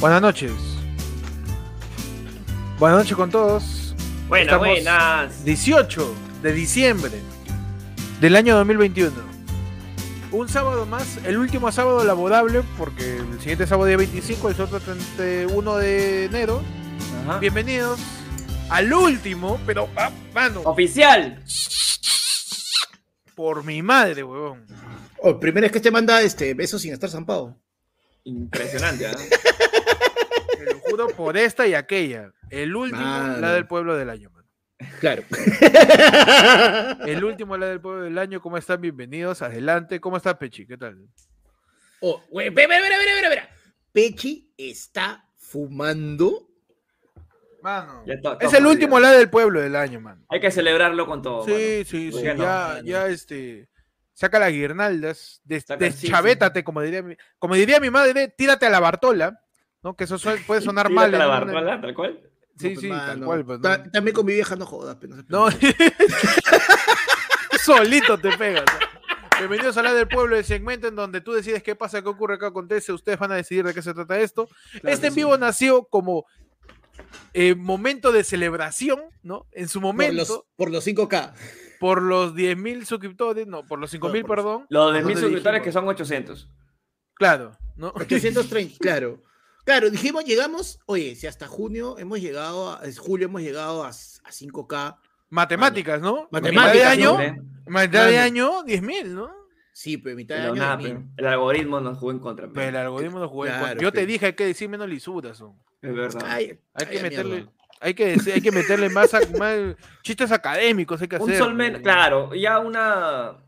Buenas noches. Buenas noches con todos. Buenas, Estamos- buenas. 18 de diciembre del año 2021. Un sábado más, el último sábado laborable, porque el siguiente sábado día 25, el otro 31 de enero. Ajá. Bienvenidos al último, pero ah, Oh. mano, Oficial. por mi madre, huevón. Oh, primera es que te manda este beso sin estar zampado. Impresionante, ¿ah? Te lo juro por esta y aquella. El último, la Mano. del pueblo del año, mano. Claro. El último, la del pueblo del año. ¿Cómo están? Bienvenidos. Adelante. ¿Cómo estás, Pechi? ¿Qué tal? Oh, güey, ve, ve, ve, ve, ve, ve, ve. Pechi está fumando. Mano. Ya to- Es to- el último, la del pueblo del año, mano. Hay que celebrarlo con todo. mano. Sí, sí, sí. Bueno, Ya, bueno. ya, este. Saca las guirnaldas, des- Saca- sí, sí. deschavétate, como diría mi, como diría mi madre, tírate a la Bartola, ¿no? Que eso suel- puede sonar mal. Tírate la en una- bartola, tal cual. Sí, No, pues, sí, tal mano. cual. pues, Ta- También con mi vieja no jodas. pero no se- no. No. Solito te pegas. Bienvenidos a la del pueblo, el segmento en donde tú decides qué pasa, qué ocurre, qué acontece. Ustedes van a decidir de qué se trata esto. Claro este que en vivo nació como eh, momento de celebración, ¿no? En su por, momento, los, por los 5K. por los 10.000 suscriptores, no, por los 5.000, por los- perdón. Los de No mil te suscriptores que dijimos. son 800. Claro, ¿no? 830, claro. Claro, dijimos, llegamos, oye, si hasta junio hemos llegado, a, es julio hemos llegado a, s- a 5K. Matemáticas, ¿no? Mitad de Matemáticas, año, hombre. mitad de Mano. año 10.000, ¿no? Sí, pero mitad de Pero año. nada, 2000. pero el algoritmo nos jugó en contra. pero Pero el algoritmo no jugó en contra. Claro, Yo te pero- dije, hay que decir menos lisuras. son. Es verdad. Ay, Hay que ay, meterle, mierda. hay que, decir- hay que meterle más, a- más chistes académicos, hay que Un hacer. sol men- menos. Claro, ya una.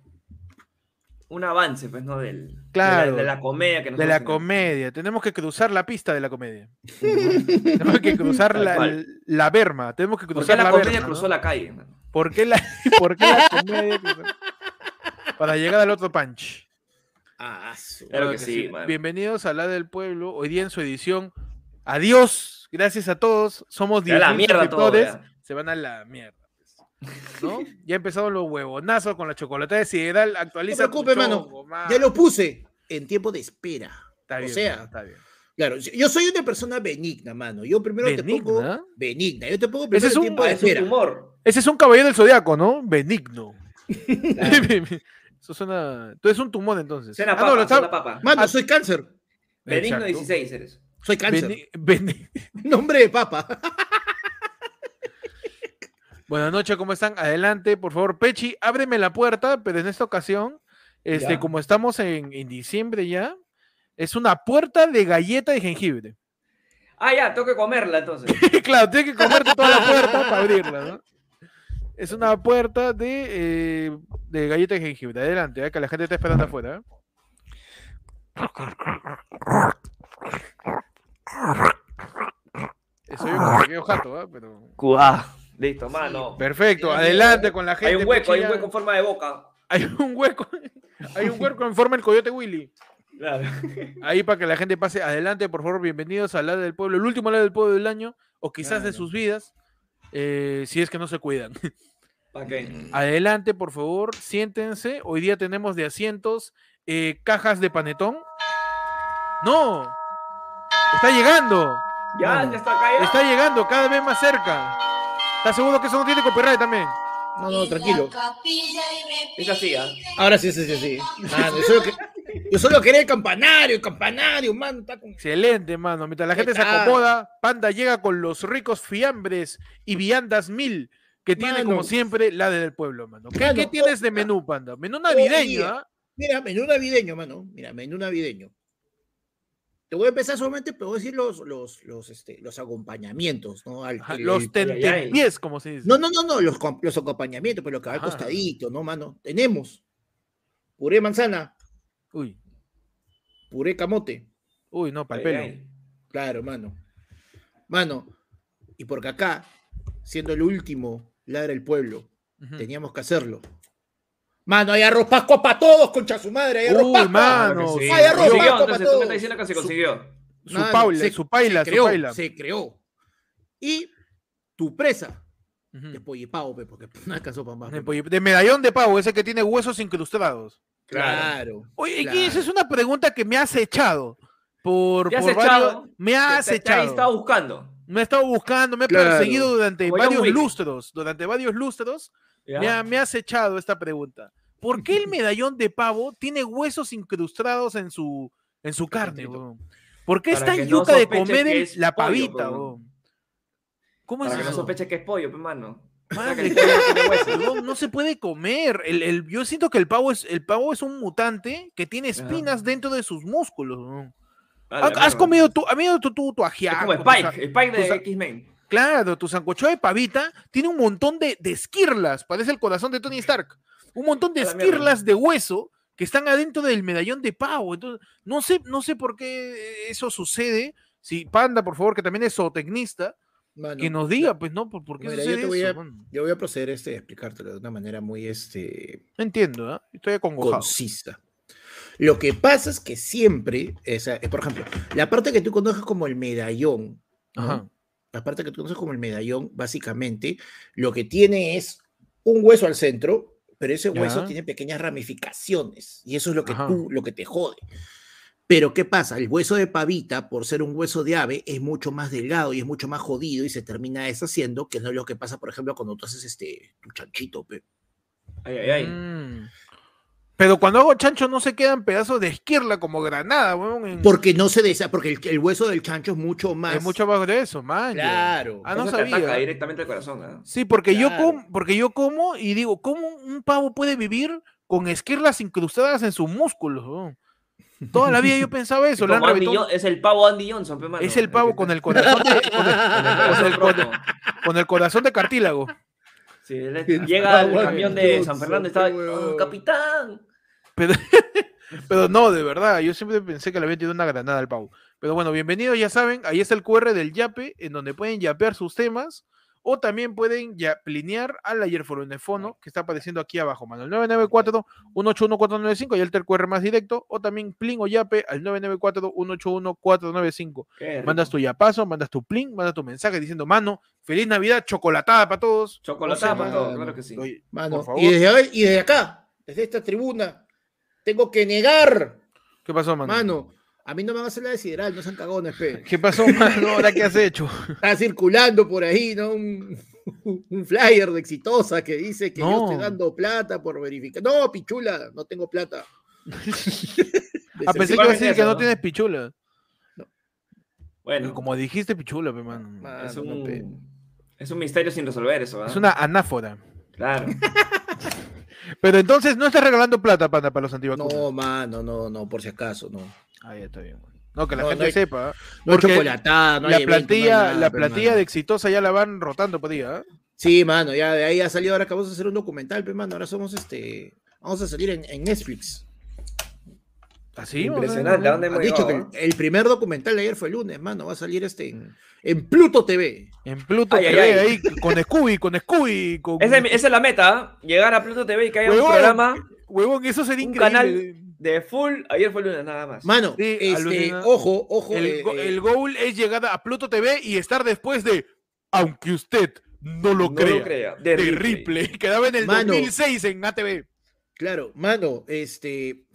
Un avance, pues, ¿no? Del, de la- Claro. De la, comedia que nos De la comedia, tenemos que cruzar la pista de la comedia. Tenemos que cruzar Tal la, cual. la berma. Tenemos que Porque cruzar la la comedia berma. ¿no? cruzó la calle, mano. ¿Por qué la, por qué la comedia? Para llegar al otro punch. Ah, su- Claro que que sí, mano. Bienvenidos a La del Pueblo. Hoy día en su edición. Adiós. Gracias a todos. Somos Ya 10 la mierda todo, ya. Se van a la mierda. pues, ¿No? ya empezaron los huevonazos con la chocolatada de Sideral. Actualiza. No te preocupes, tu mano. chongo, mano. Ya lo puse en tiempo de espera. Está o bien, sea, mano, está bien. Claro, yo yo soy una persona benigna, mano. Yo primero te Benigna. pongo benigna. Yo te pongo Ese primero es el un- tiempo Ah, de es un espera. humor. Ese es un caballero del zodiaco, ¿no? Benigno. Claro. Eso suena. Tú eres un tumor entonces. Suena Ah, no, lo papa, está- suena papa. Mano, Ah, soy cáncer. Benigno Exacto. 16 eres. Soy cáncer. Beni- beni- Nombre de papa. Buenas noches, ¿cómo están? Adelante, por favor. Pechi, ábreme la puerta, pero en esta ocasión, este, Ya. como estamos en, en diciembre ya, es una puerta de galleta de jengibre. Ah, ya, tengo que comerla entonces. claro, tienes que comerte toda la puerta para abrirla, ¿no? Es una puerta de, eh, de galleta de jengibre. Adelante, ¿eh? que la gente está esperando afuera. ¿eh? Soy un pequeño jato, ¿eh? pero... Cuá. Listo, mano. Perfecto, adelante con la gente. hay un Pechi, hueco, hay un ya. hueco en forma de boca. Hay un hueco. Hay un hueco en forma el coyote Willy. Claro. Ahí para que la gente pase adelante, por favor, bienvenidos al lado del pueblo, el último lado del pueblo del año, o quizás de Claro. sus vidas, eh, si es que no se cuidan. ¿Para qué? Adelante, por favor, siéntense. Hoy día tenemos de asientos eh, cajas de panetón. ¡No! ¡Está llegando! Ya, Mano, ya está acá. ya. ¡Está llegando cada vez más cerca! ¿Estás seguro que eso no tiene copyright también? No, no, tranquilo. Es así, ¿ah? Ahora sí, sí, sí, sí. Mano, yo solo, que- yo solo quería el campanario, el campanario, mano. Está con... Excelente, mano. Mientras la ¿Qué gente se tal? acomoda, Panda llega con los ricos fiambres y viandas mil que tiene como Mano. siempre la del pueblo, mano. ¿Qué, Mano, qué tienes de otra. menú, Panda? Menú Hoy navideño, día. ¿ah? Mira, menú navideño, mano. Mira, menú navideño. Te voy a empezar solamente, pero voy a decir los, los, los, este, los acompañamientos, ¿no? Al- Ajá, el- Los el- tentempiés, como se dice. No, no, no, no, los, com- los acompañamientos, pero lo que va al Ajá. costadito, ¿no, mano? Tenemos puré de manzana, Uy, puré de camote, uy, no, pa'l Ay, pelo. ay. claro, mano. Mano, y porque acá, siendo el último ladra el pueblo, Ujú. teníamos que hacerlo. Mano, hay arroz pascua para todos, concha su madre, hay arroz Uy, pascua. mano. Claro que sí. Ay, arroz, consiguió, pato, entonces, tú me pato. estás diciendo que se Su- consiguió. Su Mano, paula, se- su paila, se creó, su paila. Se creó. Y tu presa Ujú. de pollo y pavo, pe, porque no alcanzó para más. De pe. Mm. pollo- De medallón de pavo, ese que tiene huesos incrustados. Claro. Oye, y Claro. esa es una pregunta que me has echado. Por, Te has por echado. Me has Te- te- te ahí echado. estaba buscando. Me ha estado buscando, me ha Claro. perseguido durante Como John varios Wick. lustros. Durante varios lustros ¿ya? me, ha- me has echado esta pregunta. ¿Por qué el medallón de pavo tiene huesos incrustados en su, en su carne, Contento. weón? ¿Por qué Para está que en no yuca de sospeche comer que el- es la pollo, pavita, pues, ¿no? weón? ¿Cómo es Para que no eso? sospeche que es pollo, pues, mano. Madre, Saca el pollo que tiene huesos. weón, no se puede comer. El, el- yo siento que el pavo, es, el pavo es un mutante que tiene Ajá. espinas dentro de sus músculos. weón. A la ¿Has, has mierda. comido tu, has comido tu, tu, tu Es ajiaco, como tu sa- Spike, Spike tú sa- de X-Men. Claro, tu sancocho de pavita tiene un montón de, de esquirlas, parece el corazón de Tony Stark. Un montón de A la mierda. esquirlas de hueso que están adentro del medallón de pavo. Entonces, no sé, no sé por qué eso sucede. Si Panda, por favor, que también es zootecnista, Mano, que nos diga, pues, ¿no? ¿Por, por qué Mira, yo sucede te voy eso? a- Bueno, Yo voy a proceder este, a explicártelo de una manera muy este, no entiendo, ¿ah? Estoy acongojado. concisa. Lo que pasa es que siempre, esa, eh, por ejemplo, la parte que tú conoces como el medallón, ¿no? Ajá. la parte que tú conoces como el medallón, básicamente, lo que tiene es un hueso al centro, pero ese hueso Ya. tiene pequeñas ramificaciones y eso es lo que Ajá. tú, lo que te jode. Pero ¿qué pasa? El hueso de pavita, por ser un hueso de ave, es mucho más delgado y es mucho más jodido y se termina deshaciendo, que no es lo que pasa, por ejemplo, cuando tú haces este, tu chanchito, pe. Ay, ay, ay. Mm. Pero cuando hago chancho no se quedan pedazos de esquirla como granada, weón. en- Porque no se deshace, porque el, el hueso del chancho es mucho más. es mucho más grueso, man. Claro. Ah, no Eso te ataca sabía. directamente al corazón, ¿ah? Sí, porque yo Claro. como, porque yo como y digo, ¿cómo un pavo puede vivir con esquirlas incrustadas en sus músculos? weón? Toda la vida yo pensaba eso. Es le han como Andy reventado- Jo- Es el pavo Andy Johnson, pe, mano. es el pavo que con está- el corazón de, con el, con el corazón con el- roto. con el corazón de cartílago. Sí, él es- El llega el pavo Andy camión de San Johnson, Fernando y qué estaba, huevón. "Oh, capitán. Pero, pero no, de verdad, yo siempre pensé que le había tirado una granada al pavo. Pero bueno, bienvenidos, ya saben, ahí está el QR del Yape, en donde pueden yapear sus temas, o también pueden yaplinear al ayer Forunefono, que está apareciendo aquí abajo, mano. El 994-181-495, y el QR más directo, o también plin o yape al 994-181-495. Qué rico. Mandas tu yapazo, mandas tu plin, mandas tu mensaje diciendo, mano, feliz Navidad, chocolatada para todos. Chocolatada para Mano, todo, claro que sí. Oye, Mano, por favor. Y, desde, hoy- y desde acá, desde esta tribuna, tengo que negar, ¿Qué pasó, mano? mano. A mí no me van a hacer la desideral, no sean cagones, pe. ¿Qué pasó, mano? ¿Ahora qué has hecho? Está circulando por ahí, ¿no? Un, un flyer de exitosa que dice que yo estoy No. dando plata por verificar. No, pichula, no tengo plata. A pesar Ah, que iba a Principalmente decir que eso, no ¿no? tienes pichula. Bueno, Como dijiste, pichula, pe, mano. Ma- es Ah, no, no, pe. un, es un misterio sin resolver eso, ¿ah? Es una anáfora. Claro. Pero entonces no estás regalando plata, panda, para los antivacunas. No, mano, no, no, por si acaso, no. Ah, ya está bien. bueno. No, que la No, gente no hay- sepa. ¿eh? No hay Porque chocolatada, no la hay evento, no hay plantilla, nada, la pe, plantilla mano. de exitosa ya la van rotando por día. ¿eh? Sí, mano, ya de ahí ha salido, ahora acabamos de hacer un documental, pero mano, ahora somos este, vamos a salir en, en Netflix. Así. bueno, Impresionante, bueno. ¿a dónde Han hemos dicho que el, llegado, ah? el primer documental de ayer fue el lunes, mano, va a salir este en, Mm. en Pluto TV. En Pluto Ay, TV, ay, ay. ahí, con Scooby, con Scooby. Con... Esa es, mi- esa es la meta, ¿ah? llegar a Pluto TV y que haya un Huevón. programa Huevón, eso sería un increíble. de full. Ayer fue el lunes nada más. Mano, Sí, este, alucina. ojo, ojo, El, eh, go- eh, el goal es llegar a Pluto TV y estar después de, aunque usted no lo No crea, lo crea. De de Ripley. Ripley. Quedaba en el Mano. 2006 en ATV. claro, mano, este,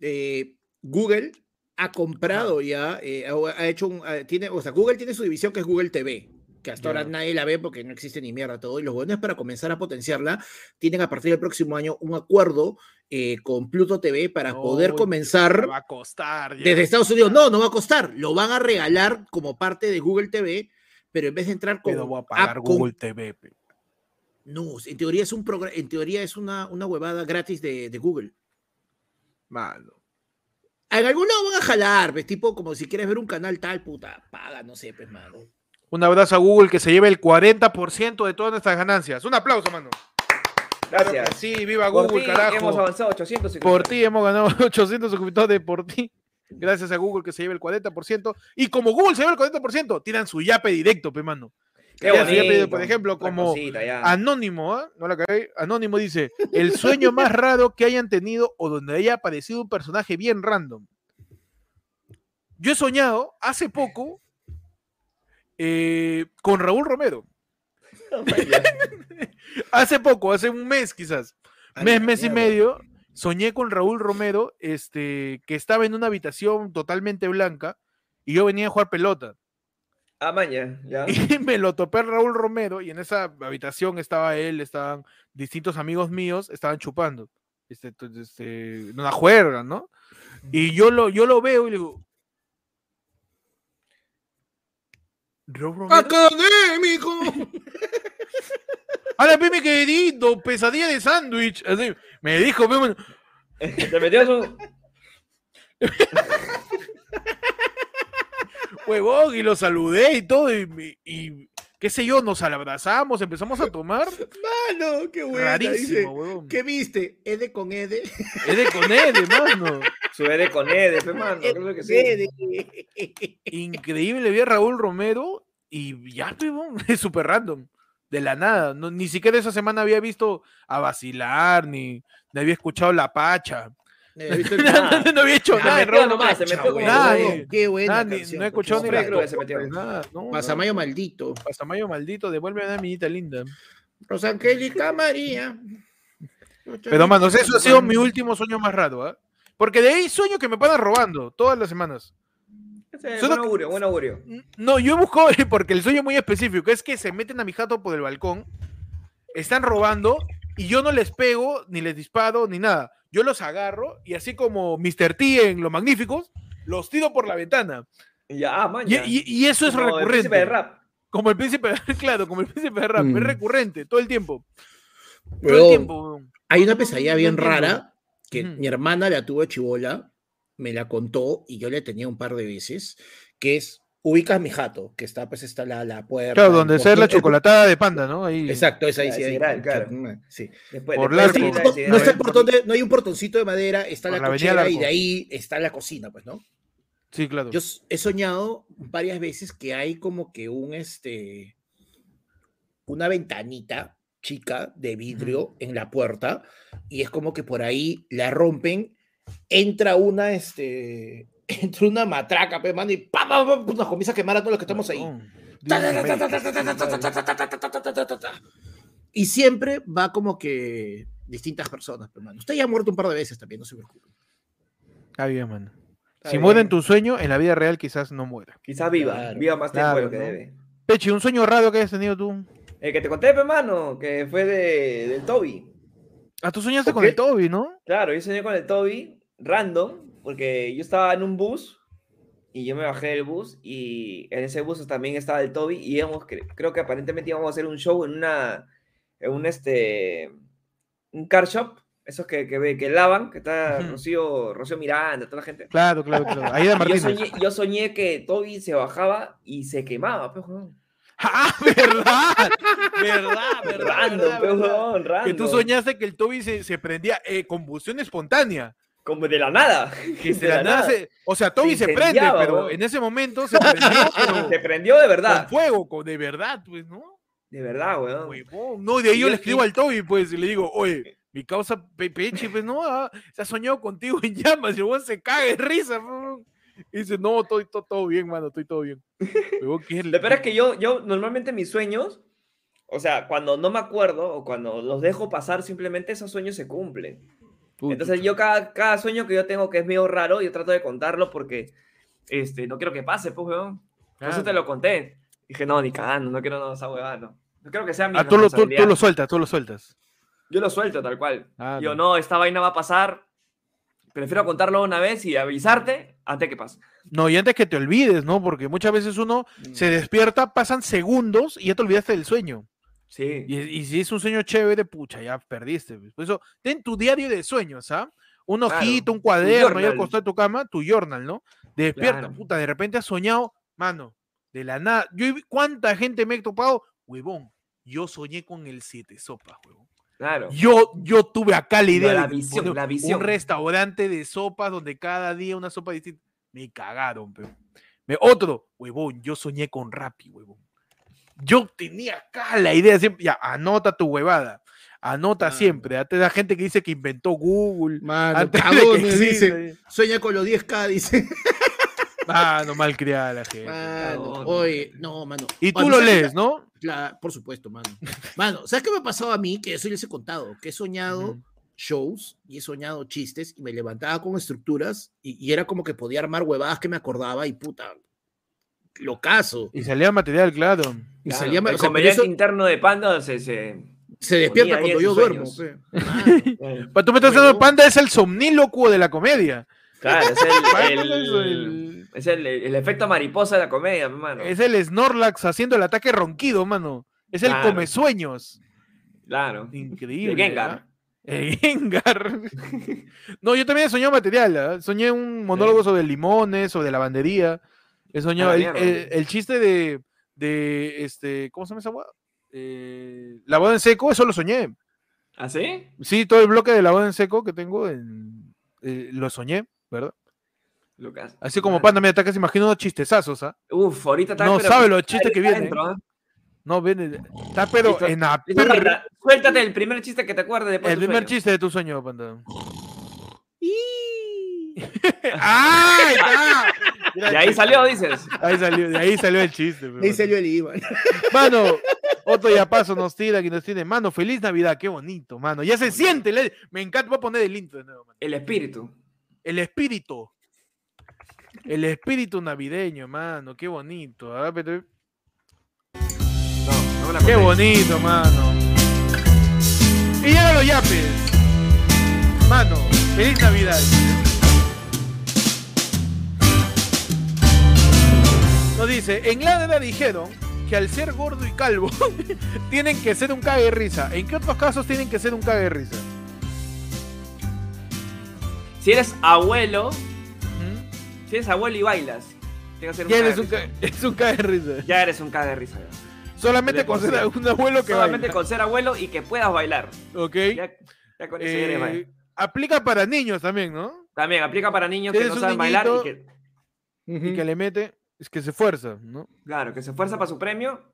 eh, Google ha comprado ya, eh, ha, ha hecho un, ha- tiene, o sea, Google tiene su división que es Google TV. Que hasta ahora Ya. nadie la ve porque no existe ni mierda todo. Y los buenos para comenzar a potenciarla tienen a partir del próximo año un acuerdo eh, con Pluto TV para poder Oy, comenzar Va a costar. ya. desde Estados Unidos. No, no va a costar. Lo van a regalar como parte de Google TV, pero en vez de entrar con, Pero voy a ah, pagar con- Google TV. pe. no, en teoría es un programa, en teoría es una, una huevada gratis de, de Google. Mano. En algún lado van a jalar, pues, tipo como si quieres ver un canal tal, puta, paga, no sé, pues, mano. Un abrazo a Google que se lleve el 40% de todas nuestras ganancias. Un aplauso, mano. Claro que Gracias. sí, viva Por Google, ti carajo. Hemos avanzado 800 Por ti hemos ganado 800 suscriptores por ti. Gracias a Google que se lleve el 40%. Y como Google se lleva el 40%, tiran su yape directo, pe, mano. Qué Ya, si ya pedí, bonito. por ejemplo, Otra como cosita, ya. Anónimo, ¿ah? no la cagué. Anónimo dice: el sueño más raro que hayan tenido o donde haya aparecido un personaje bien random. Yo he soñado hace poco eh, con Raúl Romero. Hace poco, hace un mes quizás, Ah, A mes, la mes y mierda. medio, soñé con Raúl Romero, este, que estaba en una habitación totalmente blanca y yo venía a jugar pelota. Ah, maña, ya. Y me lo topé a Raúl Romero y en esa habitación estaba él, estaban distintos amigos míos, estaban chupando. Este, tu- este, en una juerga, ¿no? Y yo lo, yo lo veo y le digo. ¿Raúl Romero? ¡Académico! ¡Hala, pe, mi querido! ¡Pesadilla de sándwich! Así, me dijo, pe, bueno, Te metías un. huevón, y lo saludé y todo, y, me- y qué sé yo, nos abrazamos, empezamos a tomar. Mano, qué buena, dice. Rarísimo, huevón. ¿Qué viste? ¿Ede con Ede? Es de con él, mano. Suele E con Ede, fe, mano, creo que sí. Ede. Increíble, vi a Raúl Romero y ya, pibón, es súper random, de la nada. No, ni siquiera esa semana había visto a vacilar, ni, ni había escuchado la pacha. Eh, ¿viste el- Ah, no había hecho Se nada, metió Raúl, Ah, nomás, se metió con Nada, Ede. eh, Qué buena nada, ni- canción, no he escuchado ni Fred la creo que se topa, metió. nada, no, no. Pasamayo maldito. Pasamayo maldito, devuélveme a mi niñita linda. Rosangélica María. Pero, manos, eso ha sido mi último sueño más raro, ¿ah? Porque de ahí sueño que me van robando todas las semanas. Ese, Solo Buen augurio, buen augurio. N- No, yo busco, porque el sueño es muy específico, es que se meten a mi jato por el balcón, están robando y yo no les pego, ni les disparo, ni nada. Yo los agarro y así como Mr. T en Los Magníficos, los tiro por la ventana. Ya, ah, Y, maña. y- y eso es Como el recurrente. príncipe de rap. Como el príncipe, claro, como el príncipe de rap, Mm. es recurrente, todo el tiempo. Todo el Weón, tiempo. weón. Hay una pesadilla No bien entiendo. rara que Ujú. mi hermana la tuvo chivola, me la contó y yo le tenía un par de veces, que es, ubicas mi jato, que está pues está la, la puerta. Claro, el donde sea la portón, el- chocolatada de panda, ¿no? Ahí. Exacto, esa ahí La sí. ahí, sideral, claro. chocolatada, sí. Después, Por largo. después sí, No, la Largo. sideral. no está el portón de- no hay un portoncito de madera, está Por la la avenida cochera y Larco. de ahí está la cocina, pues, ¿no? Sí, claro. Yo s- he soñado varias veces que hay como que un este una ventanita chica de vidrio en la puerta y es como que por ahí la rompen, entra una este entra una matraca, pe mano, y pa, pa, pa, nos comienza a quemar a todos los que estamos ahí. Weón. Ta, Dios ta, mío. ta, ta, ta, ta, ta, ta, ta, ta, ta, ta, ta, ta, ta, ta, ta, ta, ta. Y siempre va como que distintas personas, hermano. Usted ya ha muerto un par de veces también, no se preocupe. Está bien, mano. Está Si muere bien. en tu sueño, en la vida real quizás no muera. Quizás viva, Claro. viva más tiempo de lo Claro, que ¿no? debe. Pechi, un sueño raro que hayas tenido tú. El que te conté, pe, mano, que fue de, del Toby. Ah, tú soñaste con Ok. el Toby, ¿no? Claro, yo soñé con el Toby, random, porque yo estaba en un bus y yo me bajé del bus y en ese bus también estaba el Toby y íbamos, cre- creo que aparentemente íbamos a hacer un show en una, en un este, un car shop, esos que, que, ve- que lavan, que está Ujú. Rocío, Rocío Miranda, toda la gente. Claro, claro, claro. Ahí de Y Yo Martínez. soñé, yo soñé que Toby se bajaba y se quemaba, pe, huevón. ¡Ah, verdad! ¡Verdad, Random, pe, huevón, Que tú random. soñaste que el Toby se, se prendía eh, combustión espontánea. Como de la nada. Que se De la la nada nada. se- O sea, Toby se, prende, incendiaba, pero weón. en ese momento se prendió pero Se prendió Ah. de con verdad. fuego, con- de verdad, pues, ¿no? De verdad, weón. Huevón. No, y de ahí Y yo le yo- escribo al Toby, pues, y le digo, oye, mi causa Pe- Pechi, pues, no, ah, se ha soñado contigo en llamas, y el weón se caga de risa, pues, weón. Y dice, no, estoy to- todo bien, mano, estoy todo bien. Huevón, ¿qué Lo peor es que yo, yo normalmente mis sueños, o sea, cuando no me acuerdo o cuando los dejo pasar, simplemente esos sueños se cumplen. Puta. Entonces yo cada, cada sueño que yo tengo que es medio raro, yo trato de contarlo porque este, no quiero que pase, pues, weón. Por eso te Claro. lo conté. Dije, no, ni cagando, no quiero no, esa huevada, no. No creo que sea mi Ah, tú lo, tú- tú responsabilidad. lo sueltas, tú lo sueltas. Yo lo suelto tal cual. Ah, yo, no. no, esta vaina va a pasar. Prefiero contarlo una vez y avisarte antes que pase. No, y antes que te olvides, ¿no? Porque muchas veces uno Mm. se despierta, pasan segundos y ya te olvidaste del sueño. Sí. Y, y si es un sueño chévere, pucha, ya perdiste. pues. Por eso, ten tu diario de sueños, ¿ah? Un Claro, ojito, un cuaderno, ahí al journal. costado de tu cama, tu journal, ¿no? Despierta, Claro. puta, de repente has soñado, mano, de la nada. Yo, he vi- ¿cuánta gente me he topado? Huevón, yo soñé con el siete sopas, huevón. Claro. Yo, yo tuve acá la idea la de visión, poner la visión. un restaurante de sopas donde cada día una sopa distinta. Me cagaron, pero. Me, otro, huevón, yo soñé con Rappi, huevón. Yo tenía acá la idea siempre. Ya, anota tu huevada. Anota Mano. siempre. Antes la gente que dice que inventó Google. Mano, Antes de que cagones, exista, dice. eh. Sueña con los 10K, dice. Mano, Ah, malcriada la gente. Ah, Mano, cabrón. oye, no, mano. Y Mano, tú lo ¿sabes qué lees, ¿no? me- la- por supuesto, mano. Mano, ¿sabes qué me ha pasado a mí? Que eso ya les he contado, que he soñado Ujú. shows y he soñado chistes y me levantaba con estructuras y, y era como que podía armar huevadas que me acordaba y puta, locazo. Y salía material, claro. Y Claro, salía, el o sea, pero comediante eso interno de Panda se, se- se despierta ponía ahí cuando en yo sus duermo. sueños. pe. Claro, eh, Pero tú me estás Bueno. hablando de Panda, es el somnílocuo de la comedia. Claro, es el, Panda es el- el- es el- el efecto mariposa de la comedia, mi hermano. es el Snorlax haciendo el ataque ronquido, mano. Es el Claro. come sueños. Claro. Increíble. El Gengar. ¿ah? El Gengar. no, yo también soñé material. ¿ah? Soñé un monólogo sobre limones, sobre lavandería. He soñado A la el, mierda. el- el chiste de, de este, ¿cómo se llama esa boda? Eh, lavado en seco, eso lo soñé. ¿Ah, sí? Sí, todo el bloque de lavado en seco que tengo en- eh, lo soñé, ¿verdad? Lucas. Así como Claro. Panda me ataca, se imagino unos chistezazos, ¿ah? Uf, ahorita está. No pero- sabe los chistes que está vienen. dentro, ¿ah? No, viene, está pero Listo, en la Listo, perra- Panda, Suéltate el primer chiste que te acuerdes después. El de tu primer sueño. chiste de tu sueño, Panda. ¡Ah! Ahí está! Mira, De ahí salió, dices. Ahí salió, de ahí salió el chiste. pe, ahí mano. salió el Iván. Mano, otro ya paso nos tira que nos tiene. Mano, feliz Navidad, qué bonito, mano. Ya se siente, le- me encanta. Voy a poner el intro de nuevo, mano. El espíritu. El espíritu. El espíritu navideño, mano, qué bonito. A ver, pero- No, no me la Qué conté. bonito, mano. Y llegan los yapes. Mano, feliz Navidad. Nos dice, en Lánada dijeron que al ser gordo y calvo tienen que ser un cague de risa. ¿En qué otros casos tienen que ser un cague de risa? Si eres abuelo, ¿Mm? si eres abuelo y bailas, tienes que ser Ya caga eres de un, risa. ca- es un cague de risa. Ya eres un caga de risa. ya. Solamente De por con ser sí. un abuelo que Solamente baila, con ser abuelo y que puedas bailar. ¿ok? Ya, ya con eso ya eres Eh, baile. aplica para niños también, ¿no? También aplica para niños si que eres no un saben bailar y niñito- que, y que le mete, es que se esfuerza, ¿no? claro, que se esfuerza para su premio,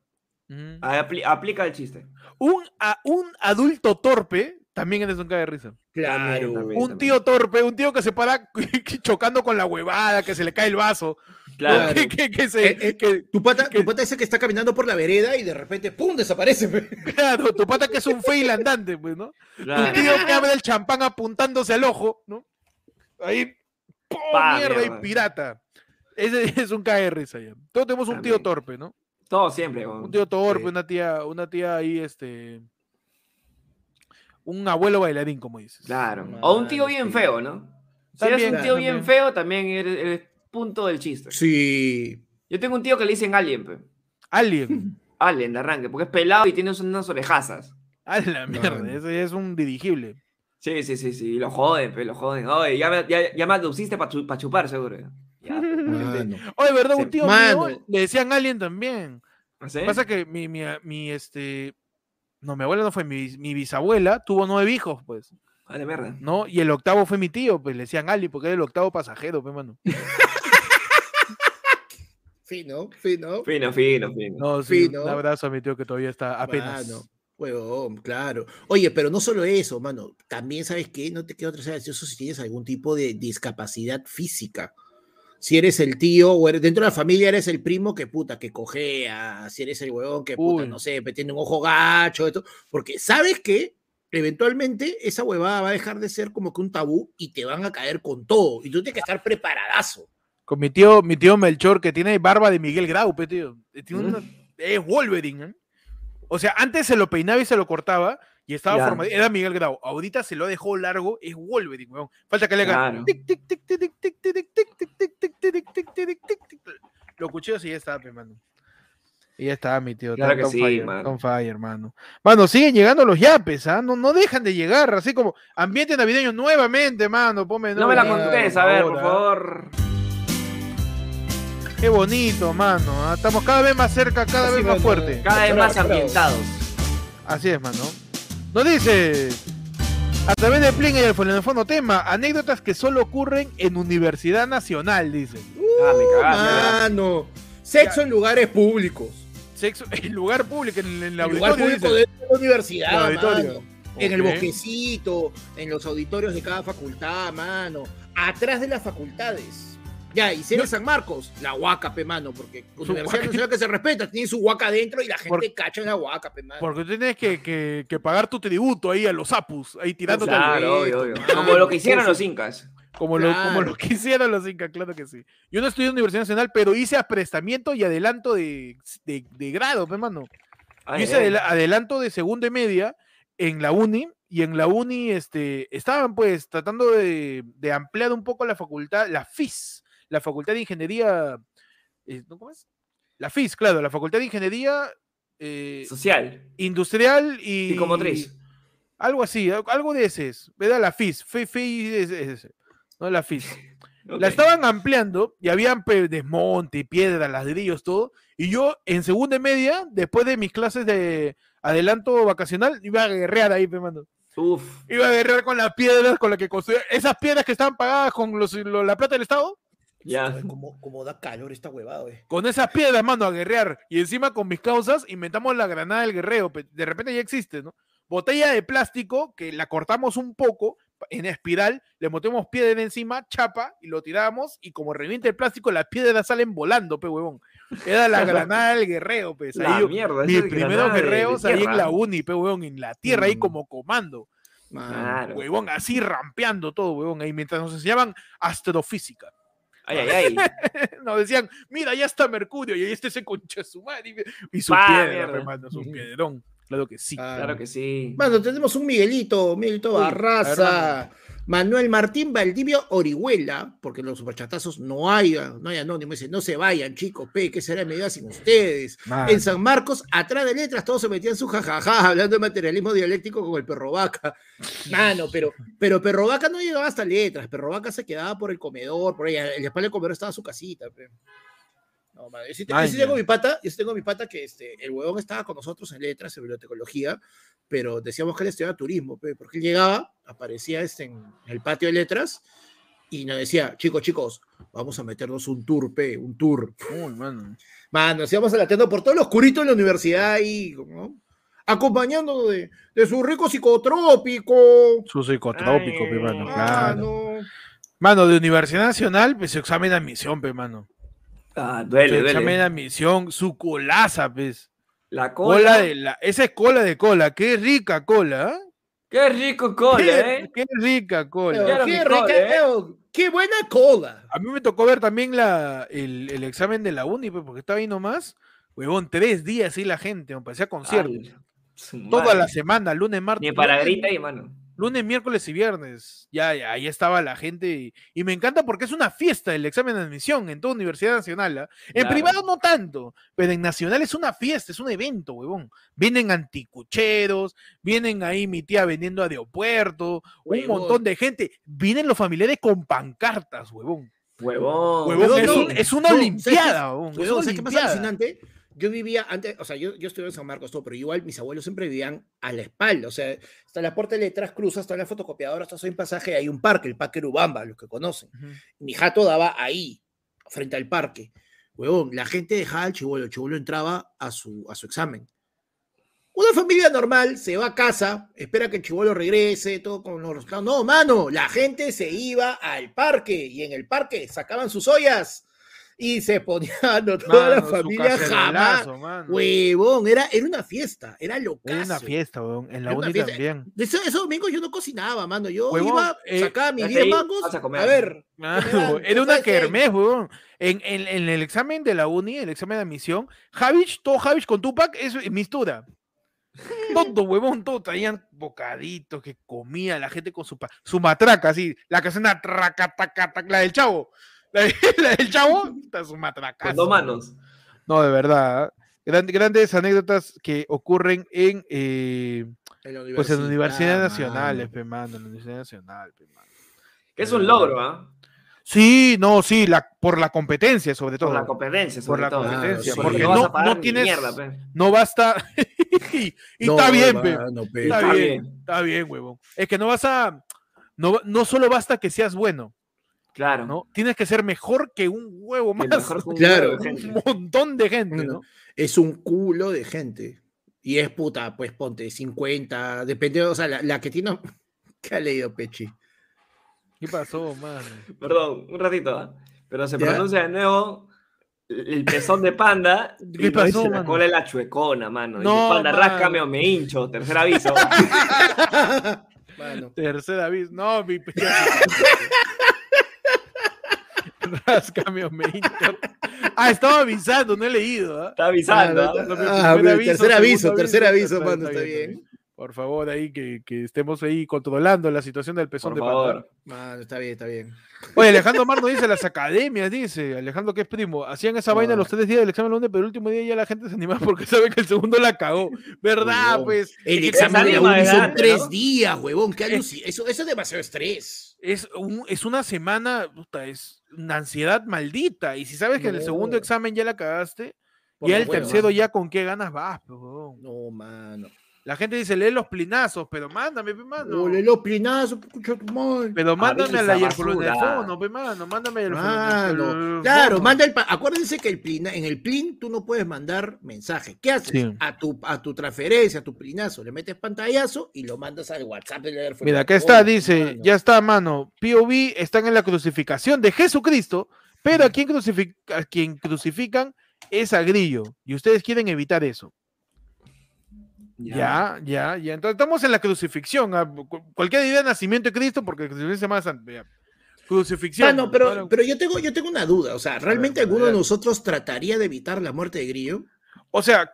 Ujú. apli- aplica el chiste. Un, a- un adulto torpe también es un caga de risa. Claro. también. Un tío torpe, un tío que se para chocando con la huevada, que se le cae el vaso, ¿no? Claro. que, que- que se- Eh, eh, que- Tu pata, que- tu pata ese que está caminando por la vereda y de repente, ¡pum! desaparece. pe. claro, tu pata que es un fail andante, pues, ¿no? Un claro. tío que abre el champán apuntándose al ojo, ¿no? Ahí, ¡pum! Pa, mierda, mierda. y pirata. Ese es un caga de risa ya. Todos tenemos un tío También. torpe, ¿no? Todo siempre. weón. Un tío torpe, Sí. una tía, una tía ahí, este. Un abuelo bailarín, como dices. Claro. O un tío Mano, bien sí. feo, ¿no? Si eres También, un tío claro, bien también. feo, también eres, eres punto del chiste. Sí. Yo tengo un tío que le dicen alien, pe. Alien. Alien de arranque, porque es pelado y tiene unas orejazas. A la mierda, Mano. ese ya es un dirigible. Sí, sí, sí, sí, lo joden, pe, lo joden. Oye, ya me, ya, ya me aduciste para chupar, seguro. Ya, pe, gente. Mano. Oye, ¿verdad? Sí. Un tío Mano. mío le decían alien también. ¿Sí? Pasa que mi, mi, mi, este. No, mi abuela no fue, mi, mi bisabuela tuvo nueve hijos, pues, Ah, de mierda. ¿no? Y el octavo fue mi tío, pues le decían alien porque era el octavo pasajero, pues, mano. Fino, fino. Fino, fino, fino. No, sí, Fino. un abrazo a mi tío que todavía está apenas. Mano, huevón, claro. Oye, pero no solo eso, mano. También, ¿sabes qué? No te queda otra sea gracioso si tienes algún tipo de discapacidad física. Si eres el tío o eres, dentro de la familia eres el primo que puta, que cojea. Si eres el huevón que puta, Uy. no sé, pe, tiene un ojo gacho, esto. Porque, ¿sabes qué? Eventualmente esa huevada va a dejar de ser como que un tabú y te van a caer con todo. Y tú tienes que estar preparadazo. Con mi tío, mi tío Melchor, que tiene barba de Miguel Grau, pe, tío. Eh, tiene Mm. una- es Wolverine. ¿eh? O sea, antes se lo peinaba y se lo cortaba y estaba Ya. formado. Era Miguel Grau. Ahorita se lo dejó largo, es Wolverine, weón. Falta que le haga. Claro. tic, tic, tic, tic, tic, tic, tic, tic, tic, tic, tic, tic, tic, tic, tic, tic, tic. Lo cuchillos y ya está, pe, mano. Y ya está, mi tío. Claro Está que on sí, fire, mano. está on fire, mano. Mano, siguen llegando los yapes, ¿ah? No, no dejan de llegar, así como ambiente navideño nuevamente, mano. Ponme No me la nuevamente, por contés, a ver, por favor, ¿ah? favor. Qué bonito, mano. ¿ah? Estamos cada vez más cerca, cada Así, vez más mano. fuerte. Cada vez Bravo, más bravo. ambientados. Así es, mano. Nos dice, a través de Pling y el fonofonotema, tema, anécdotas que solo ocurren en Universidad Nacional, dice. Ah, me cagaste. Uh, Mano, sexo en lugares públicos. Sexo en lugar público, en, el- en el El lugar auditorio, público dice. de la universidad, El auditorio. mano. En el Ok. bosquecito, en los auditorios de cada facultad, mano. Atrás de las facultades. Ya, y si eres San Marcos, la huaca, pe, mano, porque universidad nacional que se respeta, tiene su huaca adentro y la gente Por- cacha en la huaca, pe, mano. Porque tú tienes que, que- que pagar tu tributo ahí a los apus, ahí tirándote al- Claro, Totalmente, obvio, obvio. mano. Como lo que hicieron los incas. Como, lo, como Claro. lo que hicieron los Incas, claro que sí. Yo no estudié en Universidad Nacional, pero hice aprestamiento y adelanto de, de, de grado, hermano. Yo Ay, hice ay. adela- adelanto de segundo y media en la uni y en la uni este, estaban pues tratando de, de ampliar un poco la facultad, la FIS, la Facultad de Ingeniería, eh, ¿no? ¿cómo es? La FIS, claro, la Facultad de Ingeniería eh, Social, Industrial y... psicomotriz. Algo así, al- algo de ese es, ¿verdad? La FIS, fe- fe- es- es- es, no la FIS. La Ok. estaban ampliando y habían pe- desmonte, piedras, ladrillos, todo. Y yo en segunda y media, después de mis clases de adelanto vacacional, iba a guerrear ahí, me mando. Uf, Iba a guerrear con las piedras con las que construía. Esas piedras que estaban pagadas con los, lo- la plata del Estado, ya. Joder, Cómo, cómo da calor esta huevada, eh. con esas piedras, mano, a guerrear. Y encima con mis causas inventamos la granada del guerreo. pe- De repente ya existe, ¿no? Botella de plástico que la cortamos un poco en espiral, le metemos piedra encima, chapa y lo tiramos. Y como revienta el plástico, las piedras salen volando, pe huevón. Era la granada del guerreo, pe. La Ahí yo- mierda. mis eso es primeros granada de- de guerreos ahí en tierra. la uni, pe huevón, en la tierra, ahí Mm. como comando. Man, Claro. Huevón, así rampeando todo, huevón, ahí mientras nos enseñaban astrofísica. Ay, ay, ay. Nos decían, mira, ya está Mercurio, y ahí está ese concha de su madre. Y su Pa, piedra, mierda. hermano, su Ujú. piedrón. Claro que sí. ah. Claro que sí. Mano, tenemos un Miguelito, Miguelito Uy, a Barraza, Manuel Martín Valdivio Orihuela, porque los superchatazos no hay, ah, no hay anónimo, dice, no se vayan, chicos, pe, ¿qué será de mi vida sin ustedes? En San Marcos, atrás de letras, todos se metían su jajaja, hablando de materialismo dialéctico con el perro vaca. Mano, pero, pero perro vaca no llegaba hasta letras, perro vaca se quedaba por el comedor, por ahí, en la espalda del comedor estaba su casita, pe. No, mano, yo sí, te- yo sí Maña. tengo mi pata, yo sí tengo mi pata que este, el huevón estaba con nosotros en letras, en bibliotecología, pero decíamos que él estudiaba turismo, pe, porque él llegaba, aparecía este, en el patio de letras y nos decía, chicos, chicos, vamos a meternos un tour, pe, un tour. Uy, mano. Mano, nos íbamos alateando por todos los curitos de la universidad y ¿no? acompañándonos de, de su rico psicotrópico. Su psicotrópico, Ay. pe, mano. Claro. Mano. Mano, de Universidad Nacional, pues, su examen de admisión, pe, mano. Ah, Su duele, examen de duele. admisión, su colaza, pues. La cola. Cola de la. Esa es cola de cola. Qué rica cola, ¿eh? Qué rico cola, Qué, ¿eh? qué rica Pero cola. Claro. qué, mi cola, rica- ¿eh? eh, qué buena cola. A mí me tocó ver también la, el, el examen de la uni, pe, porque estaba ahí nomás. Huevón, tres días y la gente, me parecía concierto. Al- Ah, su Toda madre. la semana, lunes, martes. Ni para lunes, grita y mano. Lunes, miércoles y viernes. Ya, ya, ahí estaba la gente. Y, y me encanta porque es una fiesta el examen de admisión en toda Universidad Nacional. ¿ah? En Claro. privado no tanto, pero en Nacional es una fiesta, es un evento, huevón. Vienen anticucheros, vienen ahí mi tía vendiendo a de opuerto, un Huevón. montón de gente. Vienen los familiares con pancartas, huevón. Huevón. Huevón, no, es, no. un- es una No, ¿sabes olimpiada, huevón. Huevón, es una ¿sabes Pues, qué pasa olimpiada. alucinante? Yo vivía antes, o sea, yo, yo estuve en San Marcos, todo, pero igual mis abuelos siempre vivían a la espalda. O sea, está la puerta de letras, cruzas, está la fotocopiadora, estás ahí en pasaje, hay un parque, el Parque Urubamba, los que conocen. Ujú. mi jato daba ahí, frente al parque. Huevón, la gente dejaba al chivolo, el chivolo entraba a su, a su examen. Una familia normal se va a casa, espera que el chivolo regrese, todo con los resultados. No, mano, la gente se iba al parque y en el parque sacaban sus ollas y se ponían no, toda la Mano, su familia jamás. cacerolazo, mano. Huevón, era, era una fiesta, Era era una locazo. fiesta, huevón. En la Era una uni fiesta. también. De Ese, esos domingos yo no cocinaba, mano. Yo Huevón, iba, eh, sacaba mis ya te 10 ibas mangos. a comer. A ver, Claro, me dan? Ah, era ¿Tú una sabes qué? kermés, huevón. En, en- en el examen de la uni, el examen de admisión, Javich, todo Javich con Tupac es mistura. Todo, huevón, todo traían bocaditos que comía la gente con su, pa- su matraca, así, la que hace una traca, taca, taca, la del chavo. La, de- la del chavo, puta, su matraca. Con dos manos. No, de verdad. ¿ah? Gran- grandes anécdotas que ocurren en, eh, En la pues en universidades mano. nacionales, pe, mano, en la Universidad Nacional, pe, mano. Que es un logro, ¿ah? Sí, no, sí, la, por la competencia, sobre todo. Por la competencia, Por sobre la todo. competencia, sí. porque No no, vas a no tienes, no basta, y, y No, está bien, pe, mano, pe. está, Está bien, bien. está bien, huevón. Es que no vas a, no, no solo basta que seas bueno, Claro. ¿no? Tienes que ser mejor que un huevo Que más, el mejor jugador Claro. de un gente. montón de gente, Bueno, ¿no? Es un culo de gente. Y es puta, pues ponte 50, depende, o sea, la, la que tiene. ¿Qué ha leído Pechi? ¿Qué pasó, mano? Perdón, un ratito, ¿ah? Pero se Ya. pronuncia de nuevo el el pezón de panda. ¿Qué y no pasó, dice la mano? cola es la chuecona, mano. Dice, No, panda, mano. ráscame o me hincho. Tercer aviso. Mano, Tercer aviso, no, mi Rascame Omeito. Ah, estaba avisando, no he leído. ¿ah? Está avisando. ¿ah? Lo- Ah, primer tercer aviso, segundo tercer aviso, está- mano, está bien. Por favor, ahí que, que estemos ahí controlando la situación del pezón Por de favor. Pandora. Mano, está bien, está bien. Oye, Alejandro Marno dice, las academias, dice, Alejandro que es primo, hacían esa vaina Ah. los tres días del examen del lunes, pero el último día ya la gente se animaba porque sabe que el segundo la cagó. ¿Verdad? Huevón. Pues El que examen de la salga más uni son grande, tres ¿no? días, huevón. qué aluci- Eso, eso es demasiado estrés. es, un- es una semana, puta, es una ansiedad maldita. Y si sabes que en el segundo No. examen ya la cagaste, Por y la el hueva. tercero ya con qué ganas vas, pues, huevón. No, mano. La gente dice, lee los plinazos, pero mándame, pe, mano. Ole, los plinazos, escucha tu madre. Pero mándame a la Avisa, hierfulonefón, basura. pe, mano, mándame el Mano, claro, manda el pa- acuérdense que el plina- en el plin tú no puedes mandar mensaje. ¿Qué haces? Sí. A, tu, a tu transferencia, a tu plinazo, le metes pantallazo y lo mandas al WhatsApp. del aeropuerto. Mira, acá está, Oye, dice, mano. ya está, mano. POV están en la crucificación de Jesucristo, pero a quien, crucifi- a quien crucifican es a Grillo. Y ustedes quieren evitar eso. Ya, ya, ya. Entonces estamos en la crucifixión. ah, cu- Cualquier idea de nacimiento de Cristo, porque la crucifixión se llama San- ya. Crucifixión. Mano, Ah, pero, Ahora- pero yo tengo, yo tengo una duda. O sea, ¿realmente ver, alguno de adelante. nosotros trataría de evitar la muerte de Grillo? O sea,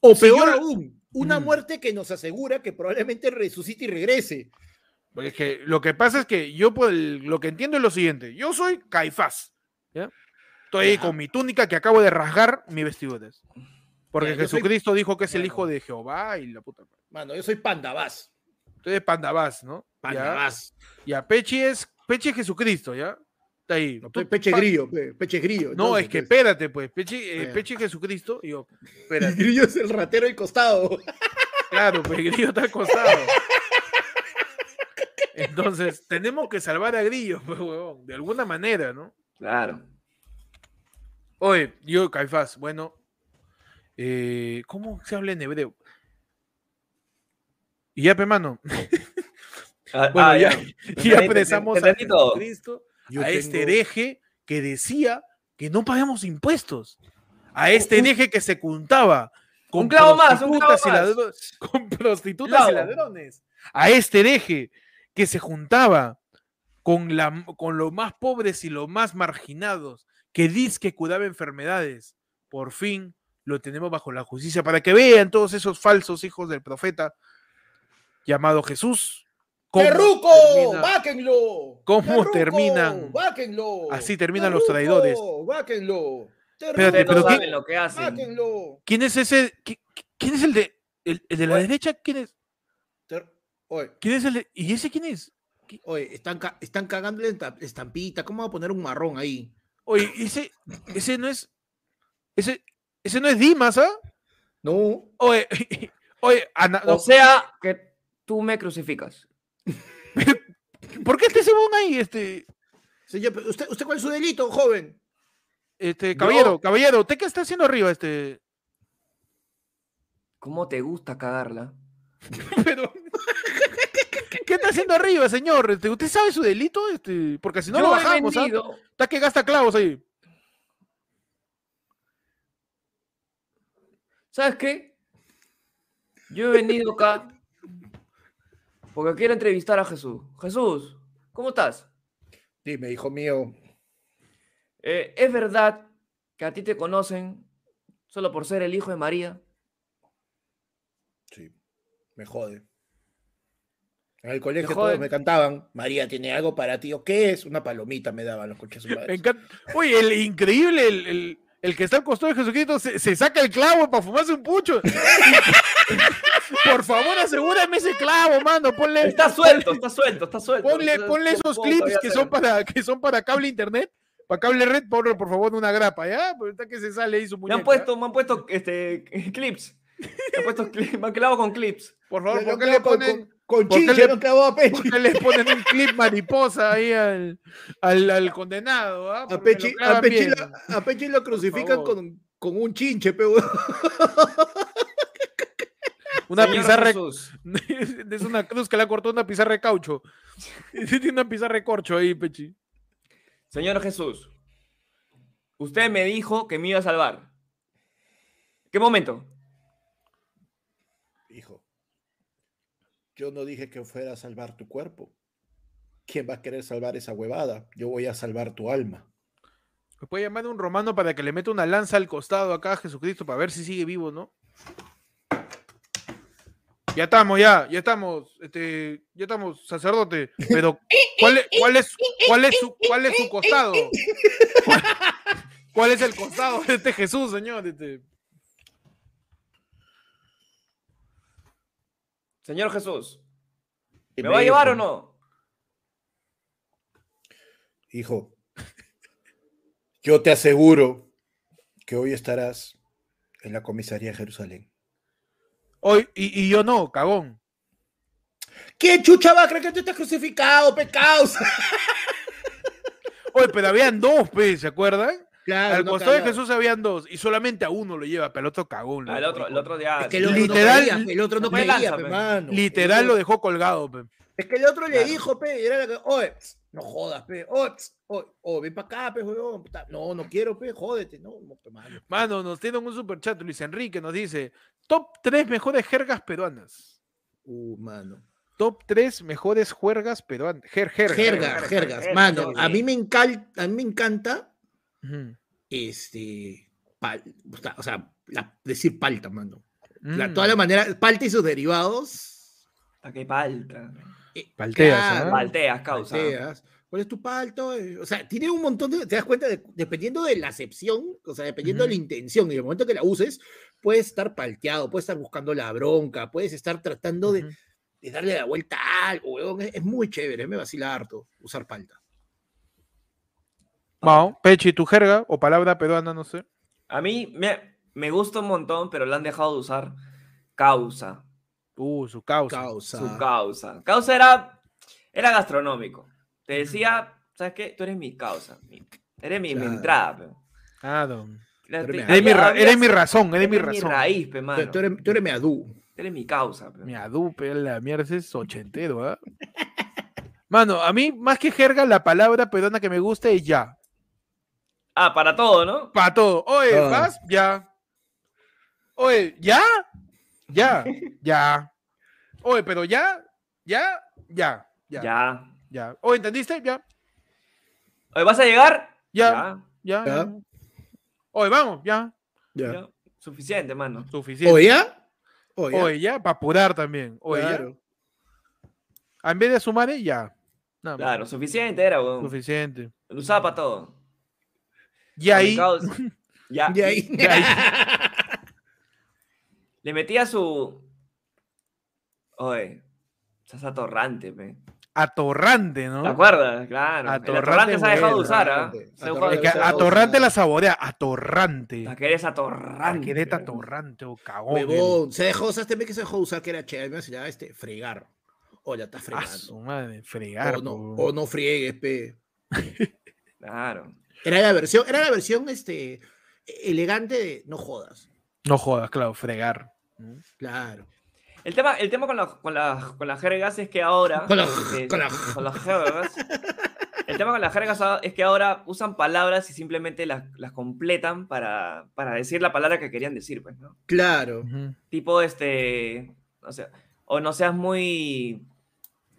O Si peor yo- aún, una Mm. muerte que nos asegura que probablemente resucite y regrese. Porque es que lo que pasa es que yo por el- lo que entiendo es lo siguiente. Yo soy Caifás. ¿ya? Estoy ahí Ya. con mi túnica que acabo de rasgar mis vestiduras. Porque Ya, yo soy- Jesucristo dijo que es el Claro. hijo de Jehová y la puta. madre. Mano, yo soy pandabás. Entonces Pandabás, ¿no? Ya, Pandabás. Ya, Pechi es, Pechi es Jesucristo, ¿ya? Está ahí. No, pues, Tú- pe- peche pa- grillo, pe- peche grillo. No, es que peche espérate, pues. Pechi, eh, Ya. Pechi es Jesucristo. Y yo, espérate. grillo es el ratero del costado. Claro, pues Grillo está acostado. Entonces, tenemos que salvar a Grillo, pues, huevón, de alguna manera, ¿no? Claro. Oye, yo, Caifás, bueno, eh, ¿cómo se habla en hebreo? Y ya, pe, mano, Ah, bueno, ah, ya, Entendí, ya entendí, presamos a entendí todo. Jesucristo, a este hereje que decía que no pagamos impuestos, a este hereje que se juntaba con Un clavo más, un prostitutas clavo y más. ladro- con prostitutas y Clavo. ladrones, a este hereje que se juntaba con, la, con los más pobres y los más marginados, que dice que curaba enfermedades, por fin lo tenemos bajo la justicia, para que vean todos esos falsos hijos del profeta llamado Jesús. cómo ¡Terruco! termina- ¡Báquenlo! cómo ¡Terruco! terminan? ¡Báquenlo! Así terminan los traidores. ¡Báquenlo! Espérate, Ustedes ¡Terruco! no pero ¿qué- Ah, saben lo que hacen. ¡Báquenlo! ¿Quién es ese? qui- qui- ¿Quién es el de el, el de la derecha? ¿Quién es? Ter- Oye, ¿Quién es el de, ¿Y ese quién es? oye, están, ca- están cagándole en ta- estampita. ¿Cómo va a poner un marrón ahí? Oye, ese ese no es ese ese no es Dimas, ¿ah? No. Oye, oye, Ana, no, O sea, que tú me crucificas. ¿por qué este se pone ahí este Señor, pero ¿usted, ¿usted cuál es su delito, joven? este Yo- caballero, caballero, ¿usted qué está haciendo arriba este? ¿Cómo te gusta cagarla? Pero ¿Qué está haciendo arriba, señor? Este, ¿Usted sabe su delito? Este, porque si no Yo lo he bajamos, ¿ah? vendido- Está que gasta clavos ahí. ¿Sabes qué? Yo he venido acá porque quiero entrevistar a Jesús. Jesús, ¿cómo estás? Dime, hijo mío. Eh, ¿Es verdad que a ti te conocen solo por ser el hijo de María? Sí, me jode. En el colegio jode. todos me cantaban, María, ¿tiene algo para ti o qué es? Una palomita me daban los coches. Me encanta. Oye, el increíble, el, el- el que está al costado de Jesucristo se, se saca el clavo para fumarse un pucho. Por favor, asegúrame ese clavo, mano. Eh, Ponle, Está suelto, está suelto, está suelto. ponle, Entonces, ponle esos tampoco clips todavía que se- son para, que son para cable internet, para cable red, por, por favor, una grapa, ¿ya? Porque está que se sale ahí su Me muñeca. han puesto, me han puesto este, clips. Me han puesto clips, me han clavado con clips. Por favor, ¿por qué le ponen, Con, por qué chinche, le- no clavó a Pechi. por qué le ponen un clip mariposa ahí al, al, al condenado? ¿ah? A Porque lo Pechi, a clavan Pechi bien. la- a Pechi lo crucifican favor. con, con un chinche, pero Una Señor pizarra Jesús, es una cruz que la cortó una pizarra de caucho. Tiene una pizarra de corcho ahí, Pechi. Señor Jesús, usted me dijo que me iba a salvar. ¿Qué momento? Hijo, yo no dije que fuera a salvar tu cuerpo. ¿Quién va a querer salvar esa huevada? Yo voy a salvar tu alma. Se puede llamar a un romano para que le meta una lanza al costado acá a Jesucristo para ver si sigue vivo, ¿no? Ya estamos, ya, ya estamos, este, ya estamos, sacerdote. Pero, ¿cuál es, cuál es, cuál es, su, cuál es su costado? ¿Cuál, cuál es el costado de este Jesús, señor? Este, Señor Jesús, Y ¿me va a dijo, llevar o no? Hijo, yo te aseguro que hoy estarás en la comisaría de Jerusalén. hoy, y, y yo no, cagón. ¿Qué chucha va a creer que tú estás crucificado, pecados? Hoy, pero habían dos, pe, ¿se acuerdan? Claro, Ah, Al no costado de cagaba. Jesús habían dos, y solamente a uno lo lleva, pero al otro cagón. lo Al dejó otro, ahí. Ah, el otro día. Es que el otro Literal- no creía, pe, el otro no no me creía, lanza, pe, pe. mano. Literal El lo otro- dejó colgado, pe. Es que el otro le Claro. dijo, pe, y era la que, oye, ps, no jodas, pe, oye, ps, oye, oye, ven para acá, pe, huevón. puta, No, no quiero, pe, jódete, no, no, pe, mano. Mano, nos tienen un superchat. Luis Enrique nos dice: Top 3 mejores jergas peruanas. Uh, mano. Top 3 mejores juergas peruanas. Jer, jerga. Jerga, jerga, jergas, jerga, mano. sí, A sí. mí me encanta, a mí me encanta, Ujú. este, pal- o sea, o sea, la- decir palta, mano. La, Mm. toda la manera, palta y sus derivados. Ah, qué palta. eh, Palteas, ¿ah? Palteas, causa. Palteas. ¿Cuál es tu palto? Eh, O sea, tiene un montón de. ¿Te das cuenta? de- dependiendo de la acepción, o sea, dependiendo de la Ujú. intención y el momento que la uses, puedes estar palteado, puedes estar buscando la bronca, puedes estar tratando de, Ujú. de darle la vuelta a algo, weón. Es, es muy chévere, me vacila harto usar palta. Mao, Pechi, tu jerga o palabra peruana, no sé. A mí me, me gusta un montón, pero la han dejado de usar. Causa. Uh, su causa. Causa. Su causa. Causa era, era gastronómico. Te decía, ¿sabes qué? Tú eres mi causa. mi- eres mi, mi Claro. entrada, pe. Ah, don. Era- Pero te- mira, Eres mi, había- ra- había- eres mi razón, eres mi eres razón. raíz, pe, Tú, mano. tú eres, tú eres meadú. Eres mi causa, pe. Mi adupe, la mierda, ese es ochentero, ¿ah? Mano, a mí, más que jerga, la palabra peruana que me gusta es ya. Ah, para todo, ¿no? Para todo. Oye, Todo. ¿vas? Ya. Oye, ¿ya? Ya. Ya. Oye, pero ya. Ya. Ya. Ya. Ya. Ya. Oye, ¿entendiste? Ya. Oye, ¿Vas a llegar? Ya. Ya. Ya. ya. Oye, vamos. Ya. Ya, ya. Suficiente, mano. Suficiente. ¿O ya? ¿O ya? Oye, ya. Para apurar también. Oye, ya. Claro. En vez de sumar, eh, ya. Nada más. Claro, suficiente era, weón. Suficiente. Lo usaba para todo. Y Pa' mi ahí. causa. Ya. De ahí. De ahí. Le metía su. Oye. Estás atorrante, pe. Atorrante, ¿no? ¿Te acuerdas? Claro. Atorrante, el atorrante se ha dejado de bueno, usar, ¿ah? atorrante, Se ha dejado de Es que atorrante. usar. atorrante la saborea. Atorrante. La que eres atorrante. Que neta pe. atorrante o cagón. eres. Huevón, se dejó, ¿sabes también que se dejó usar que era chévere? Me vacilaba este, fregar. Hola, estás Ah, su fregando. madre, fregar. O po. no, o no friegues, pe. Claro. Era la versión, era la versión este, elegante de no jodas. No jodas, claro, fregar. ¿Mm? Claro. El tema, el tema con, la- con, la- con las jergas es que ahora. Con la- este, con la- con las jergas. El tema con las jergas a- es que ahora usan palabras y simplemente las, las completan para, para decir la palabra que querían decir, pues, ¿no? Claro. Ujú. Tipo, este. O sea, o no seas muy.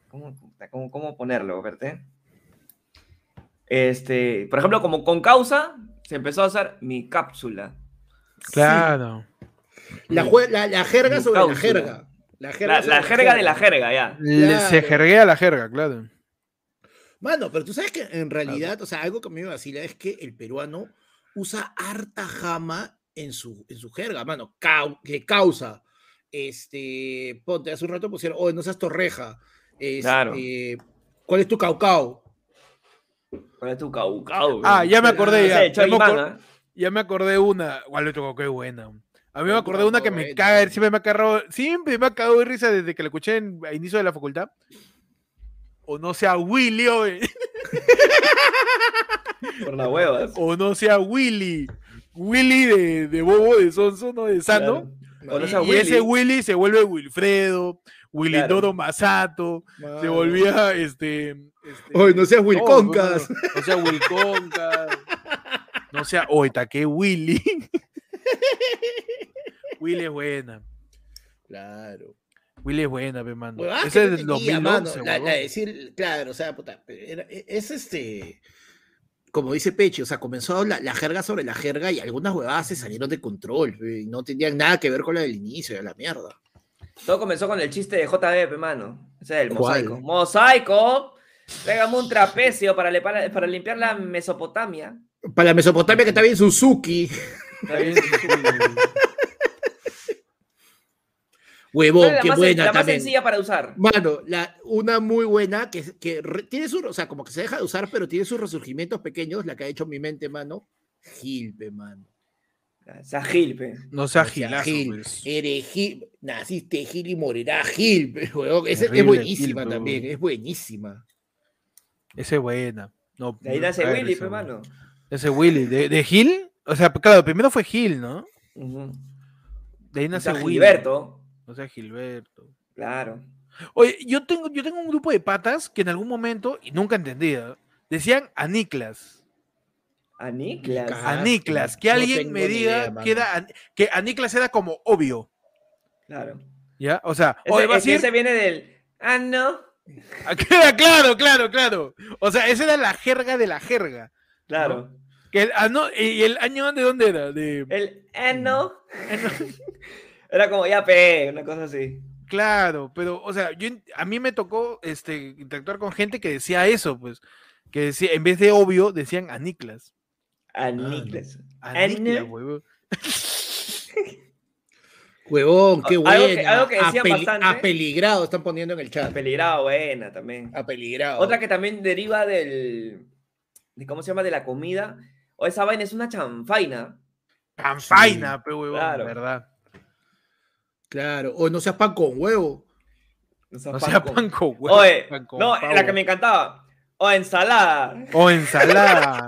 ¿Cómo, puta, cómo- cómo ponerlo, verte? Este. Por ejemplo, como con causa, se empezó a usar mi cápsula. Claro. La, jue- la, la jerga Mi sobre la cáusula. jerga. La jerga, La, sobre la jerga de la jerga, ya. Le- Se Claro. jerguea la jerga, claro. Mano, pero tú sabes que en realidad, o sea, algo que a mí me vacila es que el peruano usa harta jama en su, en su jerga, mano, cau- que causa. Este, ponte, hace un rato pusieron, oye, no seas torreja. Este, Claro. ¿Cuál es tu caucao? ¿Cuál es tu caucao? Ah, ya me acordé, No sé, ya. Ya me, Choimán, acor- ¿ah? ya me acordé una. Guau, le tocó, qué buena. A mí me Qué acordé una que buena. me cae, siempre me ha cagado, siempre me ha cagado de risa desde que la escuché en, a inicio de la facultad. O no sea Willy, oye. ¿eh? Por las huevas. o no sea Willy. Willy de, de Bobo, de Sonso, no de Sano. Claro. O no Y- sea y ese Willy. Willy se vuelve Wilfredo, Willy Claro. Doro Masato, se volvía este. este Oye, no Oh, seas todo, Wilconcas. mano. No sea Wilconcas. No sea Oita, que Willy. Willy es buena. Claro. Willy es buena, pe, mano. Huevadas ah, que Ese es no del tenía, mano, 2011, la- la huevón. decir, claro, o sea, puta, era- e- es este. como dice Peche, o sea, comenzó la, la jerga sobre la jerga y algunas huevadas se salieron de control, pe, y no tenían nada que ver con la del inicio, de la mierda. Todo comenzó con el chiste de JB, pe, mano. Ese es el ¿Cuál? mosaico. ¡Mosaico! Tráigame un trapecio para, le- para, para limpiar la Mesopotamia. Para la Mesopotamia que está bien Suzuki, huevón, Oh, Pero la qué más, buena la más también. sencilla para usar. Mano, la, una muy buena que, que re- tiene su, o sea, como que se deja de usar, pero tiene sus resurgimientos pequeños, la que ha hecho mi mente, mano. Gilpe, mano. Sajil, pe. No sea O sea, gilazo, Gil, pues. eres Gil, naciste Gil y morirás Gil, pe, huevón. Esa Terrible es buenísima Gil, pe, también, huevón. es buenísima. Esa es buena. No, De ahí nace claro, Willy, esa pe, buena. mano. Ese Willy. ¿De, de Gil? O sea, claro, primero fue Gil, ¿no? Ujú. De ahí O nace sea, Willy. Gilberto. O sea, Gilberto. Claro. Oye, yo tengo, yo tengo un grupo de patas que en algún momento, y nunca entendía, decían a Niklas. A Niklas. Nica. A Ah, Niklas. sí. Que No alguien tengo me ni diga idea, que, era a- que a Niklas era como obvio. Claro. ¿Ya? O sea, Ese, oye, vas ese- a ir- ese viene del. Ah, no. Ah, Claro, claro, claro, claro. O sea, esa era la jerga de la jerga. Claro. Que el, ah, no, ¿Y el año de dónde era? De, El. Ah, no. Era como ya pe, una cosa así. claro, pero, o sea, yo, en- a mí me tocó este, interactuar con gente que decía eso, pues. Que decía, en vez de obvio, decían a Niklas. Ah, A Niklas. A Ana. Niklas, huevón. Huevón, qué Ah, Algo buena. que- algo que decían bastante. Apeligrado, están poniendo en el chat. Peligrado, buena también. Apeligrado. Otra que también deriva del. De, ¿Cómo se llama? De la comida. O esa vaina es una chanfaina. Campaina, pe, huevón, claro. ¿verdad? Claro, o no seas pan con huevo. O sea, O pan sea, con- pan con huevo, Oye, pan con no, la que pavo. me encantaba. O ensalada. O ensalada.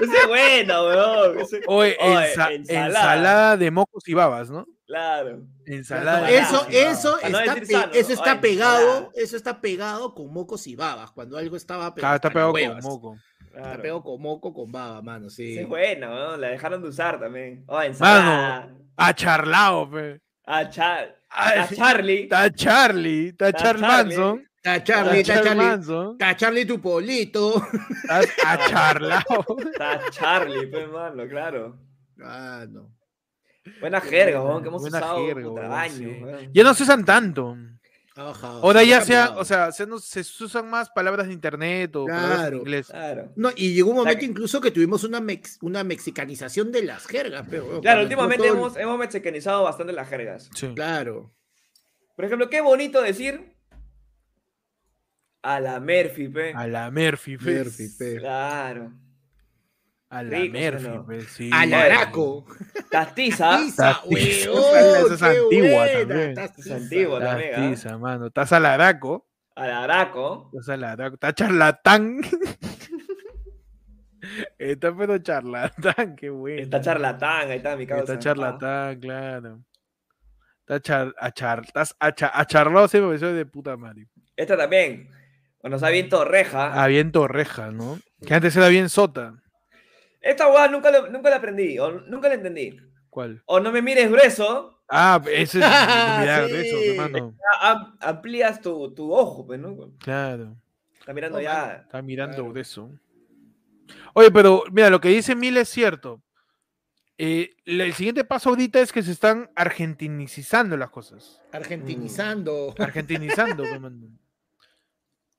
Ese es bueno, weón. Ese- Oye, Oye, e, ensa- ensalada. ensalada. de mocos y babas, ¿no? Claro. Ensalada. de eso, mocos y babas. eso, Para no está, decir pe- sano, eso ¿no? está Ay, pegado, ensalada. eso está pegado con mocos y babas, cuando algo estaba pe- Claro, está hasta pegado las con huevas. moco. Está claro. pegado con moco, con baba, mano, sí. Esa es buena, weón. La dejaron de usar también. O ensalada. Mano. A Charlao, pe. A, Char- Ah, a Charlie. Está Charlie, está Está Charles Charlie. Manson. Está Está Charlie, está Charles Charlie, Manson. está Charlie tu polito. Está a Charlao. A Charlie, pues, mano, claro. Ah, no. Buena jerga, weón. Que hemos Buena usado jerga, puta, weón, años, sí. weón. Ya no se usan tanto. Ha bajado. Ahora ha ya sea, cambiado. o sea, se, nos- se usan más palabras de internet o palabras en Claro. inglés. Claro. No, y llegó un sea momento que- incluso que tuvimos una, mex- una mexicanización de las jergas, pero. bueno, Claro, cuando entró últimamente todo el- hemos, hemos mexicanizado bastante las jergas. Sí. Claro. Por ejemplo, qué bonito decir. A la Murphy, pe. A la Murphy, pe. Murphy, pe. Pues, Claro. A la Rico, ¿sí o Murphy, no? pe, sí. Alaraco. Tastiza. Tiza, tiza, huevón, esa es qué antigua buena, también. está Es tiza. antigua. Está también, ¿ah? tiza, mano. Está Salaraco. A la Araco. Está Salaraco. Está Charlatán. está pero Charlatán, qué bueno. Está charlatán, ahí está mi causa. Está charlatán, claro. Está char, a char, estás a cha- a charlado siempre me suena de puta madre. Ah, esta también. Cuando está bien torreja. A bien torreja, ¿no? Que antes era bien sota. Esta hueá nunca, lo- nunca la aprendí, o nunca la entendí. ¿Cuál? O no me mires grueso, Ah, ese es mirar eso, Sí. hermano. a- am- amplías tu, tu ojo, pues, ¿no? Claro. Está mirando No, ya. Está mirando Claro. de eso. Oye, pero mira, lo que dice Mil es cierto. Eh, la- el siguiente paso ahorita es que se están argentinizando las cosas. Mm. Argentinizando. Argentinizando, pues, mano.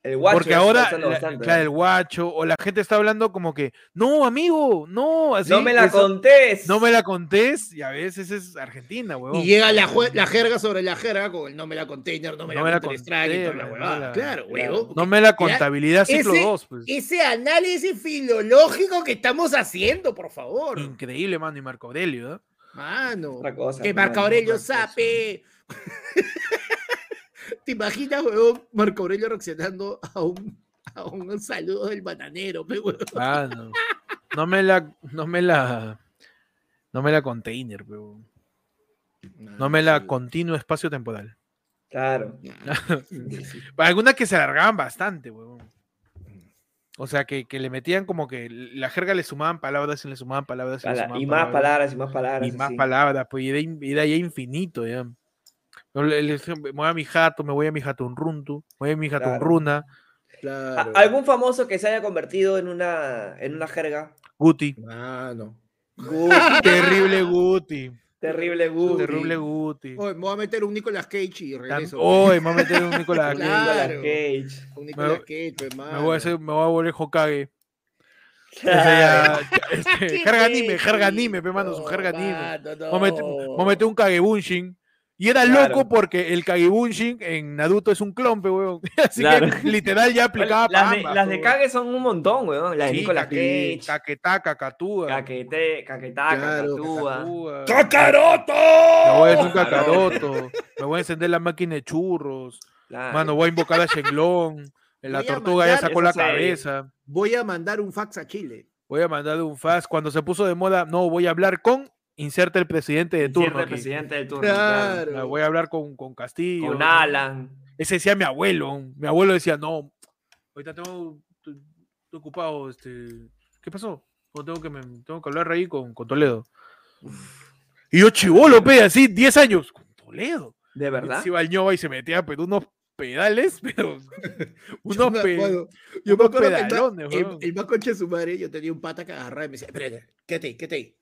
El guacho. Porque está ahora, usando la- bastante, claro, ¿no? el guacho, o la gente está hablando como que, no, amigo, no, así. no me la eso, contés. No me la contés, y a veces es Argentina, huevón. Y llega la, jue- la jerga sobre la jerga con el no me la container, no me No me la la container, strike y toda la container, huevada. no la- Claro, claro. huevón. No pues me la Mira, contabilidad ciclo ese- 2, pues. Ese análisis filológico que estamos haciendo, por favor. Increíble, mano, y Marco Aurelio, ¿no? Mano. Otra cosa, Que pues, Marco mano. Aurelio otra cosa. sape. ¿Te imaginas, huevón, Marco Aurelio reaccionando a un, a un saludo del bananero, pe, huevón? Mano, Ah, No me la, no me la, no me la container, huevón. No me la continuo espacio temporal. Claro. Ah, Algunas que se alargaban bastante, huevón. O sea, que, que le metían como que la jerga le sumaban palabras y le sumaban palabras y, le Pala- sumaban y más palabras, y más palabras. Y más así. palabras, pues, y de, in- y de ahí a infinito, ya. No, le- le decía, me voy a mi jato, me voy a mi jatunruntu, me voy a mi Claro. jatunruna, Claro. ¿A- Ah, ¿Algún famoso que se haya convertido en una, en una jerga? Guti. Mano. Guti, Terrible Guti. terrible Guti. Terrible Guti. Oye, me voy a meter un Nicolas Cage y regreso. Hoy me voy a meter un Nicolás. Cage. Nicolas Claro. Cage. Un Nicolas Me- Cage, pues, hermano. Me voy, a hacer, me voy a volver Hokage. O Claro. sea, ya, este, jerga anime, jerga anime, pe mano, su jerga anime. Me voy a meter- me voy a meter un Kagebunshin. Y era Claro. loco porque el Kagebunshin en Naruto es un clon, pe huevón. Así Claro. que literal ya aplicaba para Las de, ambas, las pe, de huevón. Kage son un montón, weón. Las de Sí, Nicolas Kake- Cage. Kaketaka, Katúa. Caquete, caquetaca, Claro, tatúa. Kakatúa. ¡Cacaroto! Me voy a hacer un Claro. cacaroto. Me voy a encender la máquina de churros. Claro. Mano, voy a invocar a Shenlong. La Voy a tortuga ya mandar- sacó la Eso sí. cabeza. Voy a mandar un fax a Chile. Voy a mandar un fast. Cuando se puso de moda, no, voy a hablar con. Inserta el presidente de Cierra turno. el aquí. presidente del turno. claro. Ah, Claro. Voy a hablar con, con Castillo. Con Alan. Ese decía mi abuelo. Mi abuelo decía, no, ahorita tengo, estoy estoy ocupado. Este, ¿Qué pasó? No, tengo, que, me- tengo que hablar ahí con, con Toledo. Y yo chivolo, pe, así, 10 años. Con Toledo. ¿De verdad? Se iba al ñoba y se metía pero unos pedales, pero Yo unos, me pe- acuerdo- yo me unos acuerdo que el ma- pedalones, el, weón. el más concha de su madre, yo tenía un pata que agarraba y me decía, espérate, quédate ahí, quédate ahí.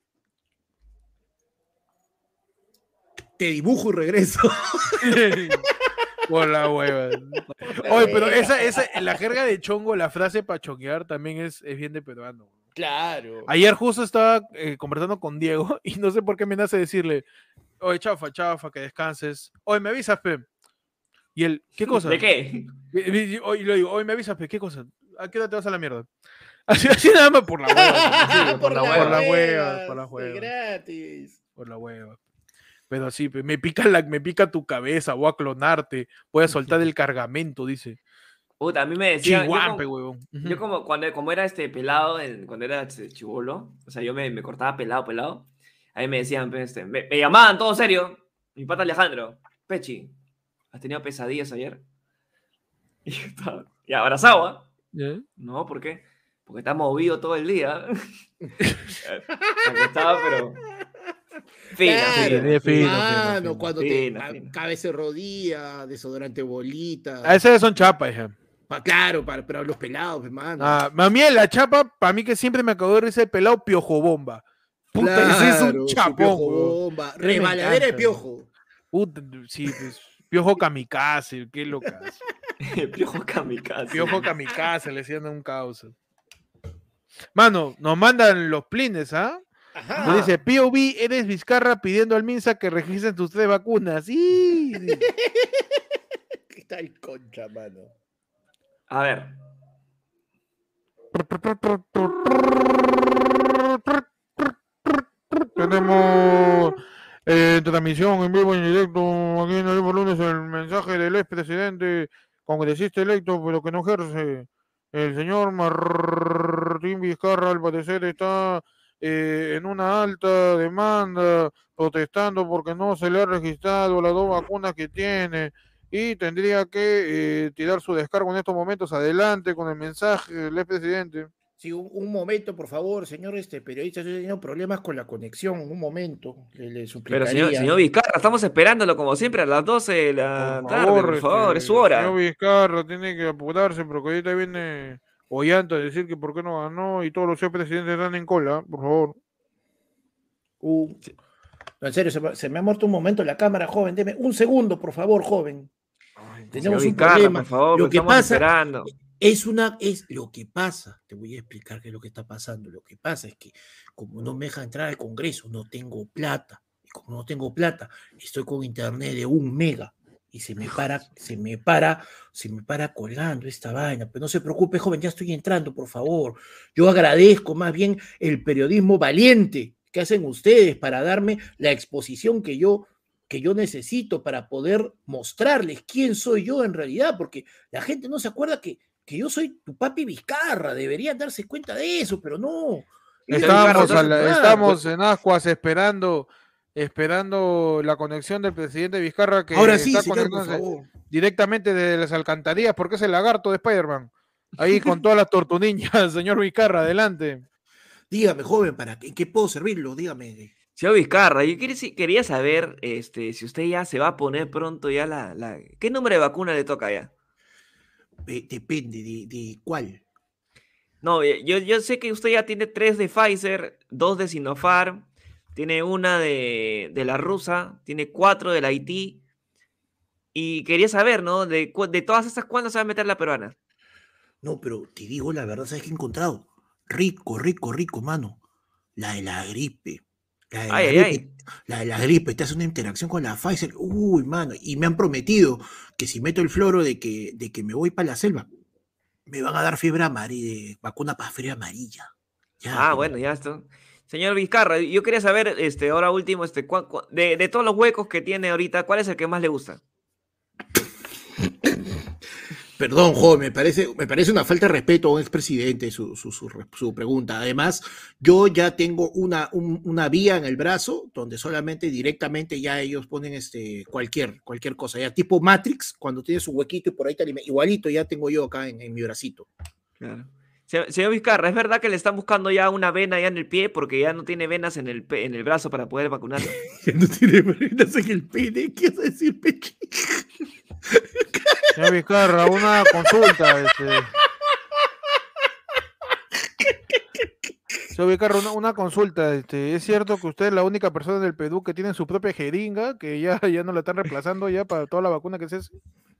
Te dibujo y regreso. Por la hueva. Oye, pero esa, esa, la jerga de chongo, la frase para choquear también es, es bien de peruano. Claro. Ayer justo estaba eh, conversando con Diego y no sé por qué me nace decirle, oye, chafa, chafa, que descanses. Oye, me avisas, Pep. Y él, ¿qué cosa? ¿De qué? Y, y- y- y le digo, oye, me avisas, Pep, ¿qué cosa? ¿A qué hora te vas a la mierda? Así, así nada más por la hueva. sí, Ah, por la hueva. Por la hueva, por la sí, hueva. gratis. por la hueva. Pero sí, pe, me pica, la, me pica tu cabeza, voy a clonarte, voy a soltar el cargamento, dice. Puta, a mí me decían. yo como- Chihuahua, pe, huevón. Ujú. Yo como cuando como era este pelado, en- cuando era este, chivolo, o sea, yo me, me cortaba pelado, pelado. Ahí me decían, pues, este, me, me llamaban todo serio. Mi pata Alejandro, Pechi, ¿has tenido pesadillas ayer? Y, yo estaba- y abrazaba. ¿Ya? No, ¿por qué? Porque está movido todo el día. Aquí estaba, pero. Fina, Claro, fina. sí, fino, mano, fino. Ah, cuando Fino, te a- fino. cabeza y rodilla, desodorante bolita. A esas son chapas, hija. Pa- claro, para, para los pelados, pues, hermano. Ah, a mí en la chapa, para mí que siempre me acabó de risa el pelado piojo bomba. Puta, ese es Claro, un su chapón, piojo huevón. bomba. mí me Rebaladera de encanta. piojo. Puta, sí, pues, piojo kamikaze, qué loca. Piojo kamikaze. Piojo kamikaze, le decían a un caos. Mano, nos mandan los plines, ¿ah? Ajá. Nos dice, POV, eres Vizcarra pidiendo al Minsa que registren tus tres vacunas. Sí, sí. ¿Qué tal concha, mano? A ver. Tenemos eh, transmisión en vivo y en directo aquí en el Vivo lunes el mensaje del expresidente congresista electo, pero que no ejerce. El señor Martín Vizcarra, al parecer, está eh, en una alta demanda, protestando porque no se le ha registrado las dos vacunas que tiene y tendría que eh, tirar su descargo en estos momentos. Adelante con el mensaje del expresidente. Sí, un, un momento, por favor, señor este periodista, estoy teniendo problemas con la conexión, un momento, le, le Pero, suplicaría. señor, señor Vizcarra, estamos esperándolo como siempre a las 12 de la tarde, por favor, este, es su hora. Señor Vizcarra tiene que apurarse porque ahorita viene Ollanta a decir que por qué no ganó y todos los señores presidentes están en cola, por favor. Un- Uh, No, en serio, se, me- se me ha muerto un momento la cámara, joven, deme un segundo, por favor, joven. Señor Tenemos un Vizcarra, problema. por favor, Lo lo que estamos pasa- esperando. Es una, es lo que pasa, te voy a explicar qué es lo que está pasando. Lo que pasa es que como no me deja entrar al Congreso, no tengo plata. Y como no tengo plata, estoy con internet de un mega. Y se me para, se me para, se me para colgando esta vaina. Pero no se preocupe, joven, ya estoy entrando, por favor. Yo agradezco más bien el periodismo valiente que hacen ustedes para darme la exposición que yo que yo necesito para poder mostrarles quién soy yo en realidad, porque la gente no se acuerda que, que yo soy tu papi Vizcarra, deberían darse cuenta de eso, pero no. Ellos Estamos, no a la- hacen nada, estamos pues. en Ascuas esperando esperando la conexión del presidente Vizcarra que Ahora sí, está señor, por conectándose favor. directamente desde las alcantarillas porque es el lagarto de Spider-Man. Ahí con todas las tortuniñas, señor Vizcarra, adelante. Dígame, joven, ¿para qué, en qué puedo servirlo? Dígame. eh, Señor Vizcarra, yo quería- sí, quería saber este, si usted ya se va a poner pronto ya la, la- ¿Qué número de vacuna le toca ya? pe- depende de, de cuál. No, eh, yo, yo sé que usted ya tiene tres de Pfizer, dos de Sinopharm, tiene una de, de la rusa, tiene cuatro de la Haití. Y quería saber, ¿no? De, cu- de todas esas, ¿cuándo se va a meter la peruana? No, pero te digo la verdad, ¿sabes qué he encontrado? Rico, rico, rico, mano. La de la gripe. La de la, Ay, ay, gripe, la de la gripe, te hace una interacción con la Pfizer. Uy, mano. Y me han prometido que si meto el floro de que, de que me voy para la selva, me van a dar fiebre amarilla, vacuna para fiebre amarilla. Ya, Ah, pero- bueno, ya está. Señor Vizcarra, yo quería saber, este, ahora último, este, cua- cua- de, de todos los huecos que tiene ahorita, ¿cuál es el que más le gusta? Perdón, joven, me parece, me parece una falta de respeto a un expresidente su, su, su re- su pregunta. Además, yo ya tengo una, un- una vía en el brazo donde solamente directamente ya ellos ponen este, cualquier, cualquier cosa. Ya tipo Matrix, cuando tiene su huequito y por ahí te alime- Igualito ya tengo yo acá en, en mi bracito. Se- Señor Vizcarra, ¿es verdad que le están buscando ya una vena ya en el pie porque ya no tiene venas en el, pe- en el brazo para poder vacunarlo? No tiene en el pene, ¿qué vas a decir, Pechi? Señor Vizcarra, una consulta. Este. Señor Vizcarra, una, una consulta. Este. ¿Es cierto que usted es la única persona del Perú que tiene su propia jeringa, que ya, ya no la están reemplazando ya para toda la vacuna que se hace?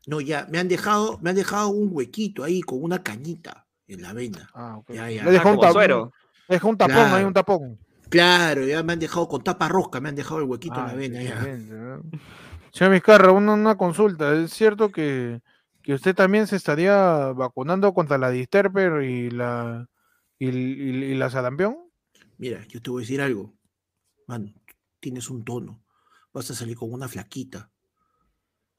No, ya, me han dejado, me han dejado un huequito ahí con una cañita en la vena. Ah, ok. Ya, ya. Le dejó Ah, un, como tapón, suero. le dejó un tapón, hay Claro. un tapón. Claro, ya me han dejado con tapa rosca, me han dejado el huequito en Ah, la vena. ya. excelente, ¿no? Señor Vizcarra, una, una consulta. ¿Es cierto que, que usted también se estaría vacunando contra la distemper y la, y, y- y la sarampión? Mira, yo te voy a decir algo. Mano, tienes un tono. Vas a salir con una flaquita.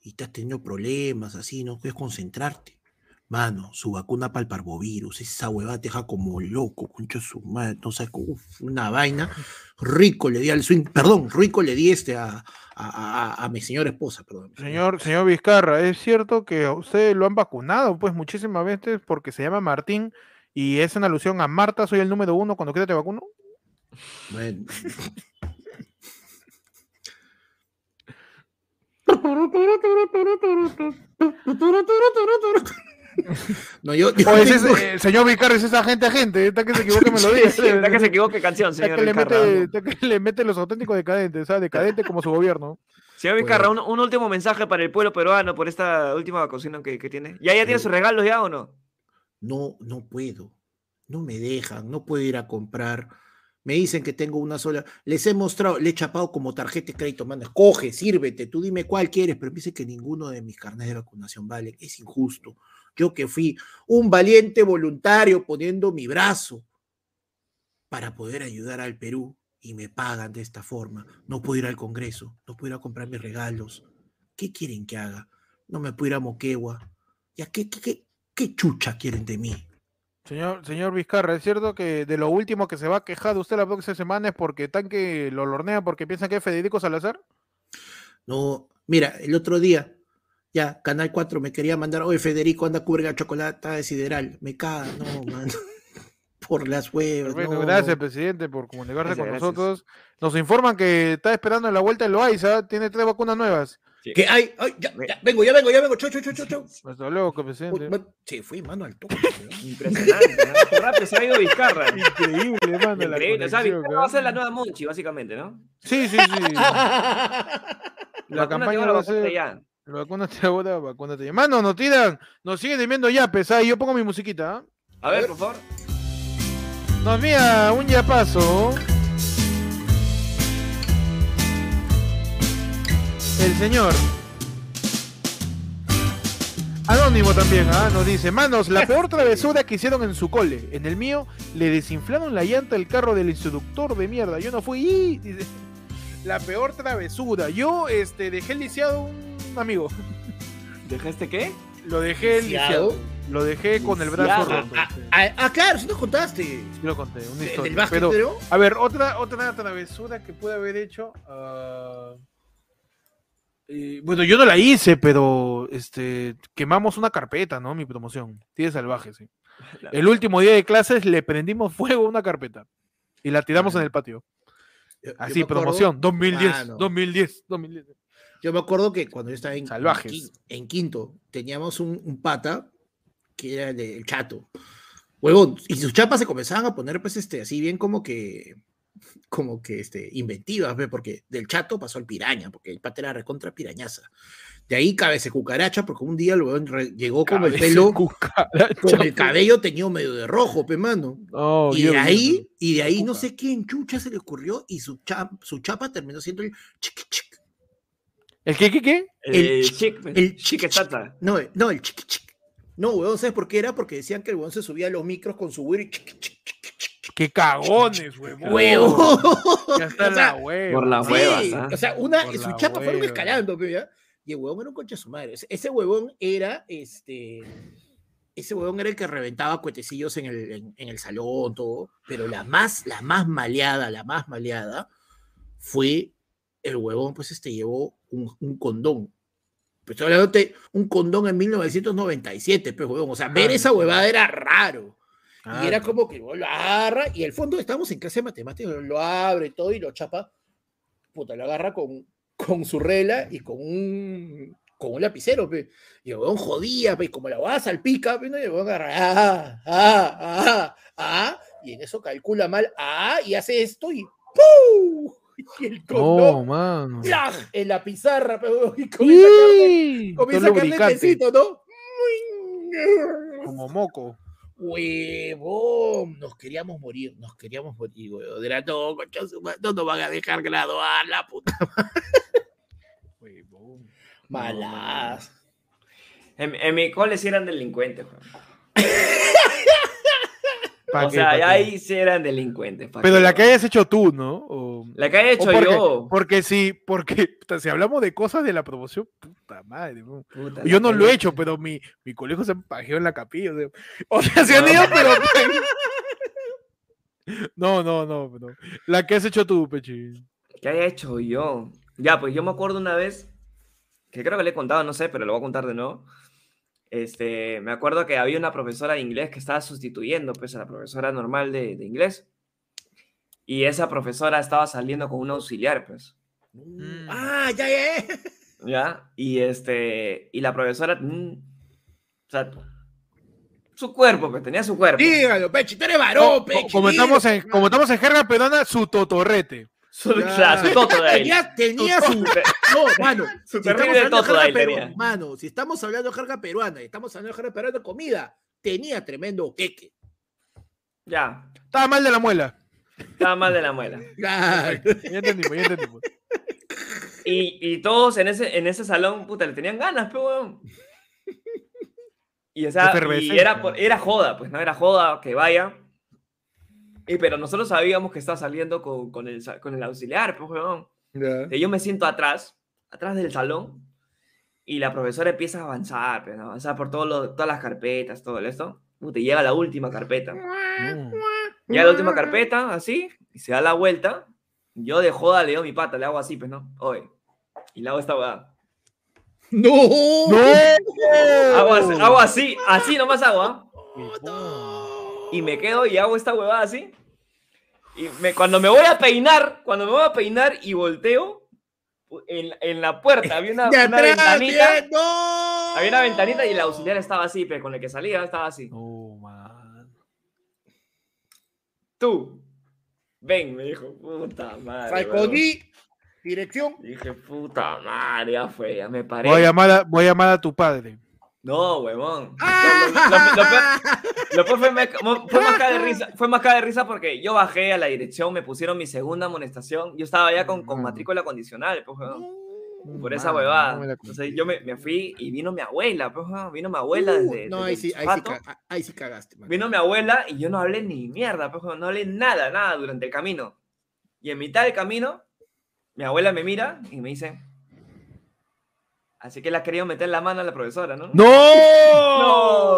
Y estás teniendo problemas, así, no puedes concentrarte. Mano, su vacuna para el parvovirus, esa huevada te deja como loco, concha de su madre, no sé, uf, una vaina. Rico le di al swing, perdón, rico le di este a, a- a- a- a mi señora esposa, perdón. Señor, señor Vizcarra, es cierto que a usted lo han vacunado, pues muchísimas veces porque se llama Martín y es una alusión a Marta, soy el número uno cuando quiera te vacuno. Bueno. No, yo, yo O es ese- tengo- eh, señor Vizcarra, es esa gente, gente, está que se equivoque, me lo diga. Sí, está que se equivoque canción, Está señor que le Vizcarra. mete, está que le mete los auténticos decadentes, o sea, decadente como su gobierno. Señor Vizcarra, pues un, un último mensaje para el pueblo peruano por esta última vacunación que, que tiene. ¿Ya, ya tiene Eh. Sí. sus regalos ya o no? no, no puedo, no me dejan, no puedo ir a comprar. Me dicen que tengo una sola. Les he mostrado, le he chapado como tarjeta de crédito, manda, coge, sírvete, tú dime cuál quieres, pero me dicen que ninguno de mis carnes de vacunación vale. Es injusto. Yo que fui un valiente voluntario poniendo mi brazo para poder ayudar al Perú y me pagan de esta forma. No puedo ir al Congreso, no puedo ir a comprar mis regalos. ¿Qué quieren que haga? No me puedo ir a Moquegua. ¿Ya qué, qué, qué, qué chucha quieren de mí? Señor, señor Vizcarra, es cierto que de lo último que se va a quejar usted la próxima semana es porque tan que lo lornean porque piensan que es Federico Salazar. No, mira, el otro día, ya, Canal 4 me quería mandar, oye, Federiko, anda, cubre la chocolate de sideral. Me caga, no, mano. Por las huevas. Perfecto, no, gracias, no. presidente, por comunicarse Pues Gracias, con gracias. nosotros. Nos informan que está esperando en la vuelta de Loaiza, tiene tres vacunas nuevas. Que ay, ay, ya, ya, vengo, ya vengo, ya vengo. Chau, chau, chau, chau, chau. Hasta luego, que Uy, presidente. man, Se fue, mano, al toque. weón. Impresionante. ¿no? Qué rápido se ha ido Vizcarra. Increíble, hermano. la Increíble. O sea, conexión, Vizcarra va a ¿ah? ser la nueva Monchi, básicamente, ¿no? Sí, sí, sí. La Vacúnate campaña ahora, va a vacúnate ser. ya. Vacúnate ahora, vacúnate ya. Mano, nos tiran, nos siguen debiendo ya, pesada. Yo pongo mi musiquita. ¿ah? A ver, por favor. Nos mía, un ya paso. El señor. Anónimo también, ¿ah? nos dice, manos, la peor travesura que hicieron en su cole. En el mío, le desinflaron la llanta del carro del instructor de mierda. Yo no fui. ¡Ih! Dice, La peor travesura. Yo este, dejé lisiado un amigo. ¿Dejaste qué? Lo dejé lisiado. Lisiado. Lo dejé con el brazo Lisiado. roto. Ah, sí. ah, ah, claro, si nos contaste. Yo lo conté, una El historia. del básquet, pero- pero... a ver, otra, otra travesura que pude haber hecho. ah, eh, bueno, yo no la hice, pero este, quemamos una carpeta, ¿no? Mi promoción. Tiene salvaje, sí. La- El último día de clases le prendimos fuego a una carpeta y la tiramos en el patio. Ah. yo- yo Así, me acuerdo- promoción, 2010, Ah, no. 2010, 2010. Yo me acuerdo que cuando yo estaba en, en Salvajes. quin- en quinto, teníamos un, un pata que era el, de- el chato. Huevón, y sus chapas se comenzaban a poner, pues, este, así bien como que, como que, este, inventivas, ve, porque del chato pasó al piraña, porque el pata era recontra pirañaza. De ahí cabece cucaracha, porque un día el huevón re- llegó con el pelo, con el cabello teñido medio de rojo, pe mano. No, y Oh, de Dios mío. ahí, y de ahí no Cuca. sé quién chucha se le ocurrió y su, cha- su chapa terminó siendo el chiqui chiqui. ¿El qué, qué, qué? El El chic, el el chic chic- tata. No, eh, no, el chiqui chiqui. No, weón, ¿sabes por qué era? Porque decían que el weón se subía a los micros con su weón y chiqui chiqui chiqui chiqui. ¡Qué cagones, Ah, huevón! ¡Huevón! Ya está O sea, la hueva. por la Sí, huevas, ¿ah? O sea, una, Por su la chapa fueron hueva. escalando, pe, ¿ya? Y el huevón era un concha de su madre. Ese- Ese huevón era, este, ese huevón era el que reventaba cuetecillos en el, en, en el salón, todo. Pero la más, la más maleada, la más maleada fue el huevón, pues este, llevó un, un condón. Pues estoy hablándote, un condón en 1997, pues, huevón. O sea, ver Ah, esa huevada era raro. Ah, Y era como que "Oh, lo agarra y al fondo estamos en clase de matemáticas, lo abre todo y lo chapa. Puta, lo agarra con, con su regla y con un, con un lapicero. Pe. Y el weón jodía, pe, y como la va salpica, pe, ¿no? y el weón agarra, ah, ah, ah, ah, y en eso calcula mal, ah, y hace esto y ¡pum! Y el No, condón, mano. ¡plaj! en la pizarra, pe, weón, y comienza a caerle- Sí, comienza todo a caerle el lubricante, tecito, ¿no? Como moco. Huevón, nos queríamos morir, nos queríamos morir, huevón. Era no, concha de su madre, no nos van a dejar graduar la puta. Huevón. Malas. En, en mi cole sí eran delincuentes, weón. Pa' O que- sea, pa' que- ahí sí eran delincuentes. pa' Pero qué, la que weón. hayas hecho tú, ¿no? O- La que he o hecho porque, yo. Porque si, porque puta, si hablamos de cosas de la promoción, puta madre. huevón. Puta, Yo la no que lo he he hecho, pero mi, mi colegio se pajeó en la capilla. O sea, o sea, se han ido, No. pero. No, no, no, pero. La que has hecho tú, Pechi. ¿Qué haya hecho yo? Ya, pues yo me acuerdo una vez, que creo que le he contado, no sé, pero lo voy a contar de nuevo. Este, me acuerdo que había una profesora de inglés que estaba sustituyendo pues a la profesora normal de, de inglés. Y esa profesora estaba saliendo con un auxiliar, pues. Mm. Ah, ya, ya. ya. ¿Ya? Y este, y la profesora, mm, o sea, su cuerpo, que tenía su cuerpo. Dígalo, pechi, tú eres varón, Co- co- pechi. como, estamos en, dilo, como estamos en jerga pedana, su totorrete. Su, Ya. claro, su toto de él. Tenía, tenía su. No, mano. Su si estamos terrible hablando de toto de jerga él peru- tenía. Mano, si estamos hablando de jerga peruana y estamos hablando de jerga peruana de comida, tenía tremendo queque. Ya, Estaba mal de la muela. estaba mal de la muela. Claro. Ya entendimos, ya entendimos. Y, y todos en ese, en ese salón, puta, le tenían ganas, pero weón. Y, o sea, y Efervescencia. era, por- era joda, pues no era joda que vaya. Y, pero nosotros sabíamos que estaba saliendo con, con, el, sa- con el auxiliar, pues, weón. Ya. Y yo me siento atrás, atrás del salón, y la profesora empieza a avanzar, pues, ¿no? avanzar por todo lo- todas las carpetas, todo esto. Puta, y llega a la última carpeta. No. Llega a la última carpeta, así, y se da la vuelta. Yo de joda le doy mi pata, le hago así, pues, ¿no? Oye. Y le hago esta weá. No. Ah, ¡No! Hago Oh. así, hago así, así nomás hago, ¿ah? Huevón. Y me quedo y hago esta huevada así. Y me- cuando me voy a peinar, cuando me voy a peinar y volteo, en, en la puerta había una, De una atrás, ventanita. bien, no. Había una ventanita y el auxiliar estaba así, pero con el que salía estaba así. No, man. Tú, ven, me dijo, puta madre. huevón. Falconi, dirección. Dije, puta madre, ya fue, ya me paré. Voy a llamar a, voy a, llamar a tu padre. No, huevón. Ah. Lo- lo- lo- lo peor- Después fue, me- mo- fue más cara de risa, fue más cara de risa porque yo bajé a la dirección, me pusieron mi segunda amonestación. Yo estaba ya con, con Hermano. matrícula condicional, pues, Ah, weón, por esa Mano, huevada. no me la Entonces conté. yo me, me fui y vino mi abuela, pues, weón, vino mi abuela desde. Uh, no, desde ahí sí, ahí sí, Chupato. ca- ah, ahí sí cagaste. mano. Vino mi abuela y yo no hablé ni mierda, pues, weón, no hablé nada, nada durante el camino. Y en mitad del camino, mi abuela me mira y me dice. Así que le has querido meter la mano a la profesora, ¿no? ¡No!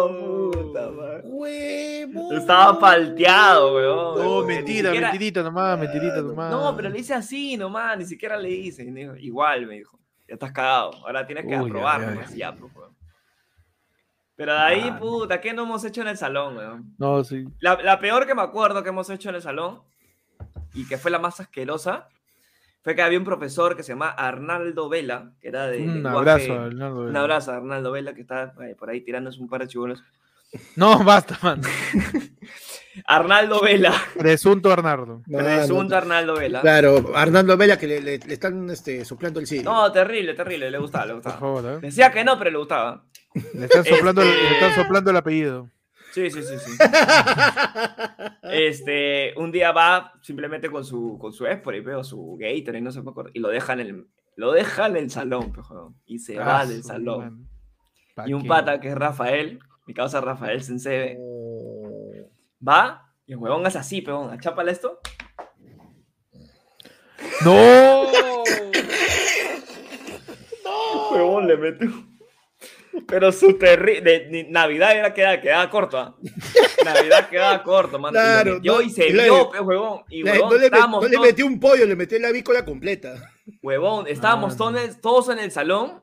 No, puta madre. Huevón. Estaba palteado, weón. No, Ni mentira, siquiera- mentirita nomás, mentirita nomás. No, pero le hice así nomás, ni siquiera le hice. Y me dijo, Igual, me dijo. Ya estás cagado. Ahora tienes que Uy, aprobar. ay, ay. nomás, y ya, pues, weón. Pero de ahí, Mano. puta, ¿qué no hemos hecho en el salón, weón? No, sí. La, la peor que me acuerdo que hemos hecho en el salón, y que fue la más asquerosa, fue que había un profesor que se llama Arnaldo Vela, que era de Un lenguaje- abrazo, Arnaldo. un abrazo a Arnaldo Vela, que está eh, por ahí tirándose un par de chibolos. No, basta, man. Arnaldo Vela. Presunto Arnardo. Presunto Arnaldo Vela. Claro, Arnaldo Vela que le, le- le están este, soplando el sí. No, terrible, terrible. Le gustaba, le Por gustaba. favor, ¿eh? Decía que no, pero le gustaba. Le están soplando, Este- le están soplando el apellido. Sí, sí, sí, sí. Este, un día va simplemente con su, con su ex por ahí, pero su Gatorade, no sé me acuerdo, y lo deja en el, lo deja en el salón, pe, jodón, y se va Ah, del su salón. man. ¿Pa' Y un qué? pata que es Rafael, mi causa Rafael Sensebe, Oh. va y el huevón hace así, peón, achápala esto. ¡No! Huevón le mete. un- Pero su terrible. Navidad era quedaba, quedaba corto, ¿ah? Navidad quedaba corto, mano. y le Claro, metió no, y se y le- vio, pe, huevón. Y Le- huevón, no, le, met- estábamos no le todos- metí un pollo, le metí la avícola completa. Huevón, estábamos Mano. todos, todos en el salón.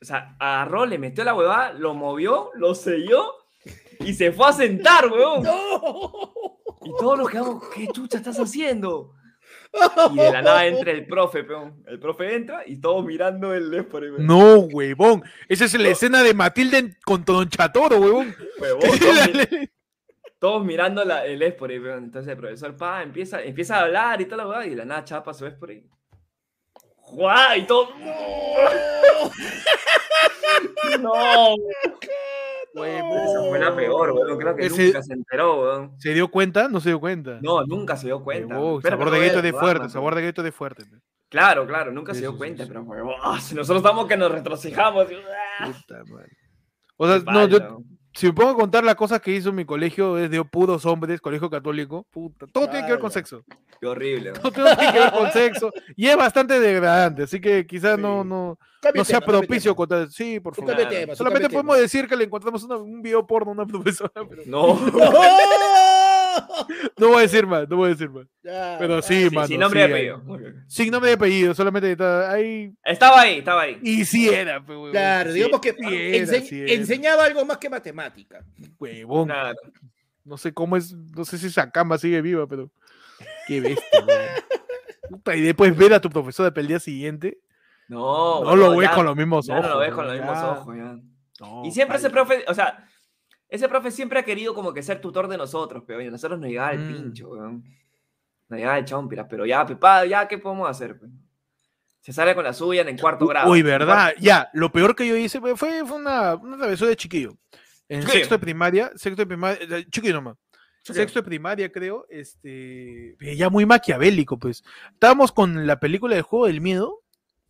O sea, agarró, le metió la huevada, lo movió, lo selló y se fue a sentar, huevón. ¡No! Y todos los quedamos, ¿qué chucha estás haciendo? Y de la nada entra el profe, peón. El profe entra y todos mirando el left por ahí, huevón. No, huevón. Esa es la escena de Matilde en- con Don Chatoro, huevón. Huevón, todos, mi- todos mirando la, el left por ahí, huevón. Entonces el profesor, pa, empieza, empieza a hablar y tal, la huevada, y de la nada chapa su left por ahí. ¡Guau! Y todo. ¡No! Esa fue la peor, weón. Creo que Ese- nunca se enteró, weón. ¿Se dio cuenta? No se dio cuenta. No, nunca se dio cuenta. Huevón, Pero sabor no de era gueto de programa, fuerte, pe. sabor de gueto de fuerte. pe. Claro, claro, nunca Sí, se dio sí, sí, cuenta, sí. pero huevón, ah, si nosotros estamos que nos retrocijamos. y- ah, Puta madre. O sea, no, yo, palo. si me pongo a contar las cosas que hizo mi colegio, es de puros hombres, colegio católico, puta, todo tiene que ver con Ala. sexo. Qué horrible. weón. Todo tiene que ver con sexo. Y es bastante degradante, así que quizás no, Sí. no, Cambia no tema, sea cambia propicio tema. contar. Sí, por Tú favor. cambia Claro. tema, tú Solamente cambia podemos tema. decir que le encontramos una- un video porno a una profesora, pero No. ¡No! no voy a decir más, no voy a decir más. ¡Oh! Ya, Pero ya. sí, Ah, Sí, mano. sin sí, nombre de ahí. apellido. Muy bien. Sin nombre de apellido, solamente está ahí. Estaba ahí, estaba ahí. Y si era, pe, huevón. Claro, digamos que sí era, ense- sí era. enseñaba algo más que matemática. Huevón. Claro. No sé cómo es, no sé si esa cama sigue viva, pero qué bestia. weón. Puta, y después ver a tu profesor de el día siguiente, No, no weón, lo ves ya- con los mismos ya ojos. no lo ves con los weón, mismos ya. ojos, ya. No, Y siempre ese paila. profe, o sea, ese profe siempre ha querido como que ser tutor de nosotros, pero a nosotros nos llegaba el Mm. pincho, weón. Nos llegaba el chompiras, pero ya, pepa, ya, ¿qué podemos hacer? pe? Se sale con la suya en el cuarto grado. Uy, verdad. Ya, lo peor que yo hice fue, fue fue una, una travesura de chiquillo. En Chiquillo. sexto de primaria, sexto de primaria, eh, chiquillo nomás. Chiquillo. Sexto de primaria, creo, este, pero ya muy maquiavélico, pues. Estábamos con la película del juego del miedo,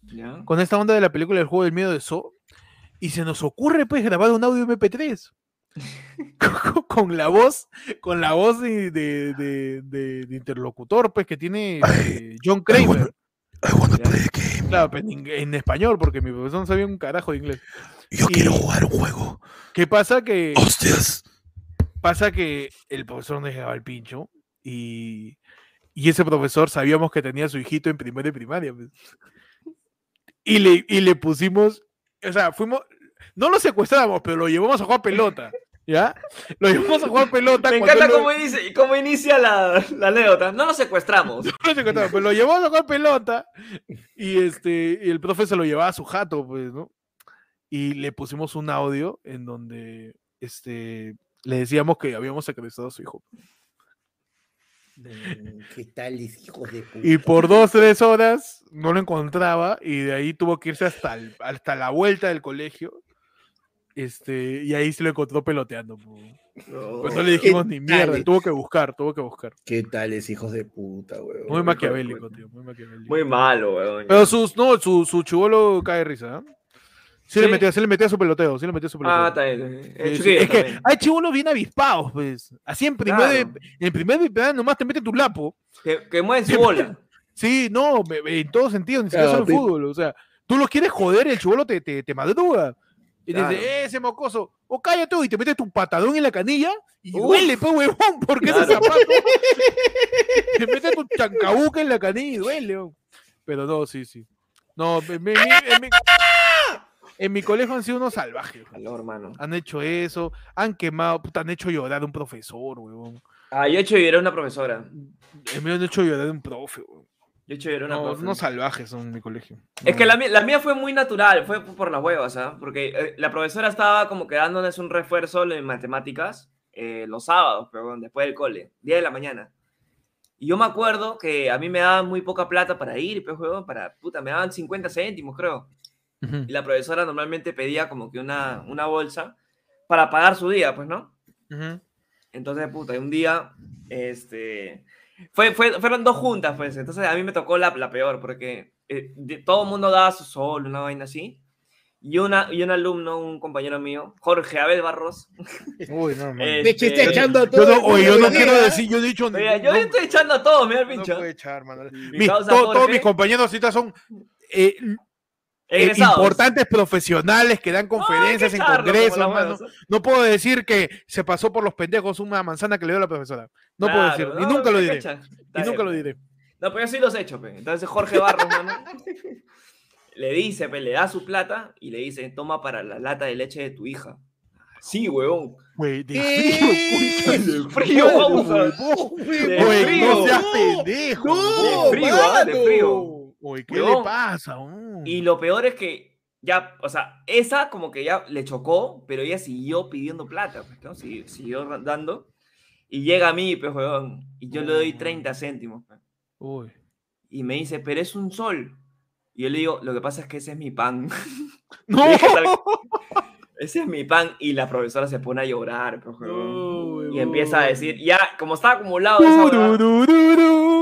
Ya. con esta onda de la película del juego del miedo de So, y se nos ocurre pues grabar un audio MP3 con, con- con la voz, con la voz de, de- de- de- de interlocutor pues que tiene eh, John Kramer. I wanna Ya. play a game. Claro, pero en, ing- en español, porque mi profesor no sabía un carajo de inglés. Yo Y- quiero jugar un juego. ¿Qué pasa? Que Hostias. pasa que el profesor nos llegaba el pincho y, y ese profesor sabíamos que tenía a su hijito en primero de primaria. pues. Y, le, y le pusimos, o sea, fuimos, no lo secuestramos, pero lo llevamos a jugar pelota. ¿Ya? Lo llevamos a jugar pelota. Me cuando él encanta no- cómo inicia, cómo inicia la, la anécdota. No nos secuestramos. no lo secuestramos, pero pues, lo llevamos a jugar pelota. Y este, y el profe se lo llevaba a su jato, pues, ¿no? Y le pusimos un audio en donde este, le decíamos que habíamos secuestrado a su hijo. Mm, ¿Qué tal, hijos de puta? Y por dos, tres horas no lo encontraba y de ahí tuvo que irse hasta, el- hasta la vuelta del colegio. Este, y ahí se lo encontró peloteando. po. Pues no le dijimos ni mierda, tal? tuvo que buscar, tuvo que buscar. ¿Qué tales, hijos de puta, weón? Muy maquiavélico, puta. tío, muy maquiavélico. Muy malo, weón. Pero sus, no, su, su chivolo cae de risa, ¿ah? Sí, le Sí. metía, sí le metía su peloteo, sí le metía su peloteo. Ah, está bien, está bien. El Sí, sí, chiquillo es que también. hay chivolos bien avispados, pues. Así en primer, de- Claro. en primer de plan nomás te mete tu lapo. que, que mueven su bola. Sí, no, me- me- en todo sentido, ni siquiera solo Claro, en te- fútbol. O sea, tú los quieres joder, el chivolo te, te, te madruga. Y te Claro. dice, ese mocoso, o cállate y te metes tu patadón en la canilla y Uf. duele, pues, huevón, porque ese Claro. zapato. te metes tu chancabuca en la canilla y duele, huevón. Pero no, sí, sí. No, me- me- me- en, mi, en mi colegio han sido unos salvajes. huevón. Calor, hermano. Han hecho eso, han quemado, puta, han hecho llorar a un profesor, huevón. Ah, yo he hecho vivir a una profesora. Eh, Me han hecho llorar a un profe, huevón. Yo choverona No, por unos frente. salvajes son mi colegio. Es que la, No. mía- la mía fue muy natural, fue por las huevas, ¿ah? Porque eh, la profesora estaba como que dándonos un refuerzo en matemáticas eh, los sábados, pero después del cole, 10 de la mañana. Y yo me acuerdo que a mí me daban muy poca plata para ir, pues, huevón, para, puta, me daban 50 céntimos, creo. Ujú, Y la profesora normalmente pedía como que una, una bolsa para pagar su día, pues, ¿no? ujú. Entonces, puta, y un día, este, fue, fue- fueron dos juntas, pues, entonces a mí me tocó la, la peor, porque eh, de- todo el mundo daba su sol, una vaina así, y, una, y un alumno, un compañero mío, Jorge Abel Barros, Uy, no, man. Eh, Me Este, está echando a Yo todo no, el oye, yo no mundo, quiero ¿verdad? decir, yo he dicho. Mira, yo no, le estoy echando a todos, mira el no pues, pincho, puedo echar, mano. Mi Mi- causa todo- todos Jorge. mis compañeros ahorita son eh, eh, egresados. importantes profesionales que dan Ay, qué conferencias en charro, como congresos, las mano. huevas. No puedo decir que se pasó por los pendejos una manzana que le dio la profesora. No puedo Claro, decirlo. no, y nunca lo me diré. cachan. Y Está nunca bien, lo pe. diré. No, pero yo sí los he hecho, pe. Entonces Jorge Barros, mano, le dice, pe, le da su plata y le dice, toma para la lata de leche de tu hija. Sí, huevón. Güey, de ¿Qué? frío, puta, de Frío, frío, vamos a- huevón. De Güey, no frío. seas pendejo. No, De huevón. frío, ah, de mano. frío. Uy, ¿qué Huevón. le pasa? huevón? Y lo peor es que ya, o sea, esa como que ya le chocó, pero ella siguió pidiendo plata, pues, ¿no? Sigui- siguió ra- dando. Y llega a mí, pues, huevón, y yo le doy No. 30 céntimos. pe. Uy. Y me dice, pero es un sol. Y yo le digo, lo que pasa es que ese es mi pan. No. dije tal- Ese es mi pan. Y la profesora se pone a llorar, pues, huevón. Y empieza a decir, ya, como está acumulado esa huevada,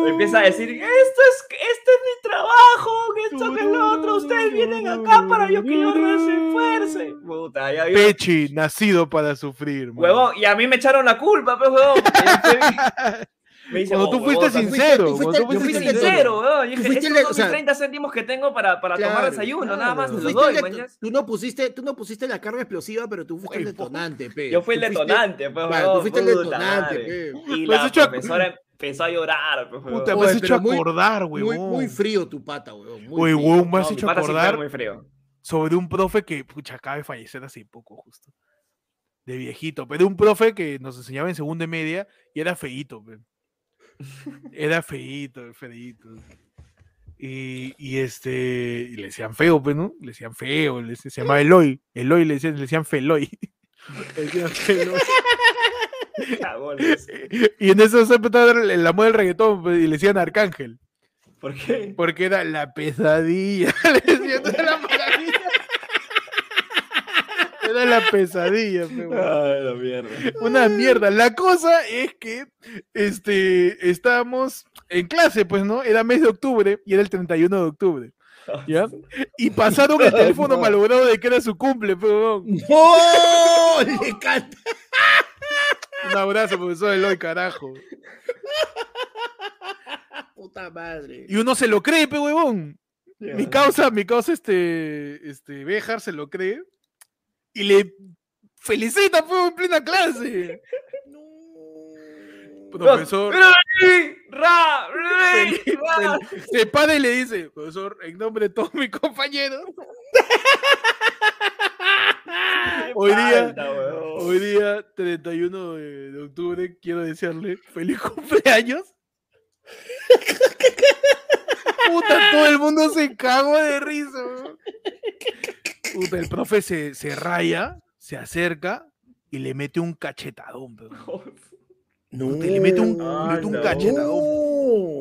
Empieza a decir, esto es, este es mi trabajo, que esto que es lo otro, ustedes vienen acá para yo que yo me esfuerce. Puta, ya vi. Pechi, nacido para sufrir. mano. Huevón, y a mí me echaron la culpa, pues, huevón. Me dice, Cuando "Oh, tú huevón, fuiste tan- sincero. tú fuiste- cuando tú yo yo fuiste fui sincero. sincero, huevón. Yo Tú dije, estos fuiste el- son o mis sea, 30 céntimos que tengo para, para tomar Claro, desayuno, nada más, te claro. los Tú fuiste doy, pues, el de- mañas. Tú no pusiste, tú no pusiste la carga explosiva, pero tú fuiste el Huevo. detonante, pe. Yo fui el Tú fuiste- detonante, pues, claro, tú huevón. fuiste el puta detonante, madre. pe. Y Me has la hecho ac- profesora empezó a llorar, pues, huevón. Puta, me Oye, has hecho pero muy- acordar, Muy, huevón. muy frío tu pata, weón. muy Oye, frío. huevón, me has No, mi hecho pata sí fue acordar muy frío. sobre un profe que pucha, acaba de fallecer hace poco, justo. De viejito, pero un profe que nos enseñaba en segunda y media y era feíto. pe. Era feíto, feíto. Y, y este, y le decían feo, pues, ¿no? Le decían feo, le- se llamaba Eloy. Eloy le decían, le decían Feloy. Le decían Feloy. Cagones. Y en eso se empezó a dar el amor del reggaetón pues, y le decían Arcángel. ¿Por qué? Porque era la pesadilla. Le decían, era la maravilla. Era la pesadilla, pe, weón. Ay, la mierda. Una mierda. La cosa es que este, estábamos en clase, pues, ¿no? Era mes de octubre y era el 31 de octubre. ¿Ya? Y pasaron el teléfono no. malogrado de que era su cumple, pe, weón. ¡No! Le canta. Un abrazo, profesor Eloy, carajo. Puta madre. Y uno se lo cree, pe, huevón. Mi causa, mi causa, este, este, Béjar se lo cree y le felicita, fue en plena clase. No. Profesor, Ra, fel- ra. fel- se para y le dice, profesor, en nombre de todos mis compañeros, hoy día- Falta, weón. hoy día, 31 de, de octubre, quiero desearle feliz cumpleaños. Puta, todo el mundo se cagó de risa. weón. Puta, el profe se, se raya, se acerca y le mete un cachetadón, pe, weón. No. Puta, y le mete un, No. le mete un Ay, Ah, no. cachetadón. No.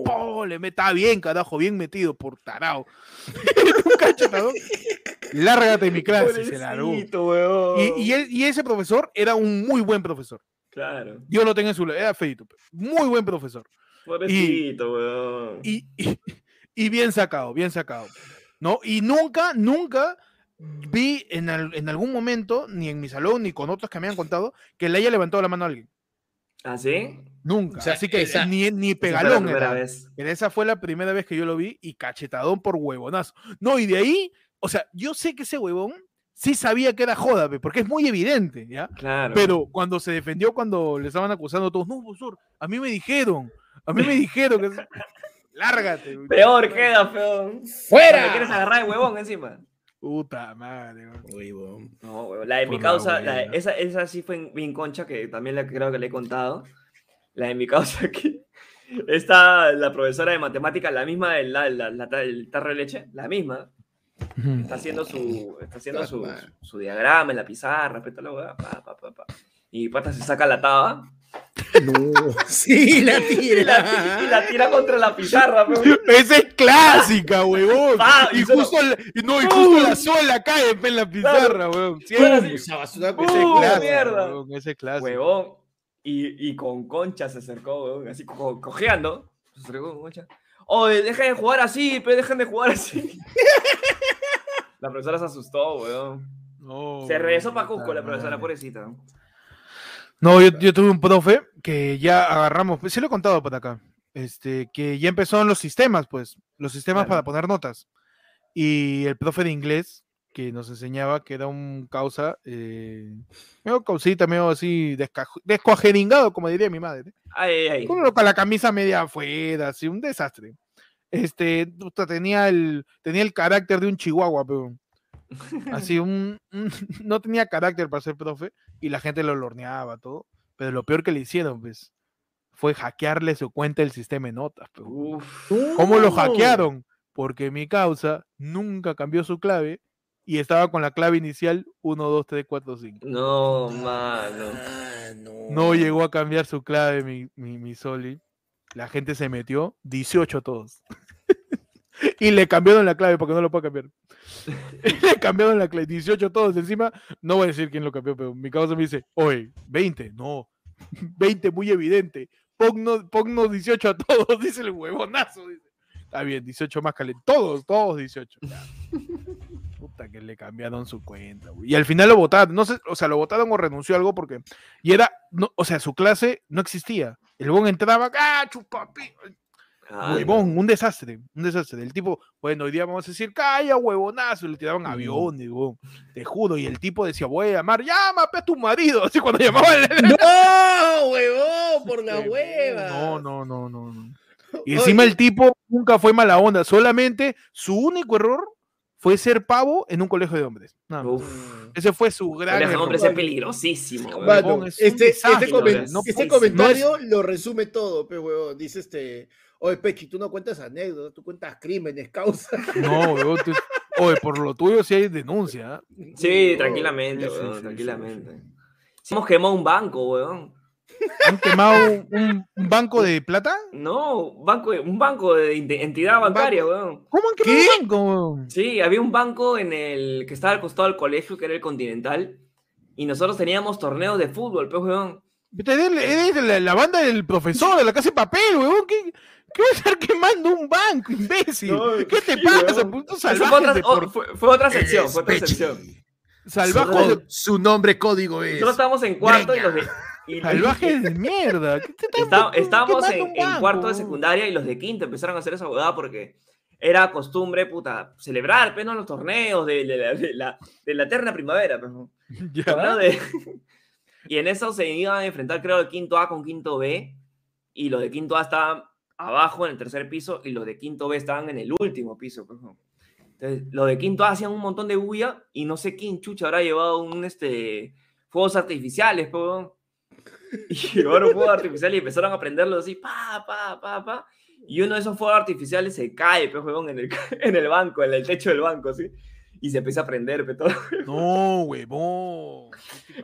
¡Po! ¡Oh! Le meta bien, carajo, bien metido, por tarao. un cachetadón. Lárgate mi clase, se largó. Pobrecito, weón. Y, y él- y ese profesor era un muy buen profesor. Claro. Dios lo tenga en su lugar. Era feito. pe. Muy buen profesor. Pobrecito, weón. Y, y- y bien sacado, bien sacado. ¿No? Y nunca, nunca vi en, al- en algún momento, ni en mi salón, ni con otros que me han contado, que le haya levantado la mano a alguien. ¿Ah, sí? Nunca. O sea, Así que esa- ni, ni Esa fue la pegalón. primera era. vez. Pero esa fue la primera vez que yo lo vi y cachetadón por huevonazo. No, y de ahí, o sea, yo sé que ese huevón sí sabía que era joda, pe, porque es muy evidente, ¿ya? Claro. Pero cuando se defendió, cuando le estaban acusando todos, no, profesor, a mí me dijeron, a mí me dijeron que... Lárgate. güey". Peor queda, peor. Me quieres ¡Fuera! agarrar de huevón encima. Puta madre. güey. Uy, huevón. Pues No, huevón, La de mi Por la causa, la de- huevada. esa, esa sí fue en- bien concha, que también la, creo que le he contado. La de mi causa que Está la profesora de matemáticas, la misma del la, la- la- el tarro de leche, la misma. Está haciendo su, está haciendo su, su- su diagrama en la pizarra, respecto a la hueá, pa, pa, pa, pa. Y pata se saca la taba No. Sí, la y la, y tira. la tira contra la pizarra. pe. Esa es clásica, huevón. Ah, y, y se la- justo la, y no, y justo la sola cae pe, en la pizarra, huevón. Sí, Claro, esa sí. Esa basura que- es Uh, clásica, mierda. huevón, esa es Ah, clásica. Huevón. Y, y con concha se acercó, huevón, así co- cojeando. Se acercó con concha. Oye, dejen de jugar así, pe, dejen de jugar así. la profesora se asustó, weón. No, Se regresó huevón, para Cusco la puta profesora, madre. pobrecita. No, yo, yo tuve un profe que ya agarramos, pues sí lo he contado por acá, este, que ya empezaron los sistemas, pues, los sistemas Claro. para poner notas. Y el profe de inglés que nos enseñaba que era un causa, eh, medio causita, medio así descaj- descuajeringado, como diría mi madre. Ay, ay, ay. Con lo- con la camisa media afuera, así, un desastre. Este, puta, tenía el, tenía el carácter de un chihuahua, pero así, un, un- no tenía carácter para ser profe y la gente lo lorneaba, todo. Pero lo peor que le hicieron, pues, fue hackearle su cuenta del sistema de notas, pero. Uf. ¿Cómo lo No. hackearon? Porque mi causa nunca cambió su clave y estaba con la clave inicial 1, 2, 3, 4, 5. No, mano. Ah, no. No llegó a cambiar su clave, mi, mi, mi Soli. La gente se metió, 18 todos. y le cambiaron la clave porque no lo puedo cambiar. le cambiaron la clave, 18 todos. Encima, no voy a decir quién lo cambió, pero mi causa me dice, oye, 20, no. 20, muy evidente. Ponnos, ponnos 18 a todos, dice el huevonazo. dice. Está bien, 18 más calen. Todos, todos 18. ya. Puta que le cambiaron su cuenta. güey. Y al final lo votaron. No sé, o sea, lo votaron o renunció a algo porque y era, no, o sea, su clase no existía. El bon entraba, ¡ah, chupapi! Ah, Huevón, un desastre, un desastre. El tipo, bueno, hoy día vamos a decir, calla, huevonazo, y le tiraban aviones, huevón, te juro. Y el tipo decía, voy a llamar, llama pe, a tu marido. Así cuando llamaba el. No, ¡Ah, huevón, por la Huevón, hueva. No, no, no, no, no. Y encima el tipo nunca fue mala onda, solamente su único error fue ser pavo en un colegio de hombres. Nada más. Uf. Ese fue su gran Colegio de error. hombres es peligrosísimo, weón. Mano, Vato, es un este, este desastre, comen- no este puede ser. comentario lo resume todo, pe huevón. Dice este, oye Pechi, tú no cuentas anécdotas, tú cuentas crímenes, causas. No, huevón, tú- oye, por lo tuyo sí hay denuncia. ¿ah? Sí, No. tranquilamente, sí, sí, weón, sí, sí, tranquilamente. Sí, Hemos quemado un banco, weón. ¿Han quemado un- un, un banco de plata? No, banco, de- un banco de inte- entidad banco. bancaria, weón. ¿Cómo han quemado un banco? weón? Sí, había un banco en el que estaba al costado del colegio, que era el Continental, y nosotros teníamos torneos de fútbol, pues, weón. Puta, Eres, eres de la, la banda del profesor, de la casa de papel, huevón. ¿Qué, qué vas a estar quemando un banco, imbécil? No, ¿Qué te sí, pasa? huevón. Punto Esa Fue otra, oh, salvaje. o- fue, fue otra sección, fue otra sección. Salvajes de, Su nombre código es. Nosotros estábamos en cuarto y los de... y- salvajes de mierda. ¿Qué te están Está- quemando estábamos un en, en banco, cuarto de huevón? secundaria y los de quinto empezaron a hacer esa bodada porque era costumbre, puta, celebrar, pero los torneos de, de la, de la- de la eterna primavera. pues, ¿no? Torneo de- y en eso se iban a enfrentar, creo, el quinto A con quinto B. Y los de quinto A estaban abajo en el tercer piso y los de quinto B estaban en el último piso. pues, ¿no? Entonces, los de quinto A hacían un montón de bulla y no sé quién chucha habrá llevado un, este, fuegos artificiales, pues, ¿no? Y llevaron fuegos artificiales y empezaron a prenderlos así, pa, pa, pa, pa. Y uno de esos fuegos artificiales se cae, pues, huevón, en el, en el banco, en el techo del banco, así. Y se empieza a prender, pe, todo. No, huevón.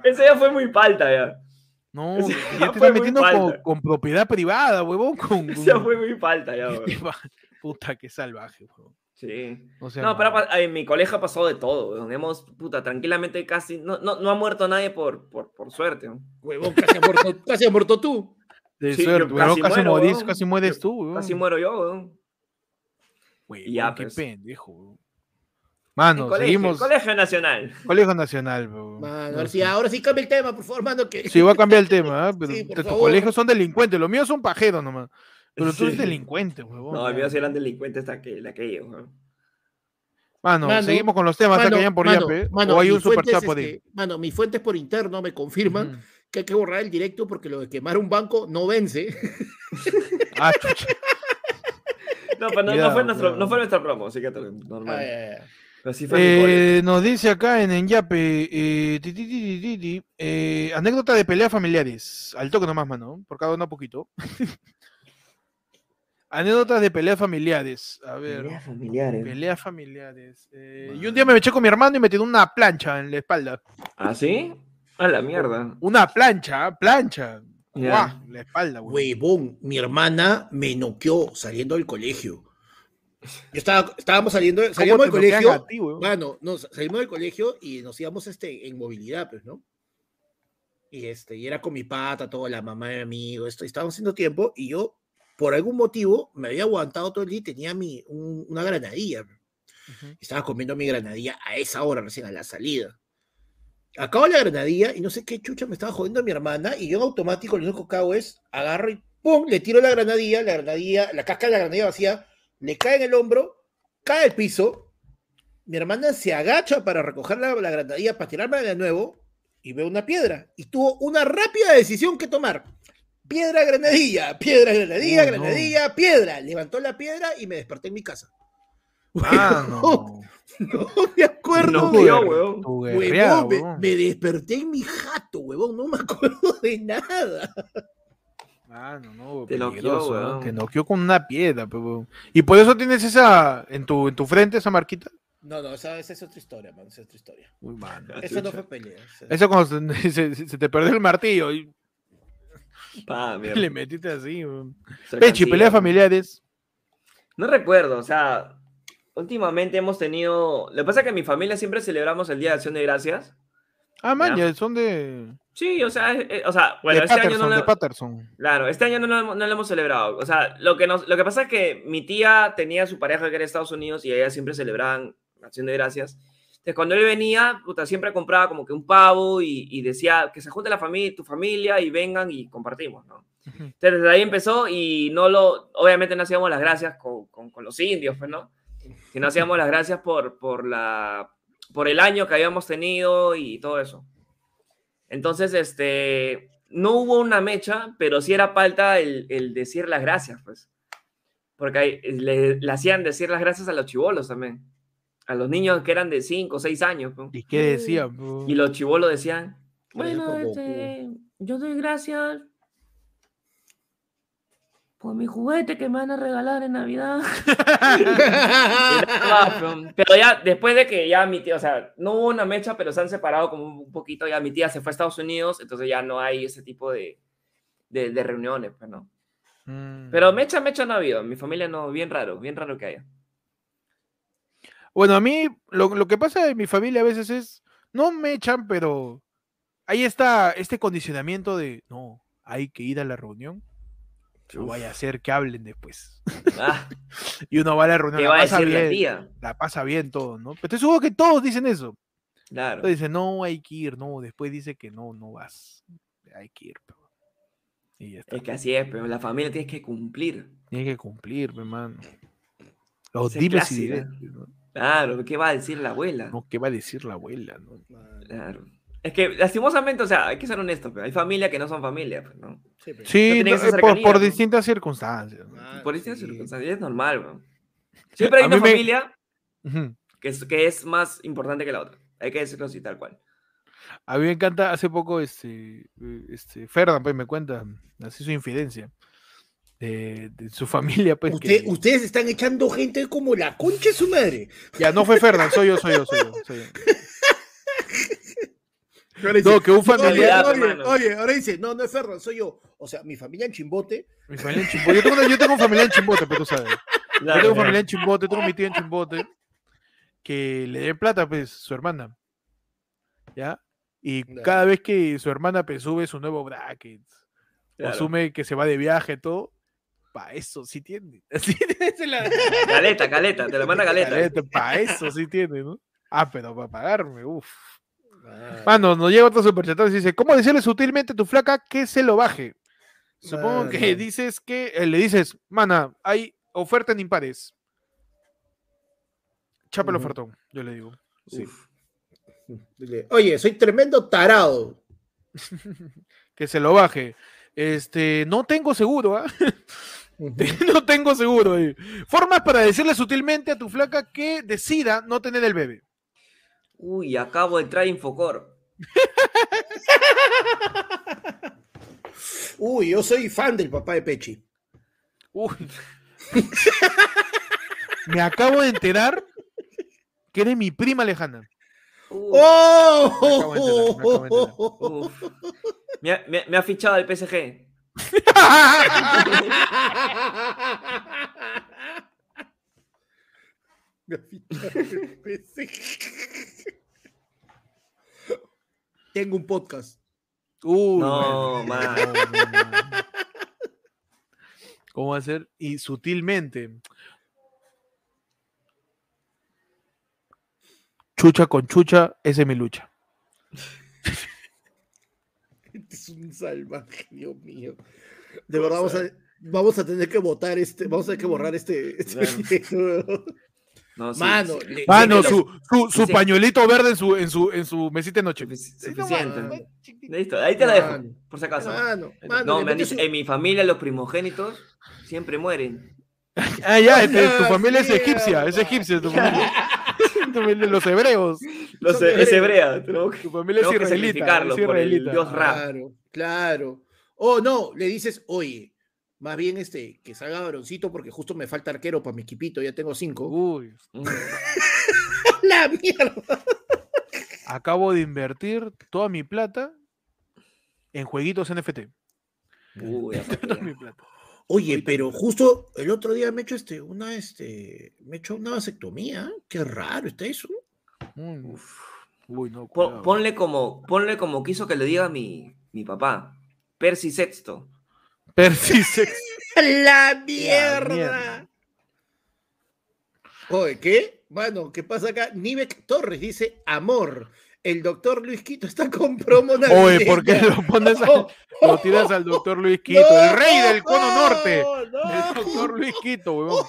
Ese ya fue muy palta, ya. No, Ese huevón, ya ya te fue estás muy metiendo con, falta. con propiedad privada, huevón. Con, Ese ya con- fue muy palta, ya, weón. Puta, qué salvaje, huevón. Sí. O sea, No, pero pues, ha pa- en mi colegio ha pasado de todo, weón. Hemos, puta, tranquilamente casi. No, no, no ha muerto nadie por, por, por suerte. weón. Huevón, casi has muerto, casi has muerto tú. De Sí, yo suerte, casi huevón, casi, muero, morís, weón. casi mueres Yo tú, weón. Casi muero yo, weón. Huevón, ya, qué pues. pendejo, weón. El Mano, colegio, el seguimos. Colegio, colegio Nacional. Nacional, weón. Mano, No, ahora sí, sí. ahora sí cambia el tema, por favor, mano, que Sí, voy a cambiar el tema, ¿ah? pero Sí, de por tus favor. colegios son delincuentes, los míos son pajeros nomás. Pero tú eres Sí. delincuente, weón. No, el mío sí eran delincuentes hasta que, la que ellos, weón. Mano, Mano, seguimos con los temas, hasta que hayan por Yape. ¿eh? mano, o hay mis un super fuentes, chapo de. Mm. este, Mano, mis fuentes por interno me confirman que hay que borrar el directo porque lo de quemar un banco no vence. Ah, chucha. No, pero no, no Ya, fue nuestro, weón. no fue nuestra promo, así que todo normal. Ay, ay, ay. Pero sí fue mi colegio. Ah, Eh, nos dice acá en Enyape, eh, ti, ti, ti, ti, ti, ti, eh, anécdota de peleas familiares. Al toque nomás, mano, por cada uno poquito. Anécdotas de peleas familiares. A ver. Peleas familiares. Peleas familiares. Eh, y un día me eché con mi hermano y me tiró una plancha en la espalda. ¿Ah, sí? A la mierda. Una plancha, ¿ah? plancha. Ya. Guau, en la espalda, güey. Huevón, mi hermana me noqueó saliendo del colegio. Yo estaba, estábamos saliendo, ¿Cómo salíamos te del bloquean colegio. a ti, huevón? Bueno, no, sa- salimos del colegio y nos íbamos este, en movilidad, pues, ¿no? Y, este, y era con mi pata, toda la mamá de mi amigo, esto, y estábamos haciendo tiempo y yo, por algún motivo, me había aguantado todo el día y tenía mi, un- una granadilla. pe. Ujú. Estaba comiendo mi granadilla a esa hora, recién a la salida. Acabo la granadilla y no sé qué chucha me estaba jodiendo mi hermana y yo en automático lo único que hago es agarro y ¡pum! Le tiro la granadilla, la granadilla, la casca de la granadilla vacía, le cae en el hombro, cae al piso, mi hermana se agacha para recoger la, la granadilla, para tirarme de nuevo, y ve una piedra. Y tuvo una rápida decisión que tomar. Piedra, granadilla, piedra, granadilla, Uy, no. granadilla, piedra. Levantó la piedra y me desperté en mi casa. Ah, Huevón, no. no me acuerdo No, de... yo, Tuguer- huevón. tuguerreada, huevón, me- huevón. me, desperté en mi jato, huevón, no me acuerdo de nada. Ah, no, no, Te noqueó, peligroso, ¿no? weón. Te noqueó con una piedra, pe, weón. Y por eso tienes esa en tu, en tu frente, esa marquita. No, no, esa, esa es otra historia, man, esa es otra historia. Uy, mano. Eso no fue pelea. esa- Eso cuando se, se- se te perdió el martillo y Pa, mierda. le metiste así. weón. Pechi, Sarcasía. peleas familiares. No recuerdo, o sea, últimamente hemos tenido. Lo que pasa es que en mi familia siempre celebramos el Día de Acción de Gracias. Ah, man, Ya. ya, son de, Sí, o sea, eh, eh, o sea bueno, de este año Patterson, no de lo, Patterson. Claro, este año no, lo hemos- no lo hemos celebrado. O sea, lo que, nos, lo que pasa es que mi tía tenía a su pareja que era de Estados Unidos y ella siempre celebraban Acción de Gracias. Entonces, cuando él venía, puta, siempre compraba como que un pavo y, y decía que se junte la familia, tu familia y vengan y compartimos, ¿no? Ujú. Entonces, desde ahí empezó y no lo, obviamente no hacíamos las gracias con, con- con los indios, pues, ¿no? Sino hacíamos las gracias por, por, la, por el año que habíamos tenido y todo eso. Entonces, este, no hubo una mecha, pero sí era falta el, el decir las gracias, pues. Porque ahí, eh, le, le hacían decir las gracias a los chivolos también. A los niños que eran de 5 o 6 años. pues. ¿Y qué decía? pe, weón? Y los chivolos decían, Gracias por bueno, Goku". este, yo doy gracias por mi juguete que me van a regalar en Navidad. Y nada más, pero- Pero ya después de que ya mi tía, o sea, no hubo una mecha, pero se han separado como un poquito. Ya mi tía se fue a Estados Unidos, entonces ya no hay ese tipo de, de, de reuniones, pues no. Mm. Pero mecha, mecha no ha habido. en Mi familia no, bien raro, bien raro que haya. Bueno, a mí lo, lo que pasa en mi familia a veces es, no me echan, pero ahí está este condicionamiento de, no, hay que ir a la reunión. No vaya a ser que hablen después. Ah, Y uno va a la reunión, ¿Qué la va a pasa, decir la bien, tía? la pasa bien todo, ¿no? Pero te supongo que todos dicen eso. Claro. Entonces dice, no, hay que ir, no, después dice que no, no vas. Hay que ir, pe, Y ya está. Es que así es, pero la familia tienes que cumplir. Tienes que cumplir, mi hermano. Los Esa es dimes y clásica. diretes, ¿no? Claro, ¿qué va a decir la abuela? No, ¿Qué va a decir la abuela, no? Claro. Es que lastimosamente, o sea, hay que ser honesto, pero hay familias que no son familia, pues, ¿no? Sí, pero- Sí, tiene que no, ser eh, por, cercanía, por ¿no? distintas circunstancias. ¿no? Ah, Por esas sí. circunstancias es normal, bro. Siempre hay A una mí me- familia Ujú. que es, que es más importante que la otra. Hay que decirlo así, tal cual. A mí me encanta, hace poco, este, eh, este, Ferdan, pues, me cuenta, así su infidencia, de, de su familia, pues, Usted- que- Ustedes están echando gente como la concha de su madre. ya, no fue Ferdan, soy yo, soy yo, soy yo, soy yo. Ahora dice, No, que un oye, familiar, Cuidado, oye, hermano. oye, ahora dice, no, no es Ferran, soy yo. O sea, mi familia en Chimbote. mi familia en Chimbote, yo tengo, una- yo tengo un familiar en Chimbote, pero tú sabes, yo tengo Claro. un familiar en Chimbote, tengo mi tía en Chimbote, que le dé plata, pues, su hermana, ¿ya? Y Ya. cada vez que su hermana, pues, sube su nuevo bracket, Claro. asume que se va de viaje, todo. Para eso sí tiene. Así es la Caleta, caleta, te lo manda caleta. Para este, eso sí tiene, ¿no? Ah, pero para pagarme, uff. Mano, Ah, nos llega otro superchatón y dice: ¿Cómo decirle sutilmente a tu flaca que se lo baje? Supongo que Mano. dices que eh, le dices, mana, hay oferta en impares. Chapa el Ujú. ofertón, yo le digo. Uf. Dile, Oye, soy tremendo tarado. Que se lo baje. Este, no tengo seguro, ¿ah? no tengo seguro. ahí. Formas para decirle sutilmente a tu flaca que decida no tener el bebé. Uy, acabo de entrar a Infocor. Uy, yo soy fan del papá de Pechi. Uy, Me acabo de enterar que eres mi prima lejana. Uf, acabo de enterar, me acabo de enterar. ¡Oh! uf. Me, ha, me ha- me ha fichado el PSG. Tengo un podcast. Uy, No, man. ¿Cómo va a ser? Y sutilmente. Chucha con chucha, esa es mi lucha. Este es un salvaje, Dios mío. De verdad, vamos a, vamos a tener que votar este, vamos a tener que borrar este. este Bueno. video. No, sí, Mano, sí. le- Mano, le- Ah, su, su, su Sí. pañuelito verde en su, en su, en su mesita de noche. Sufici- Ahí nomás, Suficiente. ahí chiquitito. Listo, ahí te la dejo, Mano. por si acaso. Mano, mano, no, le me han metes dicho, un- en mi familia los primogénitos siempre mueren. Ah, ya, este, tu Ah, familia es sí, egipcia, es ah. egipcia tu familia. Tu familia, Los hebreos. Los, Son es hebrea, hebreos. tengo que- Tu familia es Tengo que israelita. sacrificarlo Es por el israelita. dios Ra. rap. Claro, claro. O no, le dices, oye, más bien este, que salga varoncito porque justo me falta arquero para mi equipito, ya tengo cinco. Uy, Mm. ¡La mierda! acabo de invertir toda mi plata en jueguitos NFT. Uy, ya Toda sabía. mi plata. Oye, pero justo el otro día me he hecho este, una, este, me he hecho una vasectomía. Qué raro está eso. Mm. Uf. Uy, no. Po- cuidado. ponle, como, ponle como quiso que le diga mi, mi papá. Percy Sexto. Persiste. ¡La mierda. mierda! Oye, ¿qué? Bueno, ¿qué pasa acá? Nivek Torres dice, amor, el doctor Luis Quito está con promo Oye, ¿por qué navideña". lo pones al, Oh, lo tiras al doctor Luis Quito? el rey del cono norte. El No, doctor Luis Quito, weón.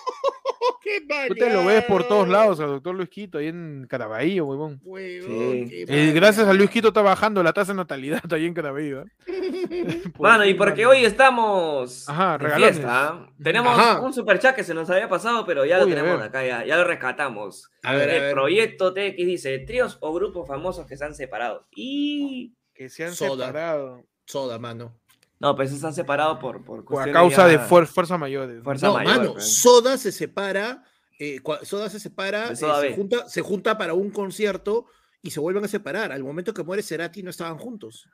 qué Tú te lo ves por todos baleado. lados al doctor Luis Quito, ahí en Caraballo, weón. Huevón, Sí. qué Eh, gracias a baleado. Luis Quito está bajando la tasa de natalidad ahí en Caraballo. ¿eh? Por Mano, y porque fin, Pues mano. hoy estamos Ajá, en regalones. fiesta, ¿ah? Tenemos Ajá. un superchat que se nos había pasado, pero ya Uy, lo a tenemos ver. acá, ya, ya lo rescatamos. A ver, a el ver. proyecto TX dice, tríos o grupos famosos que se han separado. Y... Que se han Soda. separado. Soda, mano. No, pues se han separado por... por Por cuestiones Pues causa de ya- fuer- fuerza mayores. fuerza No, mayor, ¿eh? mano, pe. Soda se separa, eh, cua- Soda se separa, De eh, Soda se, B. junta, se junta para un concierto y se vuelven a separar. Al momento que muere Cerati no estaban juntos.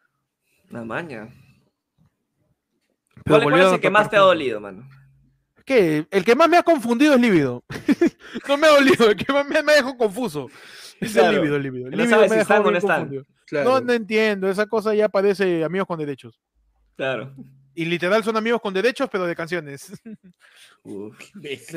Una maña. Pero ¿Cuál, cuál volvieron es a el que tocar más te ha juntos. dolido, mano? ¿Qué? El que más me ha confundido es lívido. no me ha dolido, el que más me, me dejó confuso. Es Claro. el lívido, el lívido. No Lívido sabes me si dejó están o no bien están. confundido. Claro. No, no entiendo, esa cosa ya parece amigos con derechos. Claro. Y literal son amigos con derechos, pero de canciones.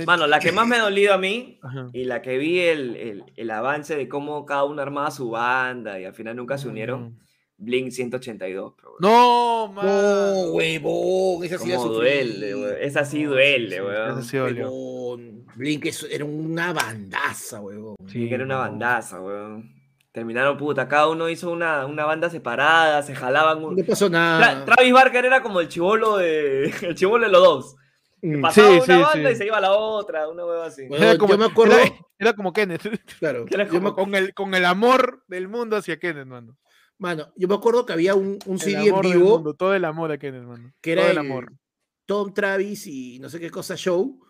Mano, la que más me ha dolido a mí Ajá. y la que vi el, el- el avance de cómo cada uno armaba su banda y al final nunca se unieron, Mm. Blink 182. Pero, weón. No, man. No, huevón, esa sí la Cómo sufrí. duele, weón. Esa sí No, sí, duele, sí, weón. esa sí dolió. Huevón. Blink es- era una bandaza, huevón. Sí, Era una no. bandaza, weón. Terminaron puta, cada uno hizo una, una banda separada, se jalaban. un- No pasó Ah. Tra- nada. Travis Barker era como el chivolo de. El chivolo de los dos. Mm. Pasaba Sí, una sí, banda sí. y se iba a la otra, una hueva así. Bueno, Era yo como, me acuerdo- era- era como Kenneth. Claro. Era yo me como- acu- con, el, con el amor del mundo hacia Kenneth, mano. Mano, yo me acuerdo que había un, un El CD en amor del mundo, vivo todo el amor a Kenneth, mano. que todo era el amor. Tom Travis y no sé qué cosa show.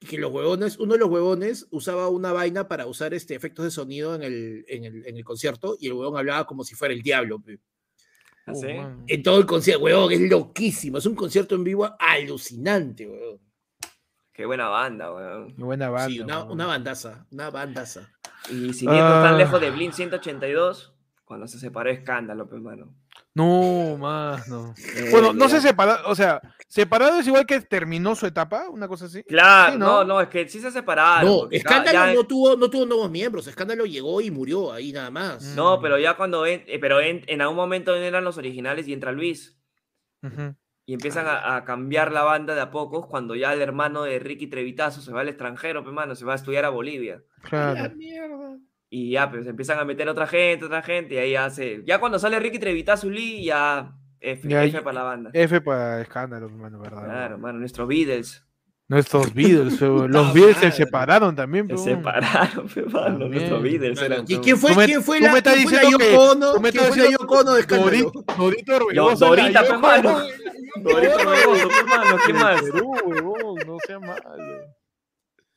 Y que los huevones, uno de los huevones usaba una vaina para usar este efectos de sonido en el, en el, en el concierto y el huevón hablaba como si fuera el diablo. pe. Oh, Así. man. En todo el concierto, huevón, es loquísimo. Es un concierto en vivo alucinante, huevón. Qué buena banda, weón. Qué buena banda. Sí, una, mano. una bandaza, una bandaza. Y siguiendo tan Ah. lejos de Blink 182, cuando se separó escándalo, pues, mano. No, mano. Eh, Bueno, no se separa, o sea, separado es igual que terminó su etapa, una cosa así. Claro, Sí, ¿no? ¿no? no, es que sí se separaron. No, porque ya- Escándalo ya- no, tuvo, no tuvo nuevos miembros. Escándalo llegó y murió ahí nada Mm. más. No, pero ya cuando en, eh, pero en, en algún momento eran los originales y entra Luis Ujú. y empiezan a, a cambiar la banda de a pocos cuando ya el hermano de Ricky Trevitazo se va al extranjero, pues, mano, se va a estudiar a Bolivia Claro. y ya pues empiezan a meter otra gente, otra gente y ahí ya se ya cuando sale Ricky Trevitazo Lee ya F, Ya, F y- para la banda. F para escándalo, hermano, verdad. Claro, mano, nuestros Beatles Nuestros Beatles, weón. los Puta Beatles se madre. separaron también, se weón. separaron, pues, mano, También. nuestros Beatles Claro, eran ¿Y pues, quién fue, Tú me- quién fue tú la, me estás quién fue la diciendo que- Yoko Ono? tú me ¿Quién estás fue la diciendo Yoko Ono de Escándalo? Dorito, Dorito Orbegoso, Dorita, la pues, Yoko mano. Ono, Dorito Barroso, pues, mano, ¿qué del más? Perú, weón, no sea malo.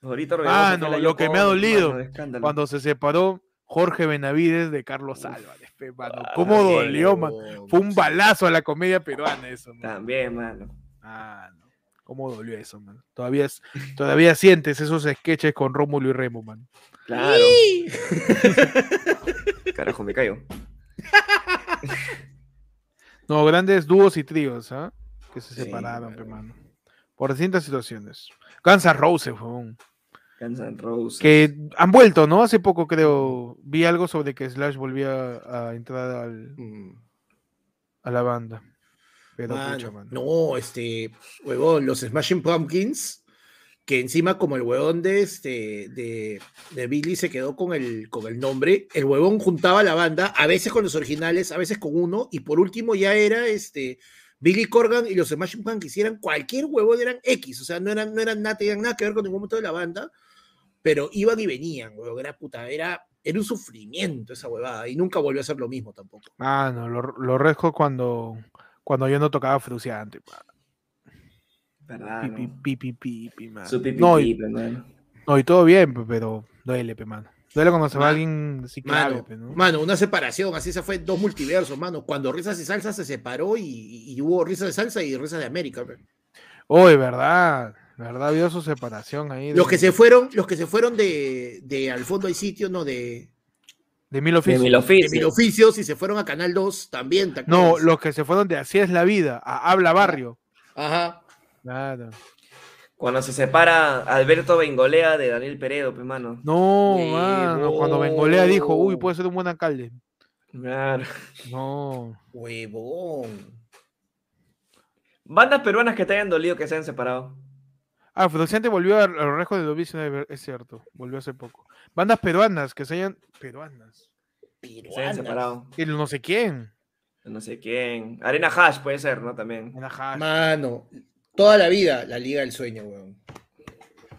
Ahorita Ah, Orbegozo fue no, el año lo que me ha con- dolido, mano, de escándalo. Cuando se separó Jorge Benavides de Carlos Uf. Álvarez, pe, mano. Ah, ¿Cómo bien, dolió, mano? Fue un balazo a la comedia peruana eso, mano. También, mano. Ah, no. ¿Cómo dolió eso, man? Todavía, es- todavía sientes esos sketches con Rómulo y Remo, man. Claro. Carajo, me caigo. No, grandes dúos y tríos, ¿ah? Que se Sí, separaron, pe, mano. mano. Por distintas situaciones. Guns N' Roses, huevón, Guns N' Roses. Que han vuelto, ¿no? Hace poco creo. Vi algo sobre que Slash volvía a entrar al- Mm. a la banda. Pero Mano, pucha, mano. Ah, No, este, huevón, los Smashing Pumpkins, que encima como el huevón de este, de, de Billy se quedó con el, con el nombre, el huevón juntaba la banda, a veces con los originales, a veces con uno, y por último ya era este, Billy Corgan y los Smashing Pumpkins, y eran cualquier huevón, eran X, o sea, no eran, no eran nada, tenían nada que ver con ningún momento de la banda, pero iban y venían, huevón, era puta, era, era un sufrimiento esa huevada, y nunca volvió a ser lo mismo tampoco. Mano, Ah, lo, lo rejo cuando, cuando yo no tocaba fruciante. ¿Verdad? Pi, no? pi, pi, pi, pi, pi, mano. Su pipi, No, y- pipi, mano. No, y todo bien, pe- pero duele, pe, mano. Duele cuando se va Ma- alguien así clave, Mano, pe, ¿no? mano, una separación, así se fue dos multiversos, mano. Cuando Risas y Salsa se separó y, y- y hubo Risas de Salsa y Risas de América. pe. Oye, verdad, verdad, vio su separación ahí. De, Los que se fueron, los que se fueron de, de Al fondo hay sitio, no, de, de Mil De Oficios. mil de Mil oficios. Oficios y se fueron a Canal 2 también. ¿te No, acuerdas? los que se fueron de Así es la vida, a Habla Barrio. Ajá. Claro. Cuando se separa Alberto Bengolea de Daniel Peredo, pues, mano. No, mano, cuando Bengolea dijo, uy, Huevón. puede ser un buen alcalde. Claro. No. Huevón. Bandas peruanas que te hayan dolido que se hayan separado. Ah, Fruciante volvió a los rejos de 2019, es cierto, volvió hace poco. Bandas peruanas que se hayan. Peruanas. Que se hayan Peruanas. separado. Y no sé quién. No sé quién. Arena Hash puede ser, ¿no? También. Ana Hash. Mano, toda la vida la Liga del Sueño, huevón.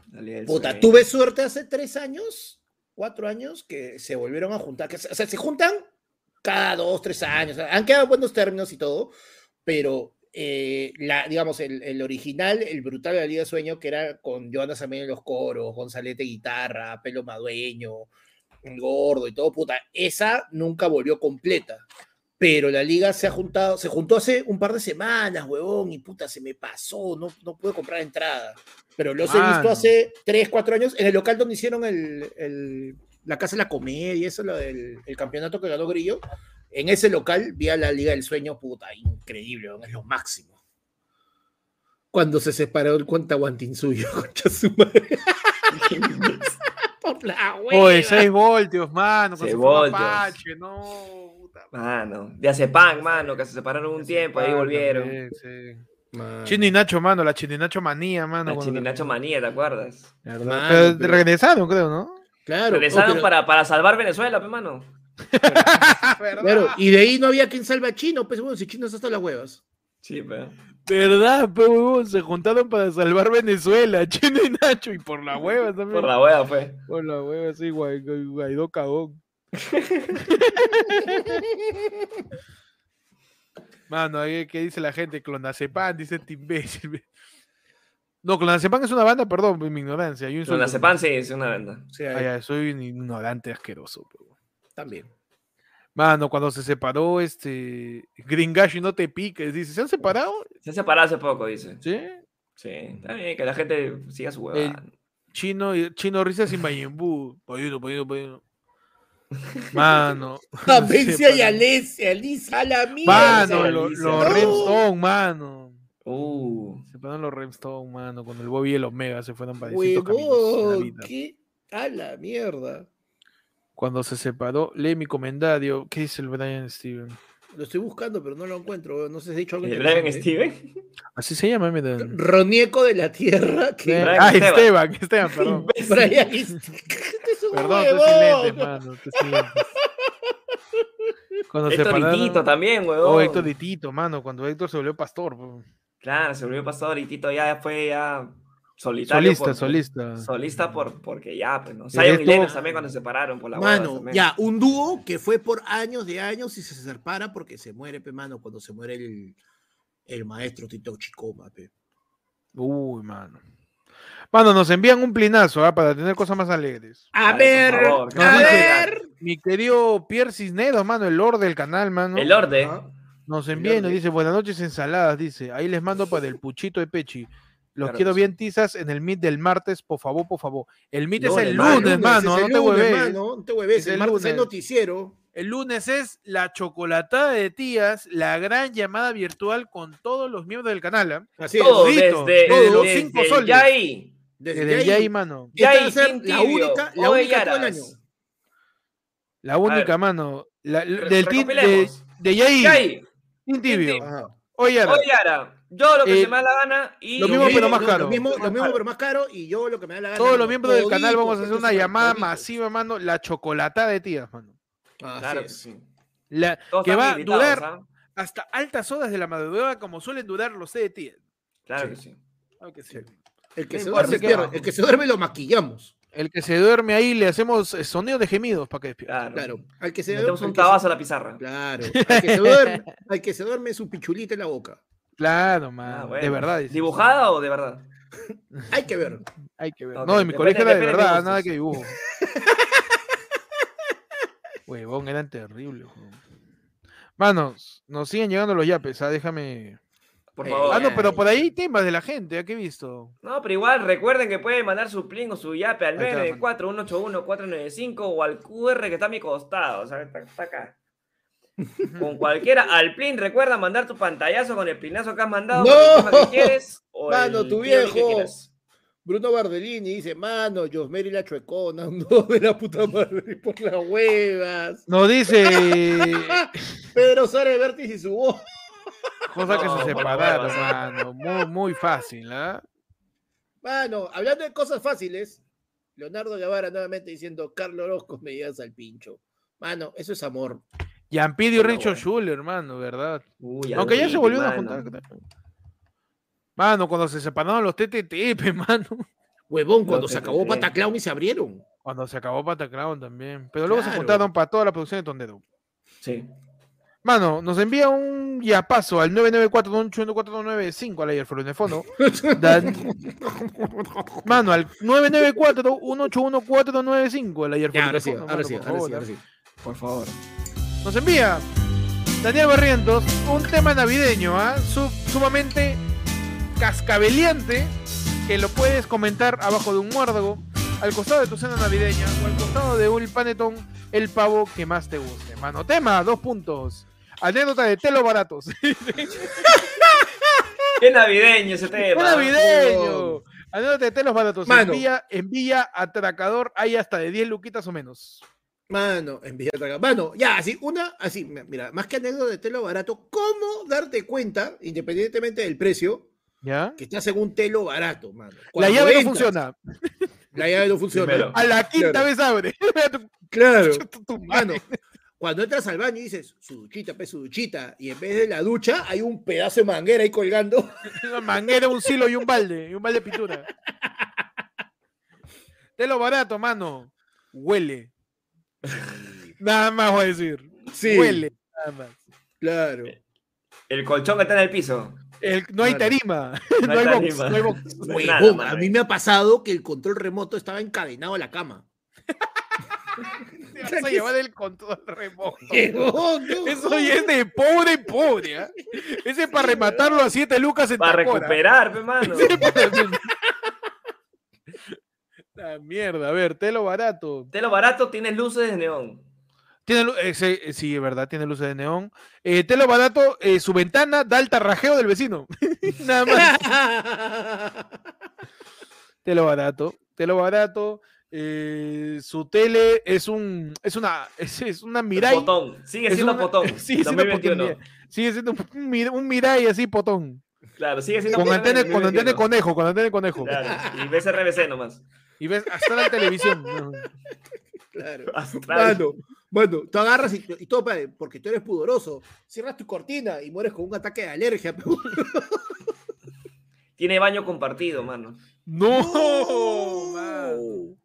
Dale el Puta, sueño. tuve suerte hace tres años, cuatro años, que se volvieron a juntar. Que, se- o sea, se juntan cada dos, tres años. Han quedado buenos términos y todo, pero eh, la, digamos, el, el original, el brutal de la Liga de Sueño, que era con Joana Samén en los coros, Gonzalete guitarra, Pelo Madueño, El Gordo y todo, puta, esa nunca volvió completa. Pero la liga se ha juntado, se juntó hace un par de semanas, huevón, y puta, se me pasó, no, no pude comprar entrada. Pero los he visto Mano. hace 3, 4 años en el local donde hicieron el, el- la Casa de la Comedia, eso, lo del el campeonato que ganó Grillo. En ese local vi a la Liga del Sueño, puta, increíble, huevón, es lo máximo. Cuando se separó el cuenta Guantinsuyo, concha su madre. Por la Oye, hueva. 6 voltios, mano. con Seis su forma voltios. Apache, no, puta Mano. De Acepán, mano, que se separaron un madre, tiempo, ahí pan volvieron. también, Ah, sí. Mano. Chino y Nacho, mano, la Chino y Nacho manía, mano. La cuando- Chindinacho Manía, ¿te acuerdas? ¿verdad? Mano, Ah, Pero pero- regresaron, creo, ¿no? Claro. Regresaron oh, pero- para, para salvar Venezuela, pues, mano. Claro, y de ahí no había quien salva a Chino, pues bueno, si Chino está hasta las huevas. Sí, pero. ¿Verdad? Pero huevón, se juntaron para salvar Venezuela, Chino y Nacho, y por la hueva también. Por la hueá fue. Por la hueva, sí, Guai- Guai- Guaidó cagón. Mano, ahí, ¿qué dice la gente? Clonacepan, dice este imbécil. No, Clonacepan es una banda, perdón, mi ignorancia. Yo Con insulto. la Cepan sí, es una banda. O sea, Ah, ya, soy un ignorante asqueroso. pe, huevón. también. Mano, cuando se separó este Gringash y no te piques, dice, ¿se han separado? Se separó hace poco, dice. Sí. Sí, está bien, que la gente siga su hueá. Chino, y- chino risas sin Mayimbu. Pollito, pollito, pollito. Mano. Pavencia y separó. Alicia, Lisa, la mierda. Mano, lo- los Alicia. lo No. Remstone, mano. Uh, Se fueron los Remstone, mano. Con el Bobby y el Omega se fueron para distintos caminos en la Huevón, vida. qué a la mierda. Cuando se separó, lee mi comentario. ¿Qué dice el Brian Steven? Lo estoy buscando, pero no lo encuentro. huevón, No sé si he dicho algo. ¿el Eh, Brian interesante. Steven. Así se llama, mira. Ronieco de la Tierra. Que Brian Ah, Esteban. Esteban, Esteban, perdón. Brian Steven. es un Perdón, tú huevón. silente, mano. Tú silente. Cuando se Héctor y Tito separaron. también, huevón. Oh, Héctor y Tito, mano. Cuando Héctor se volvió pastor. po. Claro, se volvió pastor y Tito ya fue ya solitario. Solista, por- solista. Solista por, porque ya, pues, ¿no? Que Zion y esto- Lennox también cuando se separaron por la hueá Mano, también. ya, un dúo que fue por años de años y se separa porque se muere, pe, mano, cuando se muere el, el maestro Tito Chicoma, pe. Uy, mano. Mano, nos envían un plinazo ah, para tener cosas más alegres. A Ay, ver, por favor, a no dice- ver. Mi querido Pierre Cisneros, mano, el Lord del canal, mano. El orden. Ah, Nos El envía y nos orden. dice, buenas noches ensaladas, dice. Ahí les mando para el puchito de Pechi. Los Claro quiero que sí. bien tizas en el meet del martes, por favor, por favor. El meet No, es el el ah, lunes, lunes, mano, es no el te lunes, hueves. mano, no te hueves, Es el, el martes hay lunes. noticiero. El lunes es la chocolatada de tías, la gran llamada virtual con todos los miembros del canal. ¿ah? Así es. Todo Todito, desde, todo, los desde cinco el soles. Yai. Desde, Desde ahí, ya ahí, Eh, mano. esta Yay, va a ser Team la Tibio, única, la Ove única todo el Yaras. año. La única, ver. mano. La- Re- del team de, recopilemos. de Yair, Yai, Team Tibio. Ajá. Oye, ahora, oye Ara, yo lo que Eh, se me da la gana y lo mismo, pero más lo- caro. Lo mismo, Más lo mismo, caro. pero más caro. Y yo lo que me da la gana. todos mano, los miembros del canal todito, vamos a hacer esto una es llamada todito. masiva, mano. La chocolatada de tías, mano. Así Claro que es. sí. La, Todos que están va a invitados, durar ¿ah? hasta altas horas de la madrugada, como suelen durar los té de tías. Claro que Sí. sí. Claro que sí. El que, No se importa duerme, que pierde, bajo. el que se duerme lo maquillamos. El que se duerme ahí le hacemos eh, sonido de gemidos para que despierte. Claro. Claro. Al que se Metemos un al que se- tabazo a la pizarra. Claro. Al que se duerme, al que se duerme su pichulita en la boca. Claro, Ah, mano. bueno. De verdad. dice. ¿Dibujada o de verdad? Hay que ver. Hay que ver. Ok, No, en mi depende- colegio era de depende de verdad, gustos. nada que dibujo. Huevón, eran terribles. huevón. Manos, nos siguen llegando los yapes, ah, déjame. Por Eh, favor. Ah, no, ya, pero ya. por ahí hay temas de la gente, ¿a qué he visto? No, pero igual recuerden que pueden mandar su pling o su yape al Ahí está, 94181-495 o al QR que está a mi costado. O sea, está, está acá. Con cualquiera, al plin, recuerda mandar tu pantallazo con el plinazo que has mandado. con el tema ¡No! que quieres, o Mano, el tu video que viejo. quieras. Bruno Bardellini dice, mano, Josmery la chuecona, un dos de la puta madre por las huevas. Nos dice Pedro Suárez Vértiz y su voz. cosas que No, se por separaron, huevos, mano. Muy, muy fácil, ¿ah? Mano, hablando de cosas fáciles, Leonardo Guevara nuevamente diciendo, Carlos Orozco me llegas al pincho. Mano, eso es amor. Yampidio Por la Richo hueva. Schuller, hermano, ¿verdad? Uy, Aunque ya Adolfi, se volvieron a mano. juntar. Mano, cuando se separaron los TTT, pe, mano. Huevón, No cuando te se acabó creo. Pataclown y se abrieron. Cuando se acabó Pataclown también. Pero luego se Claro. juntaron para toda la producción de Tondero. Sí. Mano, nos envía un yapazo al 994-181-495 al ayer, en el fondo. Dan- Mano, al 994-181-495 al ayer, Ya, ahora sí, ahora sí, ahora sí, ahora sí. Por favor. Nos envía Daniel Barrientos un tema navideño, ¿ah? Su- sumamente cascabeleante, que lo puedes comentar abajo de un muérdago, al costado de tu cena navideña o al costado de un panetón, el pavo que más te guste. Mano, tema, dos puntos. Anécdota de telos baratos. Qué navideño ese tema. ¡Qué navideño! Anécdota de telos baratos. Mano. Envía, envía atracador, hay hasta de 10 luquitas o menos. Mano, en Villa Traga- Mano, ya, así, una, así, mi- mira, más que anécdota de telo barato, ¿cómo darte cuenta, independientemente del precio, ¿Ya? que estás en un telo barato, mano? La Cuando llave no entras, funciona. La llave no funciona. Primero. A la quinta Claro. vez abre. Claro. Tu- tu madre. Mano, cuando entras al baño y dices, su duchita, pe, su duchita, y en vez de la ducha hay un pedazo de manguera ahí colgando. Una manguera, un silo y un balde, y un balde de pintura. De lo barato, mano. Huele. Nada más voy a decir. Sí, Huele. Nada más. claro. Eh, El colchón que está en el piso. El- no hay Claro. tarima. No No, hay hay box. tarima. No hay box. No hay Huevón, nada, a mano. eh. mí me ha pasado que el control remoto estaba encadenado a la cama. Te vas a llevar el control remoto. Huevón, no. Eso ya es de pobre, pobre. ¿ah? Ese es para rematarlo a 7 lucas en Para Tacora. recuperar, pe, mano. La mierda, a ver, telo barato. De lo barato tienes luces de neón. Tiene, lu- ese- eh, sí, es verdad, tiene luces de neón. Eh, telo barato, eh, su ventana da el tarrajeo del vecino. Nada más. Telo barato. Telo barato. eh, su tele es un es una es, es una Mirai. Potón. Sigue Es siendo una- potón. sigue siendo potón, 2021. Sigue siendo un, mi- un Mirai así potón. Claro, sigue siendo Con potón. en antena, el con antena de 2021. conejo, con antena de conejo. Claro, y ves RBC nomás. Y ves hasta la televisión. ¿no? Claro. Astral. Mano, mano, tú agarras y, y todo, pa- porque tú eres pudoroso, cierras tu cortina y mueres con un ataque de alergia. pe, huevón. Tiene baño compartido, mano. No, mano.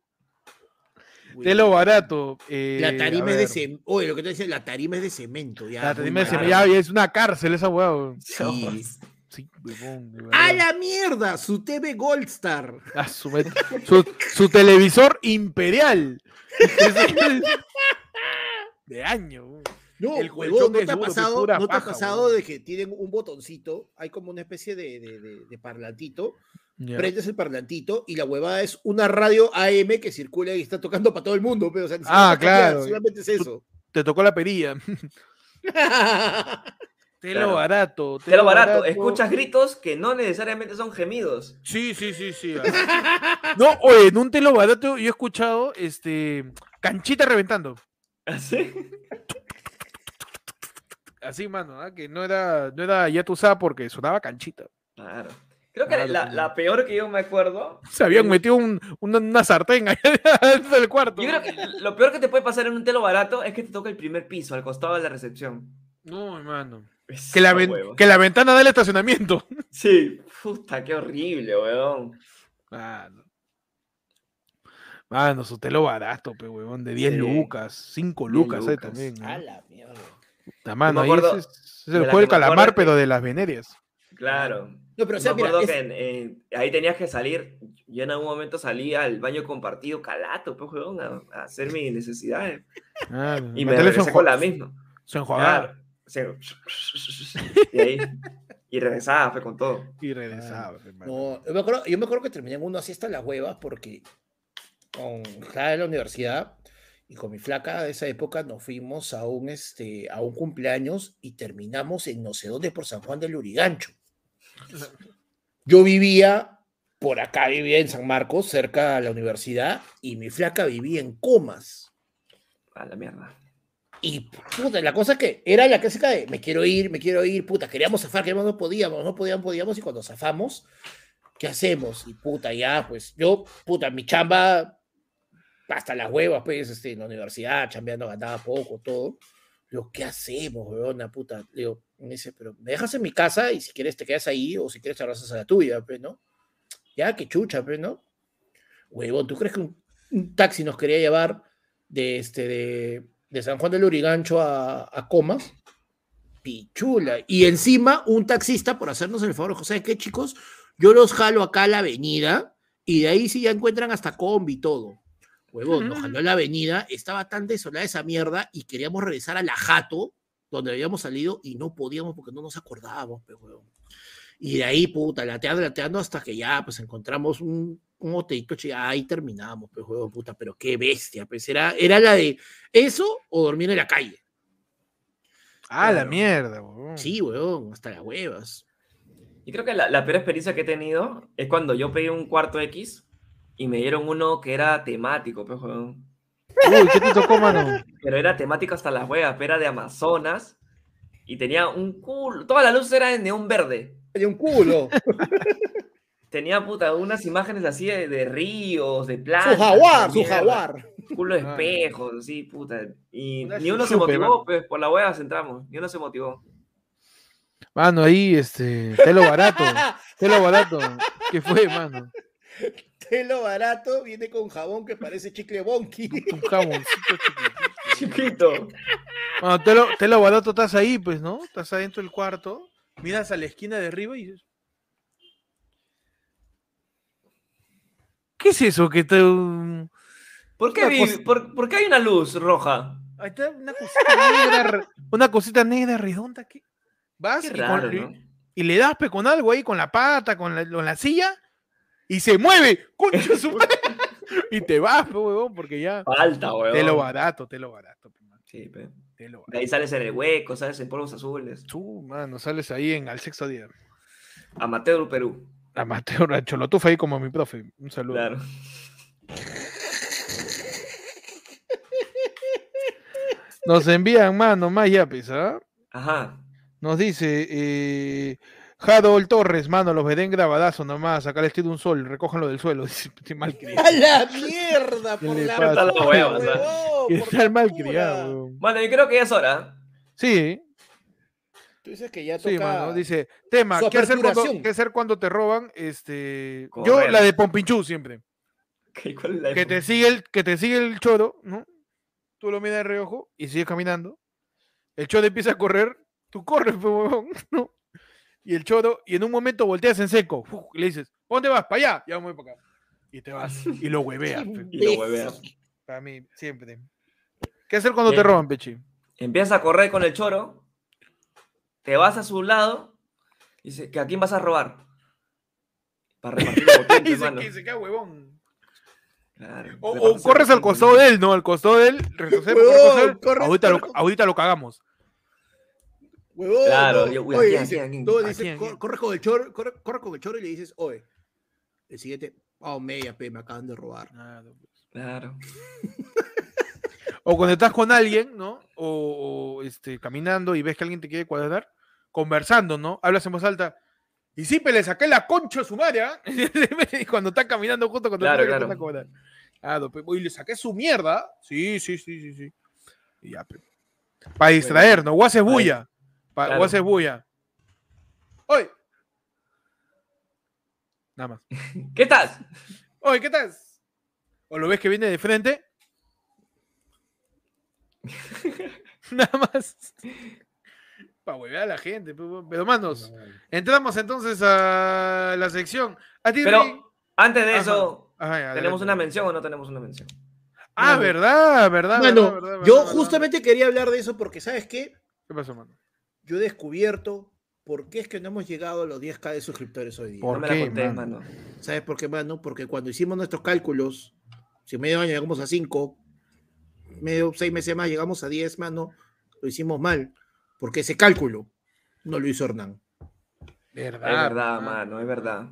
Telo barato. eh, La tarima a es de ver. cemento. Oye, lo que te decía, la tarima es de cemento. Ya, La muy tarima es de mal. cemento. Ya, es una cárcel esa hueá. weón. Sí. pues, Sí, huevón, de ¡A verdad. la mierda! Su TV Goldstar. Ah, su, met- su- su televisor imperial. de año. huevón. No, El huevón, colchón ¿no es te ha duro, es pasado, pura ¿no te ha paja, pasado huevón. de que tienen un botoncito? Hay como una especie de, de, de- de parlantito. Ya. Prendes el parlantito y la huevada es una radio AM que circula y está tocando para todo el mundo. Pero, o sea, ni siquiera Ah, está cambiada, claro. Solamente es eso. Te tocó la perilla. Te Claro. lo barato. Te lo barato. Escuchas gritos que no necesariamente son gemidos. Sí, sí, sí, sí. así. No, oye, en un telo barato yo he escuchado este canchita reventando. ¿Ah, ¿Así? Así, mano, ¿ah? que no era, no era ya tú sabes porque sonaba canchita. Claro. Creo que la- Claro, la, pues, la no. peor que yo me acuerdo. Se habían metido un- una, una sartén ahí dentro del cuarto. Eh, Yo creo que lo peor que te puede pasar en un telo barato es que te toca el primer piso, al costado de la recepción. No, hermano. Es Que la, una ven- hueva. que la ventana del estacionamiento. Sí, puta, qué horrible, weón. Mano. Mano, su telo barato, pe, huevón, de 10 Sí. lucas, 5 10 lucas, ahí lucas. también. ¿no? A la mierda. Puta, mano, ahí acuerdo ese es, es el juego de la que del me acuerdo calamar, es pero de las venerias. Claro. No, pero o sea, me mira, acuerdo es- que en- en- ahí tenías que salir. Yo en algún momento salí al baño compartido calato, pues, weón, a, a hacer mis necesidades. Mano, Y me meterle su regresé con enju- la misma. su enjuagar. Claro. Sí. Y ahí. Y regresaba, fue con todo. Y regresaba, pe, mano. No, yo me acuerdo, yo me acuerdo que terminé en uno así hasta las huevas porque con estaba en la universidad y con mi flaca de esa época nos fuimos a un este a un cumpleaños y terminamos en no sé dónde por San Juan del Urigancho. Yo vivía por acá vivía en San Marcos, cerca de la universidad, y mi flaca vivía en Comas. A la mierda. Y puta, la cosa es que era la clásica de me quiero ir, me quiero ir, puta, queríamos zafar, queríamos, no podíamos, no podíamos, podíamos, y cuando zafamos, ¿qué hacemos? Y puta, ya, pues yo, puta, mi chamba, hasta las huevas, pues, este, en la universidad, chambeando, ganaba poco, todo. Lo que hacemos, weona, puta, le digo, me dice, pero me dejas en mi casa y si quieres te quedas ahí o si quieres te abrazas a la tuya, pues, ¿no? Ya, que chucha, pues, ¿no? Huevón, ¿tú crees que un, un taxi nos quería llevar de, este, de, de San Juan del Urigancho a, a Comas? Pichula. Y encima, un taxista, por hacernos el favor, José, ¿qué chicos? Yo los jalo acá a la avenida y de ahí sí ya encuentran hasta combi y todo. Huevón, nos jaló a la avenida, estaba tan desolada esa mierda y queríamos regresar a la Jato, donde habíamos salido y no podíamos porque no nos acordábamos, pues, huevón. Y de ahí, puta, lateando, lateando hasta que ya, pues, encontramos un, un hotelito, che, ahí terminamos, pues, juego puta, pero qué bestia, pues, era, era la de eso o dormir en la calle. Ah, la Claro. mierda, huevón. Sí, weón, hasta las huevas. Yo creo que la, la peor experiencia que he tenido es cuando yo pedí un cuarto X y me dieron uno que era temático, pues, weón. Uy, ¿qué te tocó, mano? Pero era temático hasta las huevas, pero era de Amazonas y tenía un culo. Toda la luz era de neón verde. Hay un culo. Tenía puta unas imágenes así de, de ríos, de plantas. su jaguar, de su mierda, jaguar. Culo de Ah. espejos, así, puta. Y Una ni uno se chupe, motivó, mano. pues, por la huevas entramos. Ni uno se motivó. Mano, ahí, este, telo barato. Telo barato. ¿Qué fue, mano? Telo barato, viene con jabón que parece chicle bonky. Un jamoncito chiquitito. Chiquito. Mano, telo, telo barato, estás ahí, pues, ¿no? Estás adentro del cuarto, miras a la esquina de arriba y dices... ¿Qué es eso que te... um, Ahí ¿Por qué, Una vi- cosa- por- por qué hay una luz roja? está una cosita negra, re- una cosita negra redonda. ¿qué? Vas Qué y, Ah, con- raro, y- ¿no? y le das pe, con algo ahí, con la pata, con la, con la silla, y se mueve. concha su madre. y te vas, pe, huevón, porque ya. Falta, weón. Te lo barato, te lo barato, pe, man, Sí, pe. te lo barato. De ahí sales en el hueco, sales en polvos azules. Tú, mano, sales ahí en al sexto día. Amateur Perú. Amateur, a Cholotufa ahí como mi profe. Un saludo. Claro. Nos envían, mano, más yapis, ¿ah? Ajá. Nos dice, eh, Harold Torres, mano, los veré en grabadazo nomás. Acá les tiro un sol, recójanlo del suelo. Dice, estoy mal criado. ¡A la mierda! ¿Qué Por le la pasa? Está la hueva, o sea. huevón, por Está mal locura. criado. Bueno, yo creo que ya es hora. Sí, Tú dices que ya toca... Sí, mano, dice, tema, su ¿qué hacer, cuando, aperturación. qué hacer cuando te roban? Este, yo Correr. la de Pompinchú siempre, ¿Qué- cuál es la que te época? sigue el que te sigue el choro, ¿no? Tú lo miras de reojo y sigues caminando. El choro empieza a correr, tú corres, pues, huevón, ¿no? y el choro, y en un momento volteas en seco, ¡fu! y le dices, ¿dónde vas? Para allá, ya voy para acá. Y te vas, y lo hueveas. pe. Y lo hueveas. Para mí, siempre. ¿Qué hacer cuando te Bien. roban, Pechi? Empiezas a correr con el choro, te vas a su lado, y dice, ¿que ¿a quién vas a robar? Para repartir los Y botones, se, hermano. que se queda huevón. Claro, O, o repartes el corres al botín. costado de él, ¿no? Al costado de él, retrocede, corre al Huevón, costado de él, corres, ahorita, lo, corres. ahorita lo cagamos. Huevón, Claro, no. yo, uy, Oye, aquí, dice, aquí, aquí, no, aquí, dice, aquí. cor- corre con el choro, corre, corre con el choro y le dices, oye, el siguiente, oh, media, pe, me acaban de robar. Claro. O cuando estás con alguien, ¿no? O, o, este, caminando y ves que alguien te quiere cuadrar, conversando, ¿no? Hablas en voz alta. Y sí, pero le saqué la concha a su madre, ¿ah?" Y cuando está caminando justo cuando Claro, el negro te claro. está cobrando. Claro, pe, pues, y le saqué su mierda. ¿ah?" Sí, sí, sí, sí, sí. Y ya, Para distraer, ¿no? O haces bulla. Pa- claro. O haces bulla. ¡Oy! Nada más. ¿Qué estás? Oye, ¿qué tal? O lo ves que viene de frente. Nada más. Para huevear a la gente. pe, weón. Pero, manos, entramos entonces a la sección. A ti, Rey. Pero antes de Ajá. eso, Ajá, ya, ¿tenemos adelante. una mención o no tenemos una mención? Ah, verdad, verdad. Mano, verdad, verdad, yo verdad. justamente quería hablar de eso porque, ¿sabes qué? ¿Qué pasó, mano? Yo he descubierto por qué es que no hemos llegado a los 10k de suscriptores hoy día. Por- No me qué, la conté, mano? mano. ¿Sabes por qué, mano? Porque cuando hicimos nuestros cálculos, si medio año llegamos a 5, medio seis meses más llegamos a 10, mano, lo hicimos mal, porque ese cálculo no lo hizo Hernán. Es Ah, verdad, mano, es verdad.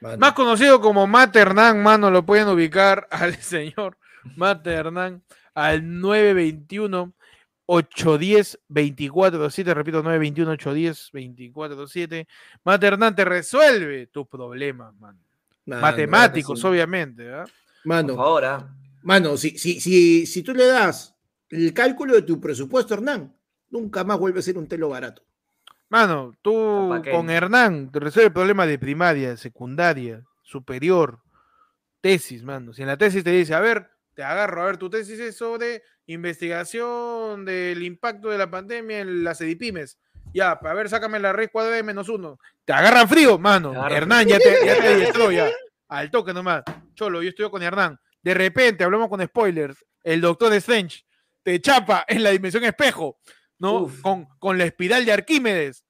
mano. Más conocido como Mate Hernán, mano, lo pueden ubicar al señor Mate Hernán al 921 810 2427, repito 921 810 2427. Mate Hernán te resuelve tus problemas, mano. Ah, Mano, Matemáticos, sí. obviamente, ¿ah? Por Mano, favor, ah. mano si, si, si, si tú le das el cálculo de tu presupuesto, Hernán, nunca más vuelve a ser un telo barato. Mano, tú Capaz que- con Hernán te resuelve problemas de primaria, secundaria, superior, tesis, mano. Si en la tesis te dice, a ver, te agarro, a ver, tu tesis es sobre investigación del impacto de la pandemia en las edipymes. Ya, pa- a ver, sácame la raíz cuadrada de menos uno. Te agarran frío, mano. Te agarran Hernán ya te, ya te adiestró, ya. Al toque nomás. Cholo, yo estudio con Hernán. De repente, hablamos con spoilers, el doctor Strange te chapa en la dimensión espejo, ¿no? Uf. Con, con la espiral de Arquímedes.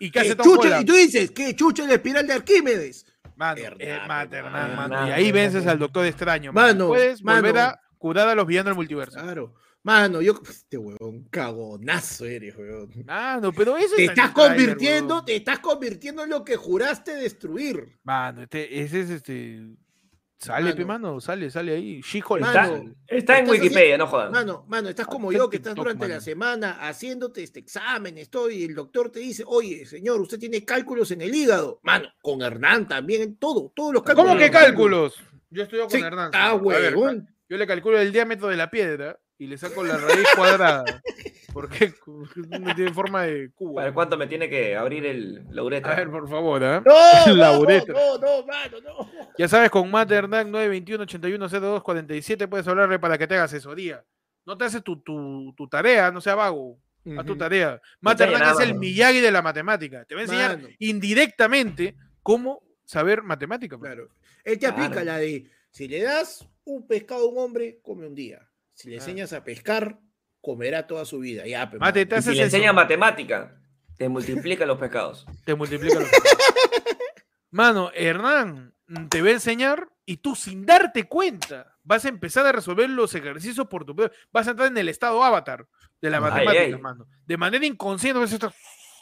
Y casi Eh, chucha, y tú dices, que chucha la espiral de Arquímedes. Mano, Hernán, eh, mate, Hernán, Hernán, mano. Hernán, Y ahí Hernán. vences al Doctor Extraño. mano. Mano, Puedes volver mano. a curar a los villanos del multiverso. Claro. Mano, yo, este huevón, cagonazo eres, huevón. Mano, pero eso Te está en el estás tráiler, convirtiendo, huevón. te estás convirtiendo en lo que juraste destruir. Mano, este, ese es este. Sale, pe, Mano. mano, sale, sale ahí. She-Hulk, Mano. sale. Está en Entonces, Wikipedia, no jodan. Mano, mano, estás como Está yo en que estás TikTok, durante la mano. semana haciéndote este examen, estoy, y el doctor te dice, oye, señor, usted tiene cálculos en el hígado. Mano, con Hernán también, en todo, todos los cálculos. ¿Cómo que Mano. cálculos? Yo estudio con Sí, Hernán. ah, señor. A ver, huevón. Yo le calculo el diámetro de la piedra y le saco la raíz cuadrada. Porque no tiene forma de cubo. A ver cuánto me tiene que abrir el la A uretra. ver, por favor, ¿ah? No, La no, uretra. no, no, mano, no. Ya sabes, con Matt Hernán 921 8102 47 puedes hablarle para que te haga asesoría. No te haces tu, tu, tu tarea, no sea vago. Haz tu tarea. Matt te haya Hernán nada, es el mano. Miyagi de la matemática. Te va a enseñar Mano. indirectamente cómo saber matemática. mano. Claro. Él te Claro. aplica la de, si le das un pescado a un hombre, come un día. Si le Claro. enseñas a pescar, comerá toda su vida. ah, Ya, pe, Mate, mano. te Y haces si le eso, enseña matemática, te multiplica los pescados. te multiplica los- Mano, Hernán mm, te va a enseñar y tú sin darte cuenta vas a empezar a resolver los ejercicios por tu propio- Vas a entrar en el estado avatar de la Ay, matemática, ay. mano. De manera inconsciente vas a estar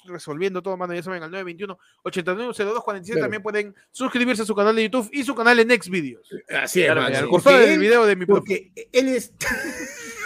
resolviendo todo, mano. Ya saben, al 921 8902 47 Claro. también pueden suscribirse a su canal de YouTube y su canal de Next Videos. Así es, Claro, mano. sí. Al Porque costado del él- video de mi profe. Porque él es.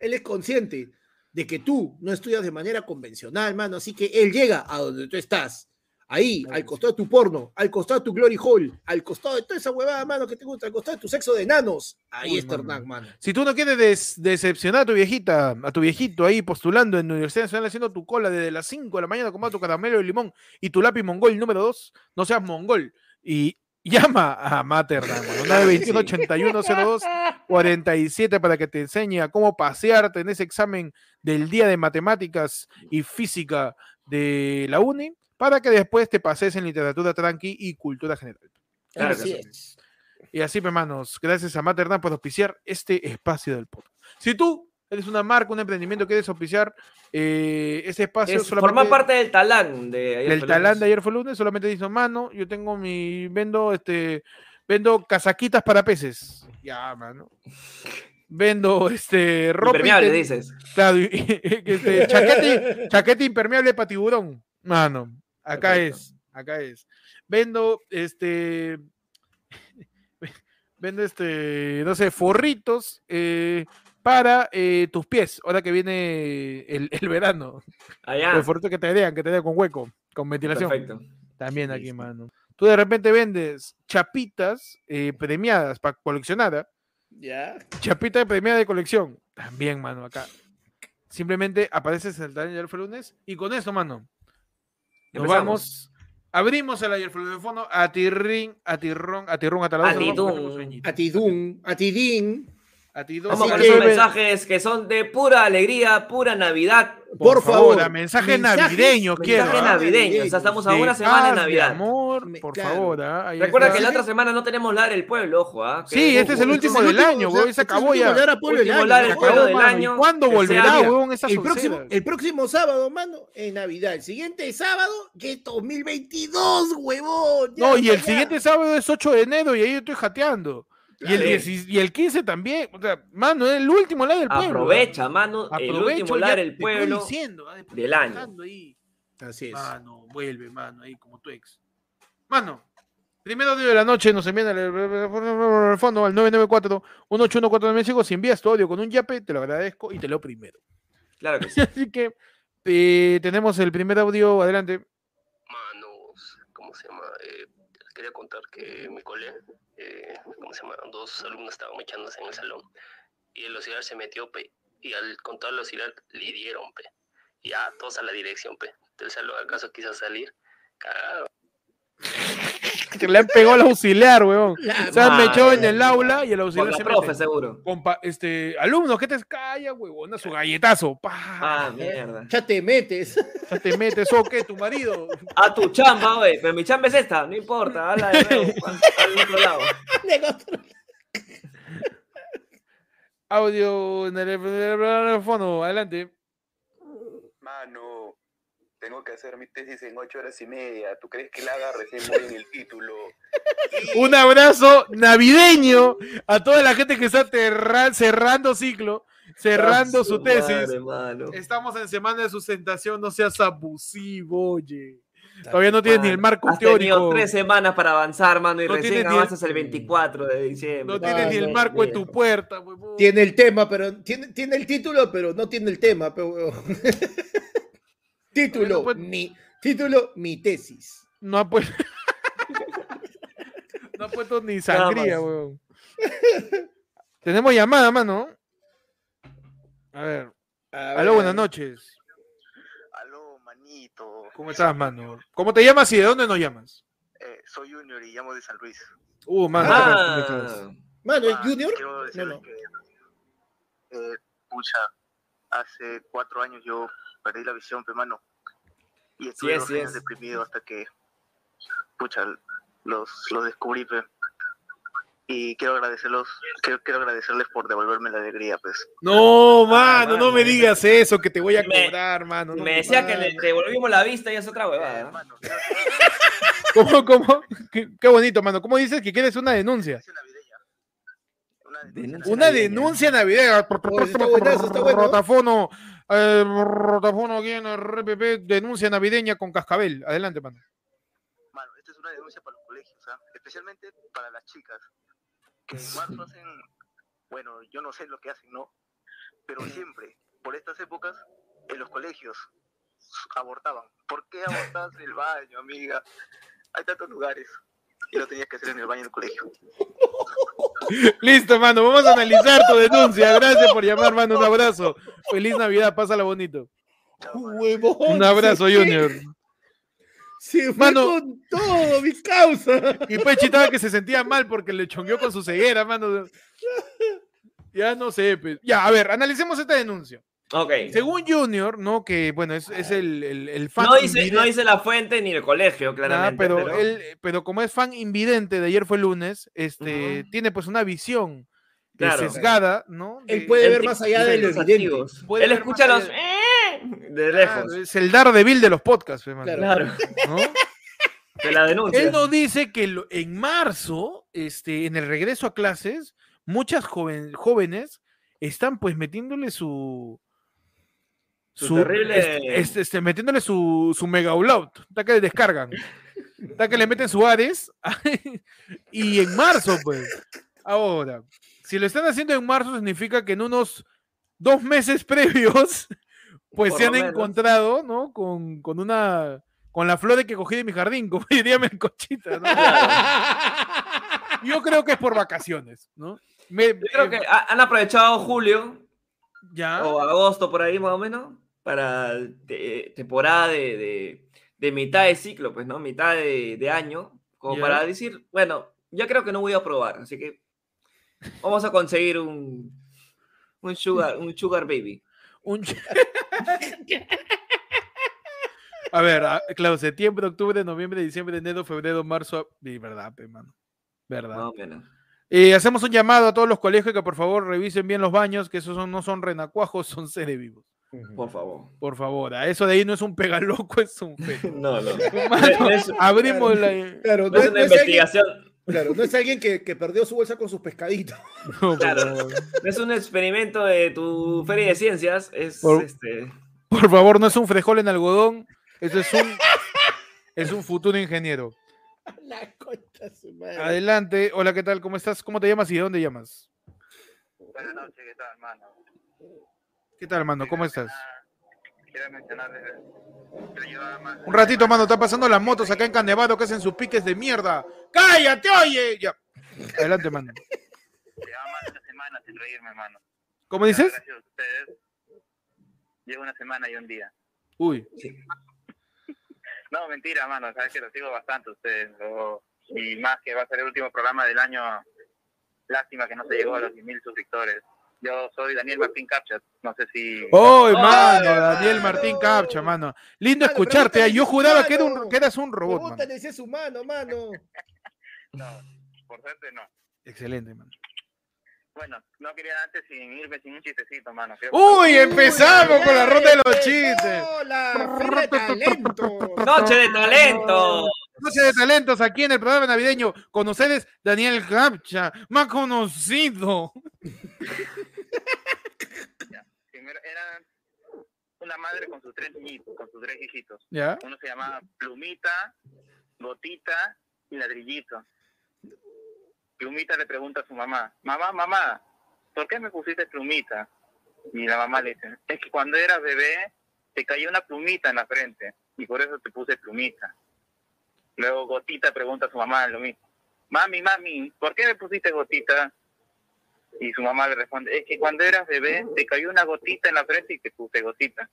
él es consciente de que tú no estudias de manera convencional, mano. Así que él llega a donde tú estás. Ahí, al costado de tu porno, al costado de tu glory hole, al costado de toda esa huevada, mano, que te gusta, al costado de tu sexo de enanos. Ahí Uy, está mano. Hernán, mano. Si tú no quieres des- decepcionar a tu viejita, a tu viejito ahí postulando en la Universidad Nacional haciendo tu cola desde las 5 de la mañana como tu caramelo de limón y tu lápiz mongol número 2, no seas mongol y llama a Materna, 921 8102 47 para que te enseñe a cómo pasearte en ese examen del día de matemáticas y física de la uni para que después te pases en literatura tranqui y cultura general. Claro Así que sí. es. Y así, pues, hermanos, gracias a Matt Hernán por auspiciar este espacio del podcast. Si tú eres una marca, un emprendimiento, quieres auspiciar eh, ese espacio, Es formar parte del talán de ayer del fue talán lunes. de ayer fue lunes, solamente dice, mano, yo tengo mi, vendo este, vendo casaquitas para peces. Ya, mano. Vendo este ropa Impermeable, inter- dices. Claro, y- este, chaqueta, chaqueta impermeable para tiburón. Mano, acá Perfecto. es, acá es. Vendo este. Vendo este, no sé, forritos eh, para eh, tus pies, ahora que viene el, el verano. Allá. El forrito que te dean, que te dean con hueco, con ventilación. Ah. Perfecto. También aquí, Listo. mano. Tú de repente vendes chapitas eh, premiadas para coleccionar. ¿ah? Ya. Chapita de premia de colección. También, mano, acá. Simplemente apareces en el Daniel Ayer fue lunes. Y con eso, mano, nos Empezamos. vamos. Abrimos el Ayer fue lunes de fondo. A tirrín, a tirrón, a tirrón, a A ti, tú. A Tidún, a Tidín. A ti, Vamos Así con que- esos mensajes que son de pura alegría, pura Navidad. Por, favor, Por favor, a mensaje mensajes- navideño, quiero. Mensaje ¿ah? navideño. O sea, estamos a una semana de Paz, Navidad. Ah, Amor, Me- por claro. favor. ¿ah? Ahí Recuerda está. que la otra semana no tenemos la del pueblo, ojo. ¿ah? Que Sí, este es el Este último del año, o sea, weón, y se este es el acabó último ya. ladrar a pueblo Último del año, ladrar Se el por acabó, pueblo favor. mano. del ¿Y año, ¿Cuándo que sea volverá, bien. huevón, esa El próximo, sonceras? el próximo sábado, mano, es Navidad. El siguiente sábado, que es 2022, huevón. Ya, No, y ya, el ya. siguiente sábado es 8 de enero y ahí estoy jateando. Y el, Claro. 10 y el 15 también. O sea, mano, es el último live del pueblo. Aprovecha, mano, el Aprovecho, último ya lar te del estoy pueblo. diciendo, ah, después del estoy año. cantando ahí. Así es. Mano, vuelve, mano, ahí como tu ex. Mano, primero día de la noche nos envían al, al fondo al 994-181-495. Si envías tu audio con un yape, te lo agradezco y te leo primero. Claro que sí. Así que eh, tenemos el primer audio. Adelante. manos, ¿cómo se llama? Eh, les quería contar que en mi cole, eh, ¿cómo se llama? Dos alumnos estaban echándose en el salón y el auxiliar se metió, pe, y al contar al auxiliar le dieron, pe, y a todos a la dirección, pe, del salón, ¿acaso quiso salir? Cagado. Que le han pegado al auxiliar, weón. La Se han Madre metido en el mía. aula y el Por auxiliar la se profe, mete. seguro. Compa, este, alumnos, ¿qué te calla, huevona? Su galletazo. Pa, Ah, mierda. ya te metes. ya te metes, ¿o qué? Tu marido. A tu chamba, güey. Pero mi chamba es esta, no importa. Habla de nuevo, Juan, al otro lado. Audio en el, en el- en el fondo, adelante. Mano, tengo que hacer mi tesis en ocho horas y media. ¿Tú crees que la haga recién voy en el título? Un abrazo navideño a toda la gente que está terra- cerrando ciclo, cerrando su Madre, tesis. mano. Estamos en semana de sustentación, no seas abusivo, oye. Todavía no tienes ni el Mano, marco Has tenido teórico. tres semanas para avanzar, mano, y No tienes recién ni el- avanzas el 24 de diciembre. No tienes ni el Ay, marco en Dios. tu puerta, huevón. Tiene el tema, pero tiene, tiene el título, pero no tiene el tema, pero huevón. título, Bueno, pues- mi, título, mi tesis. No ha puesto. no ha puesto ni Nada sangría, más. weón. Tenemos llamada, mano. A ver. A Aló, ver, buenas noches. Aló, manito. ¿Cómo estás, mano? ¿Cómo te llamas y de dónde nos llamas? Eh, soy Junior y llamo de San Luis. Uh, mano. Ah. acá me estás. Mano, ¿es Ah, Junior? Quiero decirles no. que, eh, pucha, hace cuatro años yo perdí la visión, hermano. Y estuve es, dos sí años es. deprimido hasta que, pucha, los, los descubrí, pe. Y quiero agradecerlos, quiero, quiero agradecerles por devolverme la alegría, pues. No, mano, no mano, me me- digas eso, que te voy a Me- cobrar, mano. Si no me me- decía que le devolvimos la vista y es otra Eh, huevada. ¿no? mano, quiero hacer ¿Cómo, cómo? Qué, qué bonito, mano. ¿Cómo dices que quieres una denuncia? una navideña. Una Denuncia Una navideña. denuncia navideña. Oye, Pues está buenazo, está bueno. Rotafono. eh, rotafono aquí en el RPP. Denuncia navideña con cascabel. Adelante, mano. Mano, esta es una denuncia para los colegios, ¿ah? especialmente para las chicas, que en marzo hacen, bueno, yo no sé lo que hacen, ¿no? Pero siempre, por estas épocas, en los colegios abortaban. ¿Por qué abortabas en el baño, amiga? Hay tantos lugares y lo tenías que hacer en el baño del colegio. Listo, mano. Vamos a analizar tu denuncia. Gracias por llamar, mano. Un abrazo. Feliz Navidad. Pásala bonito. Huevón, Un abrazo, se fue- Junior. Se fue Mano. con todo, mi causa. Y Pechi estaba que se sentía mal porque le chongueó con su ceguera, mano. Ya no sé. pues. Ya, a ver, analicemos esta denuncia. Ok. Según Junior, ¿no? Que bueno, es, es el, el, el fan. No dice, invidente, no dice la fuente ni el colegio, nada, claramente. pero, él- pero como es fan invidente de ayer fue lunes, este, Ujú. tiene pues una visión que Claro. sesgada, ¿no? Él De- puede él ver tiene más allá de lo los evidente. activos. Puede Él ver escucha más los allá "Eh", de Ah, lejos. es el Daredevil de los podcasts, hermano, Claro. Claro, ¿no? de la denuncia. Él nos dice que lo- en marzo, este, en el regreso a clases, muchas joven- jóvenes están pues metiéndole su. Su terrible- este, este, este, metiéndole su, su mega ulot, hasta que descargan, hasta que le meten su Ares, y en marzo, pues. Ahora, si lo están haciendo en marzo, significa que en unos dos meses previos, pues Por se lo han menos. encontrado, ¿no? Con, con una. Con la flor que cogí de mi jardín, como diría Melcochita, ¿no? Yo creo que es por vacaciones, ¿no? Me- Yo creo eh, que ha- han aprovechado julio Ya. o agosto por ahí más o menos para te- temporada de, de- de mitad de ciclo, pues, ¿no? Mitad de, de año, como Ya. para decir, bueno, yo creo que no voy a probar, así que vamos a conseguir un, un, sugar, un sugar baby. un- A ver, a- claro, septiembre, octubre, noviembre, diciembre, enero, febrero, marzo. ab- Y verdad, pe, mano. Verdad. Más o menos. Eh, hacemos un llamado a todos los colegios que por favor revisen bien los baños, que esos son- no son renacuajos, son seres vivos. Por favor. Por favor, a eso de ahí no es un pegaloco, es un fe. No, no. Mano, es- abrimos la. Claro, No es una alguien- investigación, claro, no es alguien que, que perdió su bolsa con sus pescaditos. No, pues. claro. No es un experimento de tu feria de ciencias, es Por- este. Por favor, no es un frijol en algodón, eso es un, es un futuro ingeniero. La concha de su madre. Adelante, hola, ¿qué tal? ¿Cómo estás? ¿Cómo te llamas y de dónde llamas? Buenas noches, ¿qué tal, hermano? ¿Qué tal, mano? ¿Cómo estás? Quiero mencionarles que yo más Un ratito, mano, está pasando las motos acá en Canevado que hacen sus piques de mierda. ¡Cállate, oye! Ya. Adelante, mano. llevaba más de una semana sin reírme, hermano. ¿Cómo dices? Gracias a ustedes. Llevo una semana y un día. Uy, No, mentira, mano. Sabes que los sigo bastante a ustedes. lo- Y más que va a ser el último programa del año. Lástima que no se llegó a los 10.000 suscriptores. Yo soy Daniel Martín Capchat. No sé si... ¡Oh, Ay, hermano! Daniel mano. Martín Capcha, mano. Lindo Mano, escucharte. ¿eh? pregúntale Yo si es juraba que, era un- humano. que eras un robot, mano. Pregúntale si es humano, mano. No, por suerte no. Excelente, mano. Bueno, no quería antes sin irme sin un chistecito, mano. Creo que- ¡Uy! Empezamos con la ronda de los empezó chistes. La pues, fila de talentos. ¡Noche de talento! Noche de talentos aquí en el programa navideño. Con ustedes, Daniel Capcha, más conocido. Primero era una madre con sus tres niñitos, con sus tres hijitos. ¿Ya? Uno se llamaba Plumita, Gotita y Ladrillito. Plumita le pregunta a su mamá, mamá, mamá, ¿por qué me pusiste Plumita? Y la mamá le dice, es que cuando eras bebé te cayó una plumita en la frente y por eso te puse Plumita. Luego Gotita pregunta a su mamá lo mismo, mami, mami, ¿por qué me pusiste Gotita? Y su mamá le responde, es que cuando eras bebé te cayó una gotita en la frente y te puse Gotita.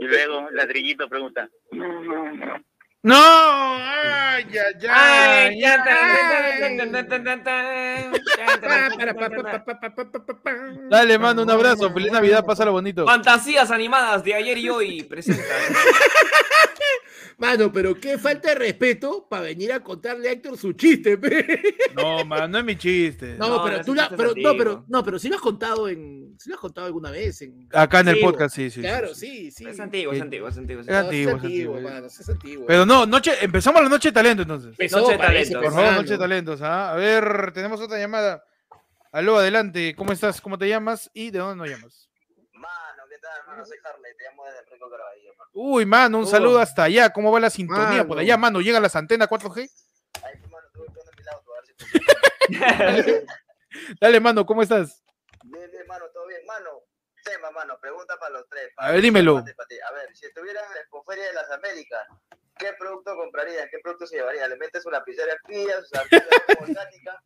Y luego Ladrillito pregunta, ¡No! ¡Ay, ay, ay! ¡Ay, ya ay! Pa, para, pa, pa, te- pa, pa, pa, pa, pa, pa. Dale, mando un abrazo. Feliz Navidad, pásalo bonito. Ah, Fantasías animadas de ayer y hoy presenta. Mano, pero qué falta de respeto para venir a contarle a Héctor su chiste, pe. No, mano, Este, no es mi chiste. No, No, pero ese tú la, chiste es pero, no, pero, antiguo. no, pero sí lo has contado en, sí lo has contado alguna vez en. Acá en el Sí, podcast, sí, sí. sí, claro, sí. sí, sí. Es antiguo, es antiguo, es antiguo. es Era antiguo. No, antiguo, es antiguo, es antiguo, eh. mano, sí es antiguo. Pero no, noche, empezamos la noche de talento entonces. Empezó, Noche de parece, talentos. Por pues, favor, mano. noche de talentos. ¿ah? A ver, tenemos otra llamada. Aló, adelante. ¿Cómo estás? ¿Cómo te llamas? ¿Y de dónde nos llamas? Mano, ¿qué tal, hermano? Soy Harley, te llamo desde Rico Caraballo, hermano. Uy, mano, un Oh. saludo hasta allá. ¿Cómo va la sintonía por Mano. allá, mano? ¿Llegan las antenas 4G? Ahí, hermano, estuve buscando mi auto, a ver si... Dale, mano, ¿cómo estás? Bien, bien, mano, todo bien. Mano, tema, mano, pregunta para los tres. A ver, dímelo. Pati, pati. A ver, si estuvieras en la Expoferia de las Américas, ¿qué producto comprarías? ¿Qué producto se llevarías? ¿Le metes una lapicera fría, su lapicera volcánica?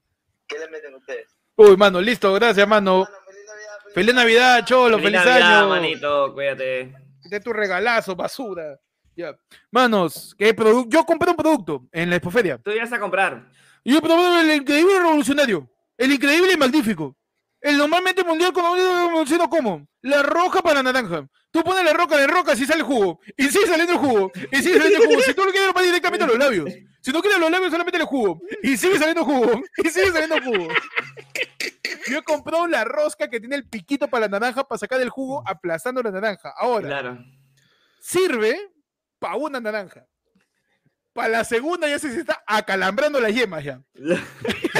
¿Qué le meten ustedes? Uy, mano, listo, gracias, mano. Mano, feliz Navidad. Feliz Navidad, Cholo, feliz, Navidad, año. manito, cuídate. De tu regalazo, basura. Ya. Manos, ¿qué producto? Yo compré un producto en la expoferia. Tú irás a comprar. Y yo probé el increíble revolucionario. El increíble y magnífico. El normalmente mundial como funciona como la roja para naranja. Tú pones la roca de roca si sale jugo. Y sigue saliendo el jugo. Y sigue saliendo el jugo. Si tú lo quieres, lo pones directamente a los labios. Si no quieres los labios, solamente el jugo. Y sigue saliendo jugo. Y sigue saliendo jugo. Yo he comprado la rosca que tiene el piquito para la naranja para sacar el jugo aplastando la naranja. Ahora, Claro. sirve para una naranja. Para la segunda ya se está acalambrando las yemas ya. Las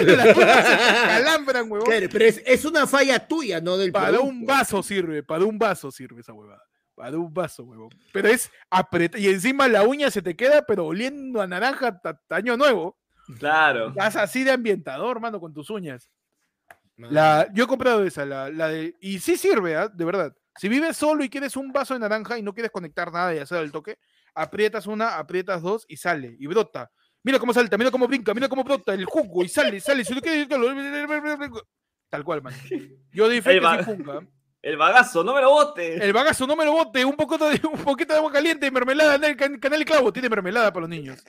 yemas se acalambran, huevón. Claro, pero es, es una falla tuya, no del Para producto. un vaso sirve, para un vaso sirve esa huevada. Para un vaso, huevón. Pero es apretar. Y encima la uña se te queda, pero oliendo a naranja ta- año nuevo. Claro. Vas así de ambientador, mano, con tus uñas. La, yo he comprado esa, la, la de. Y sí sirve, ¿ah? de verdad. Si vives solo y quieres un vaso de naranja y no quieres conectar nada y hacer el toque, aprietas una, aprietas dos y sale, y brota. Mira cómo salta, mira cómo brinca, mira cómo brota el jugo y sale, sale. Si no quieres, tal cual, man. Yo di fe El que sí va- funga. El bagazo, no me lo botes. El bagazo no me lo bote, un poquito de, un poquito de agua caliente, mermelada, en el can- canal de clavo, tiene mermelada para los niños.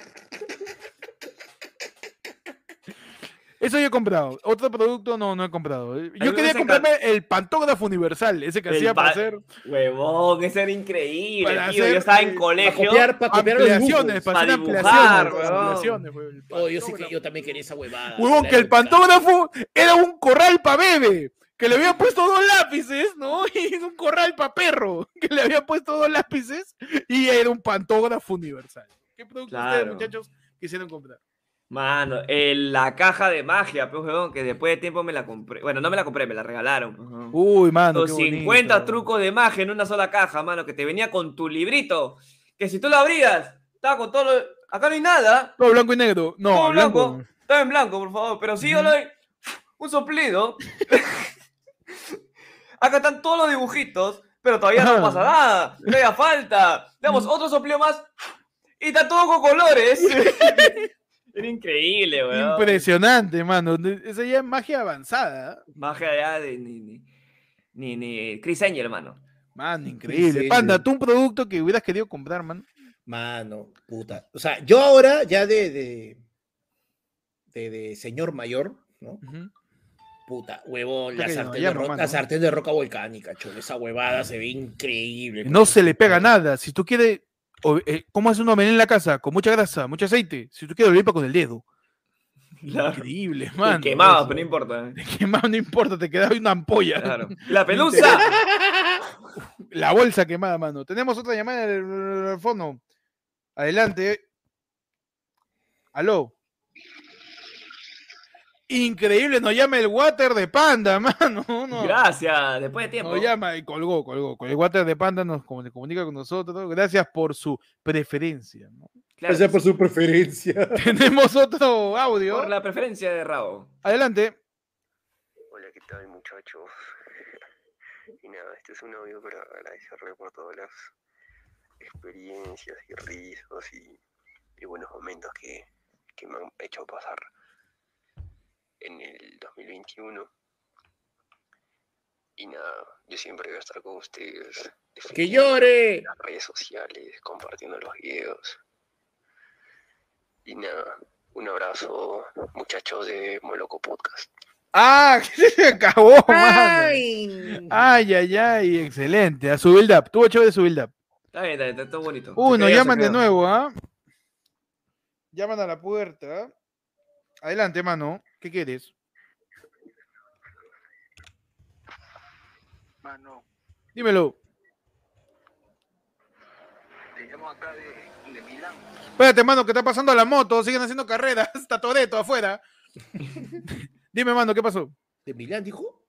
Eso yo he comprado. Otro producto no, no he comprado. Yo uno quería se comprarme el pantógrafo universal, ese que El hacía para pa- hacer Huevón, eso era increíble, Para tío. hacer- Yo estaba en para Para colegio. copiar, para copiar los ampliaciones, dibujos. para hacer para dibujar, ampliaciones. huevón. ampliaciones, huevón, el Oh, yo sí que pantógrafo. yo también quería esa huevada. Huevón, que el pantógrafo era un corral para bebé. Que le habían puesto dos lápices, ¿no? Y un corral para perro. Que le habían puesto dos lápices. Y era un pantógrafo universal. ¿Qué producto ustedes, Claro. muchachos, quisieron comprar? Mano, el- la caja de magia, pues, huevón, que después de tiempo me la compré. Bueno, no me la compré, me la regalaron. pues, huevón. Uy, mano. Los 50 trucos de magia en una sola caja, mano, que te venía con tu librito. Que si tú lo abrías, estaba con todo lo... Acá no hay nada. Todo blanco y negro. No, todo blanco. blanco. Todo en blanco, por favor. Pero sí, yo le doy un soplido. Acá están todos los dibujitos, pero todavía no Ajá. pasa nada. Todavía falta. Le Mm. damos otro soplido más. Y está todo con colores. Era increíble, weón. Impresionante, mano. Esa ya es magia avanzada. ¿eh? Magia allá de ni, ni, ni, ni Chris Angel, hermano. Mano, increíble. sí, Panda, sí. tú un producto que hubieras querido comprar, mano. Mano, puta. O sea, yo ahora ya de, de, de, de señor mayor, ¿no? Ujú. Puta, huevón, la Pequeño, sartén, ya, de ro- mano. la sartén de roca volcánica, chulo. Esa huevada se ve increíble. No pues. se le pega nada. Si tú quieres. o- eh, ¿Cómo hace un omelette en la casa? Con mucha grasa, mucho aceite. Si tú quieres, lo lipa con el dedo. Claro. Increíble, Y mano. quemado, eso. pero no importa. eh. Te quemaba, no importa, te quedaba una ampolla. Claro. La pelusa. La bolsa quemada, mano. Tenemos otra llamada en el- en el fondo. Adelante. Aló. Increíble, nos llama el water de panda, mano. No. Gracias. Después de tiempo. Nos llama y colgó, colgó. El water de panda nos comu- se comunica con nosotros. Gracias por su preferencia. ¿no? Claro, por su preferencia. Tenemos otro audio. Por la preferencia de Rabo. Adelante. Hola, ¿qué tal muchachos? Y nada, este es un audio para agradecerle por todas las experiencias y risas y, y buenos momentos que, que me han hecho pasar en el 2021. Y nada, yo siempre voy a estar con ustedes. ¡Que defendiendo llore! las redes sociales, compartiendo los videos. Y nada, un abrazo muchachos de Moloco Podcast. Ah, se acabó, mano. Ay. Ay, ay, ay, excelente. A su build up. Tuvo chévere su build up. Está bien, está bien, está todo bonito. Uy, Se nos creó, se llaman de creó. nuevo, ¿ah? Llaman a la puerta. ¿ah? Adelante, mano. ¿Qué quieres? Mano, Dímelo. te llamo acá de, de Milán. Espérate, mano, que está pasando a la moto. Siguen haciendo carreras. Está Toreto afuera. Dime, mano, ¿qué pasó? ¿De Milán dijo?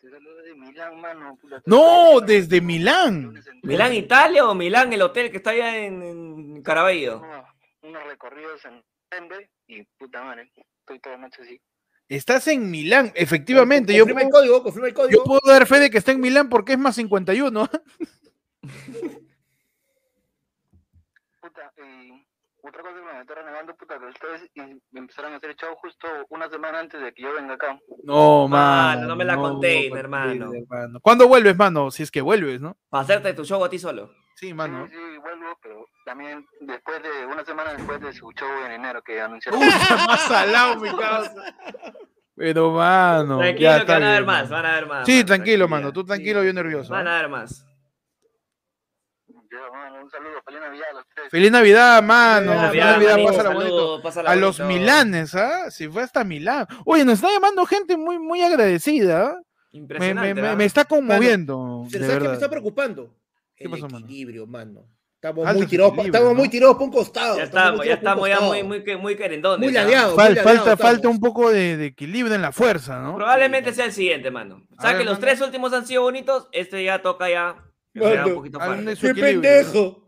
Te saludo de Milán, mano. puta, te- No, desde Milán. ¿Milán, Italia o Milán, el hotel que está allá en, en Caraballo? Unos- Unos recorridos en Denver y puta madre. Estoy toda noche así. Estás en Milán, efectivamente. Yo Confirma el puedo, código, confirma el código. yo puedo dar fe de que está en Milán porque es más 51. ¿ah? Puta, eh, otra cosa que me está renegando, puta, que ustedes eh, empezaron a hacer show justo una semana antes de que yo venga acá. No, Mano, mano. no me la conté, hermano. hermano. ¿Cuándo vuelves, mano? Si es que vuelves, ¿no? Para hacerte tu show a ti solo. Sí, mano. Sí, sí, vuelvo, pero también después de, una semana después de su show en enero que anunciaron. Puta, más salado, mi causa. Pero, mano. Tranquilo, ya que está van a ver bien, más, mano. van a ver más. Sí, mano, tranquilo, tranquila. mano. Tú tranquilo, yo nervioso. Van ¿eh? a ver más. Ya, bueno, un saludo, feliz Navidad a ustedes. Feliz Navidad, mano. Navidad, Feliz Navidad, manito, pásala saludos, bonito. pásala A los bonito. Milanes, ¿ah? Si fue hasta Milán. Oye, nos está llamando gente muy, muy agradecida. ¿ah? Me, me- Impresionante. me- ¿ah? me está conmoviendo. de Pero ¿sabes qué me verdad. está preocupando? ¿Qué El pasó, mano? equilibrio, mano. Estamos Falta muy el tirados, pa- equilibrio, estamos ¿no? muy tirados por un costado. Ya estamos, muy ya tirados estamos por un ya muy, costado. muy, que- muy querendones. Muy ¿ah? Fal- ladeados, muy falta, ladeados falta, estamos. un poco de, de equilibrio en la fuerza, ¿no? Probablemente sea el siguiente, mano. O A sea ver, que los mano. tres últimos han sido bonitos, este ya toca ya. que Mano, sea un poquito al- fuerte. su ¡Qué equilibrio. pendejo!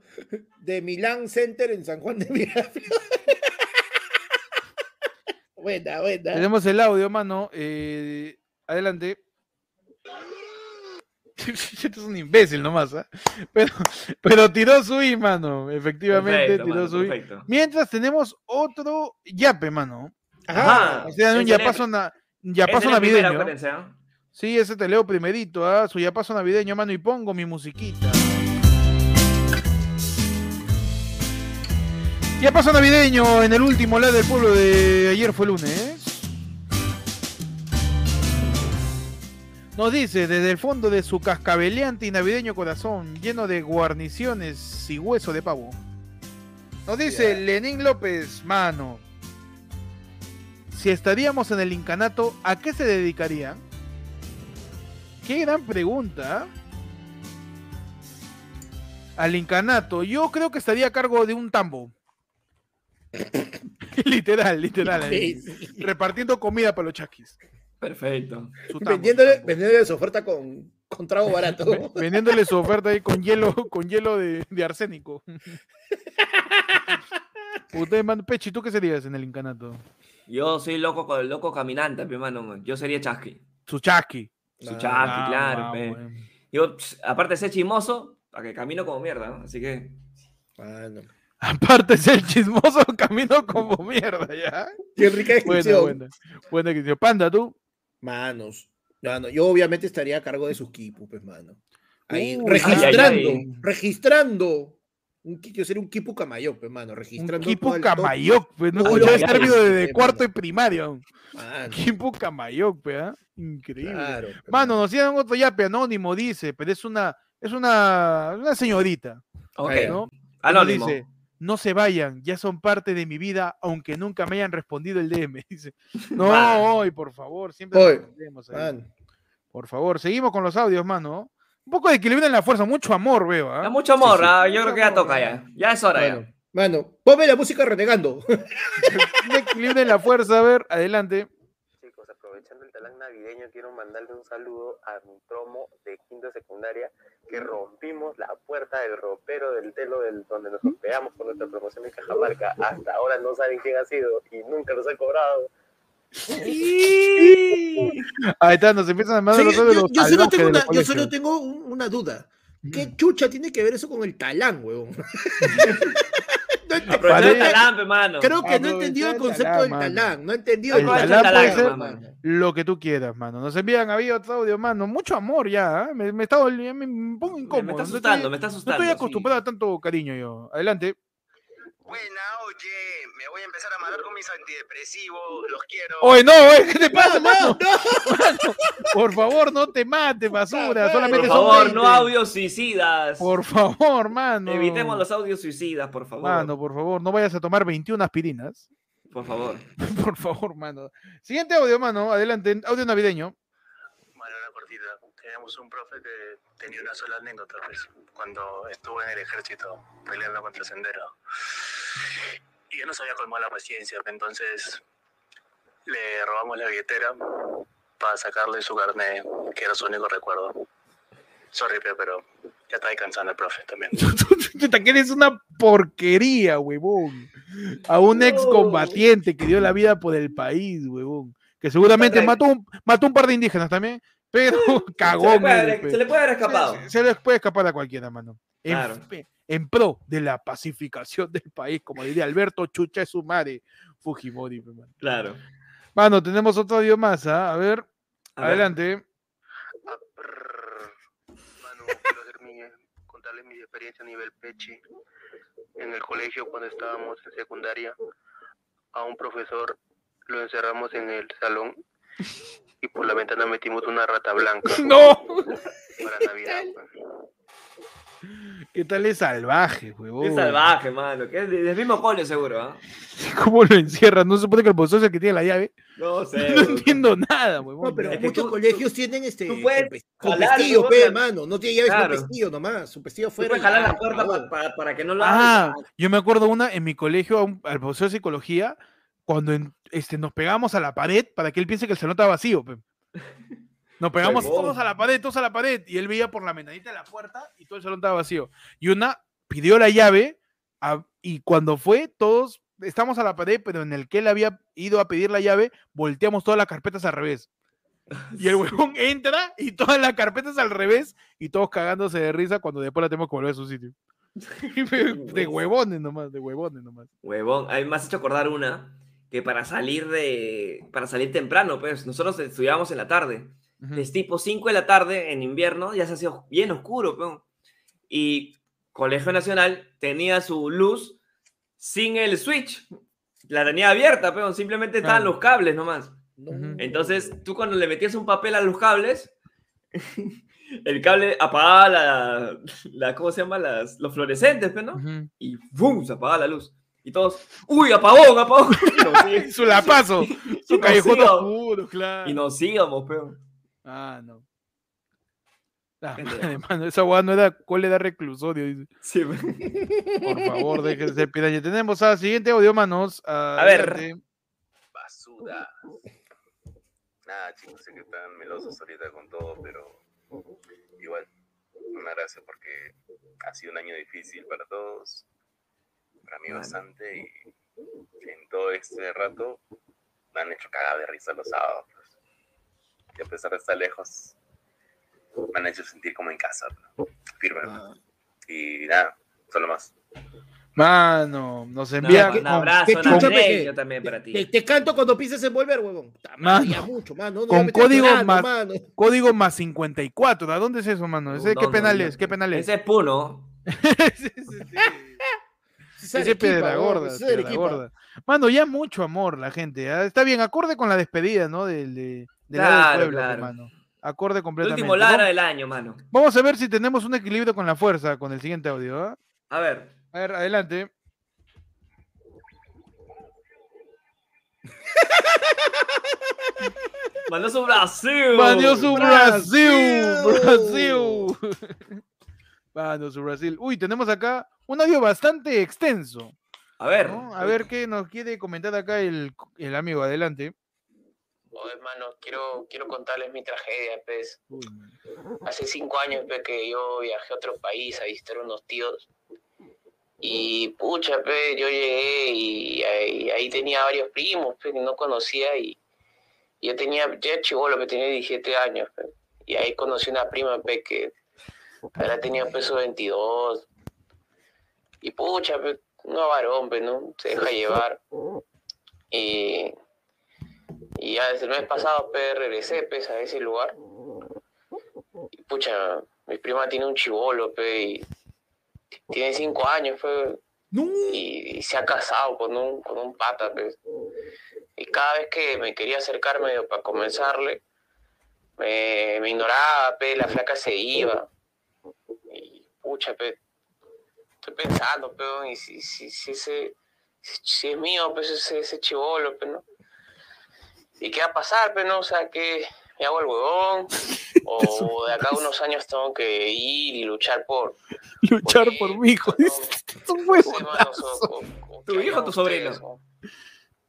De Milán Center en San Juan de Miraflores. buena, buena. Tenemos el audio, mano. eh, adelante. Este es un imbécil nomás, ¿ah? Pero, pero tiró su I, mano. Efectivamente, Perfecto, tiró mano, su I. perfecto. Mientras tenemos otro yape, mano. Ajá. Ajá. O sea, un Ese era- yapazo, na- yapazo Ese era el primero, navideño. ¿no? acuérdense, ¿ah? Sí, ese te leo primerito, ¿ah? Su yapazo navideño, mano, y pongo mi musiquita. Yapazo navideño en el último la del pueblo de ayer fue lunes. Nos dice desde el fondo de su cascabeleante y navideño corazón, lleno de guarniciones y hueso de pavo. Nos dice Lenín López, mano. Si estaríamos en el incanato, ¿a qué se dedicarían? Qué gran pregunta. Al incanato, yo creo que estaría a cargo de un tambo. literal, literal. ahí. Sí, sí. Repartiendo comida para los chaquis. Perfecto. Su tambo, su Vendiéndole, tambo. vendiéndole su oferta con, con trago barato. Vendiéndole su oferta ahí con hielo, con hielo de, de arsénico. Usted, man, Pechi, ¿tú qué serías en el incanato? Yo soy loco con el loco caminante, mi hermano. Yo sería chasqui. Su chasqui. Su Ah, chasqui, claro. Ah, pe. bueno. Yo, ps, aparte de ser chismoso, para que camino como mierda, ¿no? Así que. Mano. Aparte es el chismoso camino como mierda, ¿ya? Qué rica Buena, descripción. buena. Buena descripción. Panda, tú. Manos. Mano, yo obviamente estaría a cargo de sus quipus, pues, mano. Ahí, Uy, registrando, Uh, ay, ay, ay. registrando. Un, qui- yo sería un quipu camayo, pues, mano. Un Registrando. todo Kipu el- Camayoc, pues, no todo escuchaba lo ese que término hace, desde pe, cuarto y mano. primaria. aún. Mano, Kipu Camayoc, pues, ¿ah? Increíble. claro, pues, Mano, nos hicieron otro yape anónimo, dice, pero es una, es una, una señorita, Ok. Ahí, ¿no? Anónimo. Dice, no se vayan, ya son parte de mi vida, aunque nunca me hayan respondido el DM. Dice, Mano. no, hoy, por favor, siempre nos Hoy, respondemos ahí. mano. Por favor, seguimos con los audios, mano. Un poco de equilibrio en la fuerza, mucho amor, veo. ¿ah? Da mucho amor, Sí, sí. ¿ah? yo creo que ya Mucho amor, toca ya. Ya es hora Mano, mano, ponme la música renegando. Un equilibrio en la fuerza, a ver, adelante. Chicos, aprovechando el talán navideño, quiero mandarle un saludo a mi promo de quinto secundaria que rompimos la puerta del ropero del telo del donde nos hospedamos por nuestra promoción en Cajamarca. Hasta ahora no saben quién ha sido y nunca los han cobrado. ya. Ahí está, nos empiezan a mandar Sí, Ah, los yo, audios de yo los solo talojes tengo, de los una, yo solo colegios. tengo un- una duda. ¿Qué chucha tiene que ver eso con el talán, huevón? No ent- Aprovechar el Parece- talampe, mano. Creo que no he entendido Aprovechar el el concepto talán, del mano. talán. No he entendido El talán puede mano. ser- mano. Lo que tú quieras, mano. Nos envían había otro audio, mano. Mucho amor ya. ¿ah? Me, me está doli- me- me pongo incómodo. Me No está estoy- asustando, me está No asustando. estoy sí. acostumbrado a tanto cariño yo. Adelante. Buena, oye, me voy a empezar a matar con mis antidepresivos, los quiero. Oye, no, oye, ¿qué te No, pasa, no, mano? no. Por favor, no te mates, basura. madre. Solamente Por son favor, no 20. audios suicidas. Por favor, mano. Evitemos los audios suicidas, por favor. Mano, por favor, Ah, no vayas a tomar 21 aspirinas. Por favor. Por favor, mano. Siguiente audio, mano. Adelante. Audio navideño. Bueno, una cortita. Teníamos un profe que tenía una sola anécdota, pues, cuando estuvo en el ejército peleando contra Sendero. Y ya nos había colmado la paciencia, pues, entonces le robamos la billetera para sacarle su carnet, que era su único recuerdo. Sorry, pe, pero ya está descansando el profe también. Chuta, que eres una porquería, huevón. A un No. excombatiente que dio la vida por el país, huevón. Que seguramente Puta, mató un, mató un par de indígenas también, pero se, le cagón. puede, eres, haber- pe. se le puede haber escapado. Se- se- se les puede escapar a cualquiera, mano. En, Claro. fe- en pro de la pacificación del país, como diría Alberto Chucha es su madre, Fujimori, pe, mano. Claro. Mano, tenemos otro audio más, ¿ah? a ver, A ver. adelante. Manu, quiero hacer mi, contarles mi experiencia a nivel pechi. En el colegio, cuando estábamos en secundaria, a un profesor lo encerramos en el salón y por la ventana metimos una rata blanca. No. Para Navidad. pues. ¿Qué tal es salvaje, huevón? Qué salvaje, mano. Que es de- del mismo cole, seguro, ¿ah? ¿Cómo lo encierran? No se supone que el profesor es el que tiene la llave. No sé. No huevón. entiendo nada, huevón. No, pero Es que muchos tú- colegios tienen este. tú puedes con pe- con jalar, pestillo, ¿no? pe, hermano. No tiene llaves Claro. con pestillo nomás. Su pestillo Tú fuera. puedes y- jalar ah, la puerta huevón. pa- pa- para que no lo Ah, hagas. yo me acuerdo una en mi colegio, a un- al profesor de psicología, cuando en- este, nos pegamos a la pared para que él piense que el salón estaba vacío. pe. Nos pegamos Huevón. todos a la pared, todos a la pared. Y él veía por la ventanita de la puerta y todo el salón estaba vacío. Y una pidió la llave a- y cuando fue, todos estamos a la pared, pero en el que él había ido a pedir la llave, volteamos todas las carpetas al revés. Y el huevón entra y todas las carpetas al revés y todos cagándose de risa cuando después la tenemos que volver a su sitio. de Pues. huevones nomás, de huevones nomás. Huevón, a mí me has hecho acordar una que para salir de para salir temprano, pues nosotros estudiábamos en la tarde. Es tipo 5 de la tarde en invierno, ya se hacía os- bien oscuro, peón. Y Colegio Nacional tenía su luz sin el switch. La tenía abierta, peón, simplemente estaban Claro. los cables nomás. No. Ujú. Entonces, tú cuando le metías un papel a los cables, el cable apagaba la, la ¿cómo se llama? Las, los fluorescentes, pues, ¿no? Ujú. y ¡boom! se apagaba la luz. Y todos, ¡uy, apagón, apagón! Y nos, Y sí- Su lapazo, y su nos callejón íbamos- oscuro, claro. y nos íbamos, peón. Ah, no. La Gente, madre, Ah, mano, esa guada no era cole da reclusorio. dice. Sí, peón. Por favor, déjense ser piraña. Tenemos a siguiente audio, manos. A ver. Basura. Nada, chicos, sé que están melosos ahorita con todo, pero igual, una gracia porque ha sido un año difícil para todos, para mí bastante, y en todo este rato me han hecho cagar de risa los sábados. pues. Y a pesar de estar lejos, me han hecho sentir como en casa, ¿no? firme. Ah. Y nada, solo más. Mano, nos No, envía. un no, abrazo, qué un chucha, abrazo pe- también para Te, ti. te canto cuando pienses en volver, huevón. Puta madre, Mano. ya mucho, mano. No Con me metas códigos llorando, más- mano. Código más 54. ¿A dónde es eso, mano? ¿Ese, No, ¿Qué no, penal no. es? ¿Qué penal es? Ese es Puno. Ese- ese- ese- Esa Ese Arequipa, piedra huevón, gorda, esa piedra Arequipa. gorda. Mano, ya mucho amor la gente. ¿ah? Está bien, acorde con la despedida, ¿no? Del, de, del lado del Claro, pueblo, claro. hermano. Acorde El completamente. último Lara Vam- del año, mano. Vamos a ver si tenemos un equilibrio con la fuerza con el siguiente audio. ¿ah? A ver. A ver, adelante. Mandó su Brasil. Mandó su Brasil. Brasil. Brasil. Mandó su Brasil. Uy, tenemos acá un audio bastante extenso. A ver. ¿no? A ver qué nos quiere comentar acá el, el amigo. Adelante. Oh, hermano, quiero, quiero contarles mi tragedia, pues. Hace cinco años, pues, que yo viajé a otro país a visitar unos tíos. Y, pucha, pues, yo llegué y ahí, ahí tenía varios primos, pues, que no conocía. Y yo tenía, ya era chivolo, que tenía 17 años, pues. Y ahí conocí una prima, pues, que ahora tenía peso 22. Y, pucha, pues, no varón, pues, ¿no? Se deja llevar. Y... Y ya desde el mes pasado pe, regresé pues, a ese lugar. Y pucha, mi prima tiene un chivolo, pe, y tiene cinco años, pe, No. y, y se ha casado con un, con un pata, pues. Y cada vez que me quería acercarme para comenzarle, me, me ignoraba, pe, la flaca se iba. Y pucha, pe, estoy pensando, pe, y si, si, si ese, si es mío, pues ese, ese chivolo, pe, ¿no? ¿Y qué va a pasar, pe, no? O sea, que me hago el huevón, o de acá a unos años tengo que ir y luchar por... Luchar por él, mi hijo. ¿no? Esto fue Sí, mano, so- o- o- ¿Tu que hijo o tu ustedes, sobrino? o-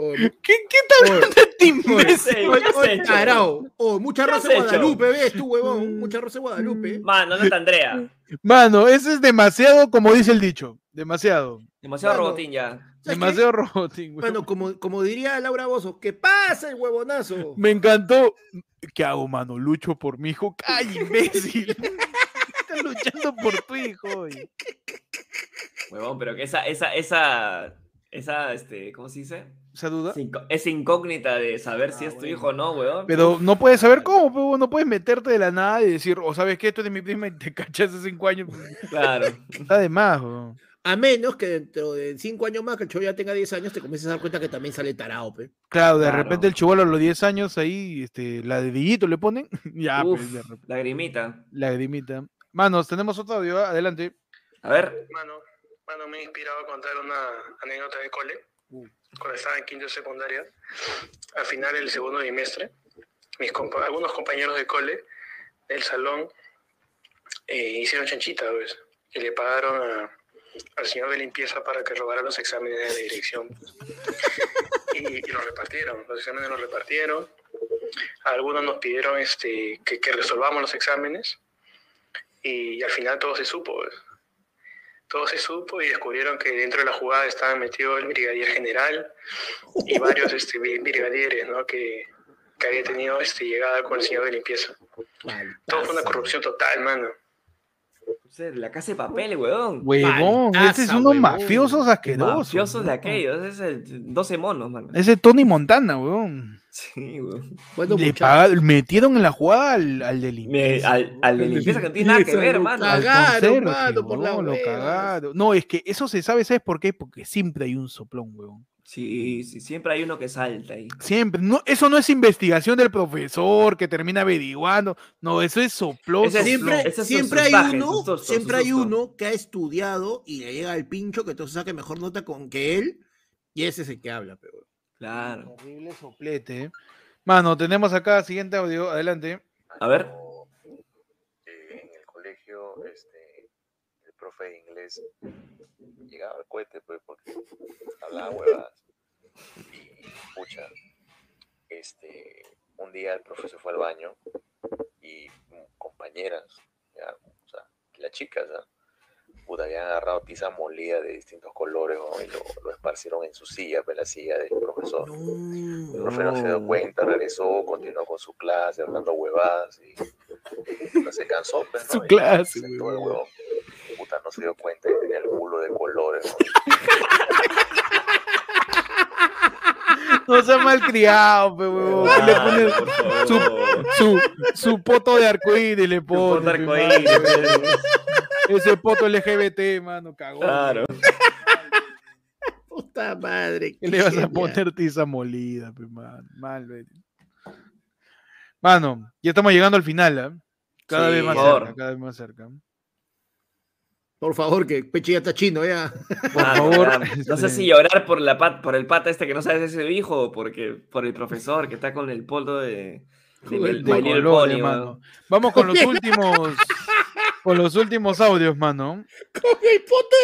Oh, ¿Qué, ¿Qué tal este imbécil? Sí, Oye, ¿qué has oye, hecho? tarao. Oh, mucha ¿Qué rosa has de hecho? Guadalupe, ves tú, Mm. huevón. Mucha rosa de Guadalupe. Mano, no está Andrea. Mano, ese es demasiado, como dice el dicho. Demasiado. Demasiado Mano. robotín ya. ¿Sabes qué? Demasiado robotín, güey. Mano, como, como diría Laura Bozo, que pasa el huevonazo. Me encantó. ¿Qué hago, mano? Lucho por mi hijo. ¡Ay, imbécil! Estás luchando por tu hijo. güey. Huevón, pero que esa, esa, esa, esa, este, ¿cómo se dice? ¿Esa duda? Esa inco- Esa incógnita de saber si Ah, es tu bueno. hijo o no, huevón. Pero no puedes saber cómo, pero no puedes meterte de la "Oh, nada y decir, o sabes que esto es de mi prima y te cachas hace cinco años. Claro. Está de más, güey. A menos que dentro de cinco años más, que el cholo ya tenga 10 años, te comiences a dar cuenta que también sale tarao, pe. Claro, de Claro. repente el chivolo a los 10 años ahí, este, la de Dillito le ponen. ya, Uf, pues, de repente. lagrimita. Lagrimita. Manos, tenemos otro audio, ¿ah? adelante. A ver, Mano, mano, me he inspirado a contar una anécdota de cole. Cuando estaba en quinto de secundaria, al final del segundo bimestre, mis compa- algunos compañeros de cole del salón eh, hicieron chanchita, pues, y le pagaron a- al señor de limpieza para que robara los exámenes de dirección. pues. Y, y los repartieron, los exámenes los repartieron. Algunos nos pidieron este, que, que resolvamos los exámenes y, al final todo se supo. pues. Todo se supo y descubrieron que dentro de la jugada estaban metido el brigadier general y varios este, bi- brigadieres ¿no? que, que había tenido este, llegada con el señor de limpieza. Todo fue una corrupción total, mano. la casa de papel, weón. Huevón, este es Paltaza, uno huevón. mafiosos asquerosos. Mafiosos de ¿no? aquellos, es el 12 monos, mano. Ese Tony Montana, weón. Sí, weón. Bueno, Le muchachos, pagaron- metieron en la jugada al, al del Me- al, al de limpieza que no tiene nada que ver, mano. Al- Cagaron, mano, por las lo huevas. cagaron. No, es que eso se sabe, ¿sabes por qué? Porque siempre hay un soplón, weón. Sí, sí, siempre hay uno que salta ahí. Siempre. No, eso no es investigación del profesor que termina averiguando. No, eso es soplón. Ese es- soplón. ese siempre, es su siempre hay sustaje, uno, su susto, siempre su hay susto. uno que ha estudiado y le llega el pincho que entonces saque mejor nota con que él y ese es el que habla, pe, weón. Claro. Horrible soplete. eh. Mano, tenemos acá siguiente audio. Adelante. A ver. Yo, eh, en el colegio, este, el profe de inglés llegaba al cohete, pues, porque hablaba huevadas. Y, pucha, este, un día el profe se fue al baño y mm, compañeras, ya, o sea, las chicas, ¿ah? puta, habían agarrado tiza molida de distintos colores ¿no? y lo, lo esparcieron en su silla, pues, la silla del profesor. El No. profe no se dio No. cuenta, regresó, continuó con su clase, hablando huevadas y puta, se cansó. Pues, Su ¿no? Y clase, se sentó el huevón. huevón. Puta, no se dio cuenta y tenía el culo de colores. ¿no? No sea malcriado, pe, huevón. que Ah, le Claro, pones Ah, por favor. su, su poto de arcoíris le Por pone. pe, mano. arcoíris, weón. Ese poto LGBT, mano, cagón. Claro. Puta madre. ¿Qué le vas a genial. poner tiza molida, pe, man? Mal, ve. Mano, ya estamos llegando al final, ¿ah? Cada Sí, vez más por favor. cerca, cada vez más cerca. Por favor, que Peche ya está chino, ya. Por Ah, favor. caramba. No sé este, si llorar por, la pat- por el pata este que no sabe si es su hijo o porque, por el profesor que está con el polvo de, de, Con Mil- el de My Little color, Pony, hermano. weón. Vamos con los últimos. Con los últimos audios, mano. Con el poto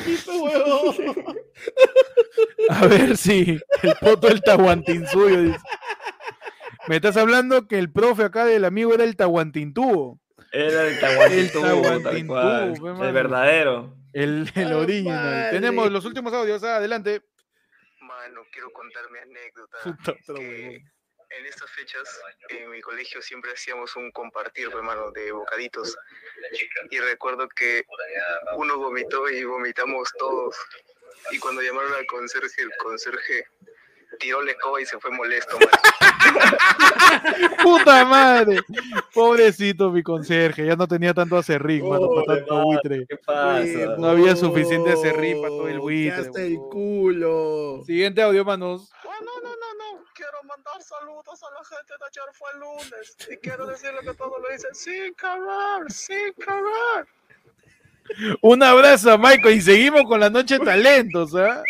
de My Little Pony, pe, huevón. A ver si el poto del Tahuantinsuyo. dice. Me estás hablando que el profe acá del amigo era el Tahuantintúo. Era el Tahuantintú, El tal Tahuantintú, cual. pe, El mano. verdadero. El, el Ah, original. madre. Tenemos los últimos audios. ah, Adelante. Mano, quiero contar mi anécdota. Puta, otro que huevón. en estas fechas, en mi colegio siempre hacíamos un compartir, hermano, de bocaditos. Y recuerdo que uno vomitó y vomitamos todos. Y cuando llamaron al conserje, el conserje tiró la escoba y se fue molesto, mano. Puta madre. Pobrecito mi conserje. Ya no tenía tanto acerrín, mano, para Pobre tanto madre. buitre. ¿Qué pasa? No había suficiente acerrín para todo el Huevón, ya buitre, hasta Oh, el huevón. culo. Siguiente audio, manos. Ah, no, no, no, no. Quiero mandar saludos a la gente de ayer fue el lunes. Y quiero decirle que todo lo dicen sin cagar, sin cagar. Un abrazo a Maiko y seguimos con la noche de talentos, ¿ah?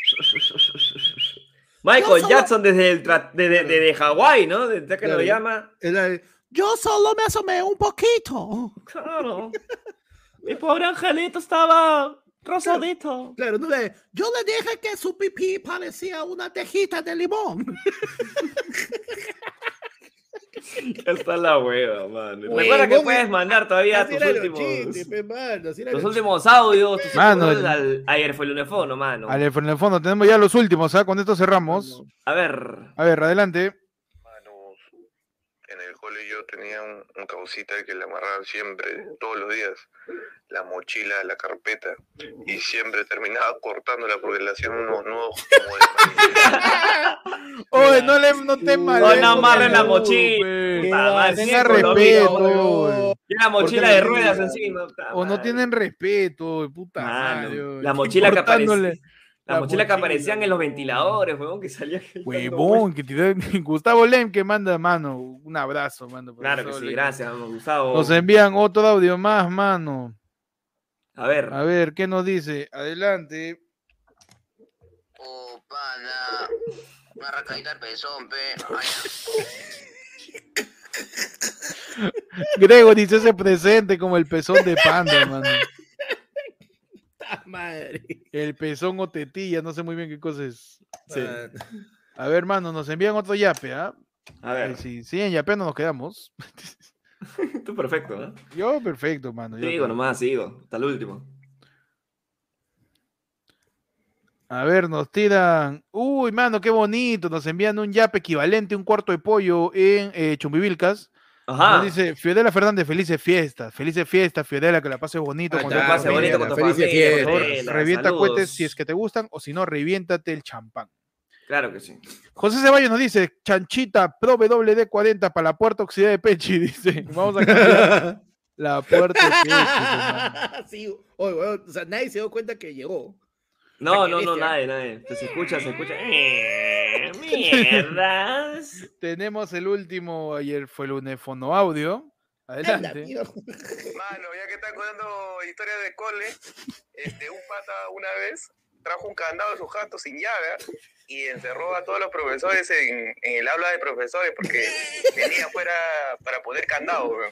Michael Yo solo- Jackson desde, el tra- de, de, de- de Hawái, ¿no? Desde que lo Claro. llama. Era el, Yo solo me asomé un poquito. Claro. Mi pobre angelito estaba rosadito. Claro, no le, yo le dije que su pipí parecía una tejita de limón. Ya está la hueva, mano. Huevón, Recuerda que eh. puedes mandar todavía Así tus eran los últimos, chistes, pe, mano, así eran tus los últimos audios. Tus Mano, últimos- el- al- ayer fue el lunefono, mano. Vale, en el fondo tenemos ya los últimos, ¿ah? Con esto cerramos. chistes. A ver. A ver, adelante. Manos. En el cole yo tenía un, un caucita que le amarraban siempre, todos los días, la mochila, a la carpeta, y siempre terminaba cortándola porque le hacían unos nudos como de maní. Oye, no, le, no te No, malees, no amarren la pe. mochila. Puta madre, Tenga sí, por lo respeto, mismo, oye. la mochila no de tiene- ruedas encima. puta O no madre. tienen respeto, puta Mano, madre, weón. la mochila que Cortándole. aparecía. La, la mochila que mochila, aparecían en los weón. ventiladores, huevón, que salía. Huevón, que te den- Gustavo Lem que manda, mano. Un abrazo, mando. Claro que sí, gracias, vamos, Gustavo. Nos envían otro audio más, mano. A ver, A ver, ¿qué nos dice? Adelante. Oh, pana. Una rascadita al pezón, pe. Ay, Gregory se hace presente como el pezón de panda, mano. Puta madre. El pezón o tetilla, no sé muy bien qué cosa es. Ah, A ver, mano, nos envían otro yape, ¿ah? a ver. Eh, Si siguen yapeando, nos quedamos. Tú perfecto, ¿no? Yo, perfecto, mano. yo Sigo perfecto. nomás, sigo. Hasta el último. A ver, nos tiran. Uy, mano, qué bonito. Nos envían un yape equivalente, un cuarto de pollo en eh, Chumbivilcas. Ajá. Nos dice Fiodela Fernández, felices fiestas. Felices fiestas, Fiodela, que la pases bonito. Ahí con está, tu pase familia. bonito con tu feliz de familia, fiesta. Por favor, Fiorella, Revienta saludos. cohetes si es que te gustan, o si no, reviéntate el champán. Claro que sí. José Ceballos nos dice, chanchita, pro WD40 para la puerta oxidada de Pechi, dice. Vamos a cambiar la puerta de Pechi, Pues, hermano. sí, oye, weón, o sea, nadie se dio cuenta que llegó. No, Puta, no, qué no, bestia. nadie, nadie. Pues se escucha, se escucha. Eh, Mierdas. Tenemos el último, ayer fue lunes, fono audio. A la Adelante. mierda. Mano, ya que están contando historias de cole, este, un pata una vez trajo un candado de su jato sin llave ¿ah? y encerró a todos los profesores en, en el aula de profesores porque tenía fuera para poner candado. weón.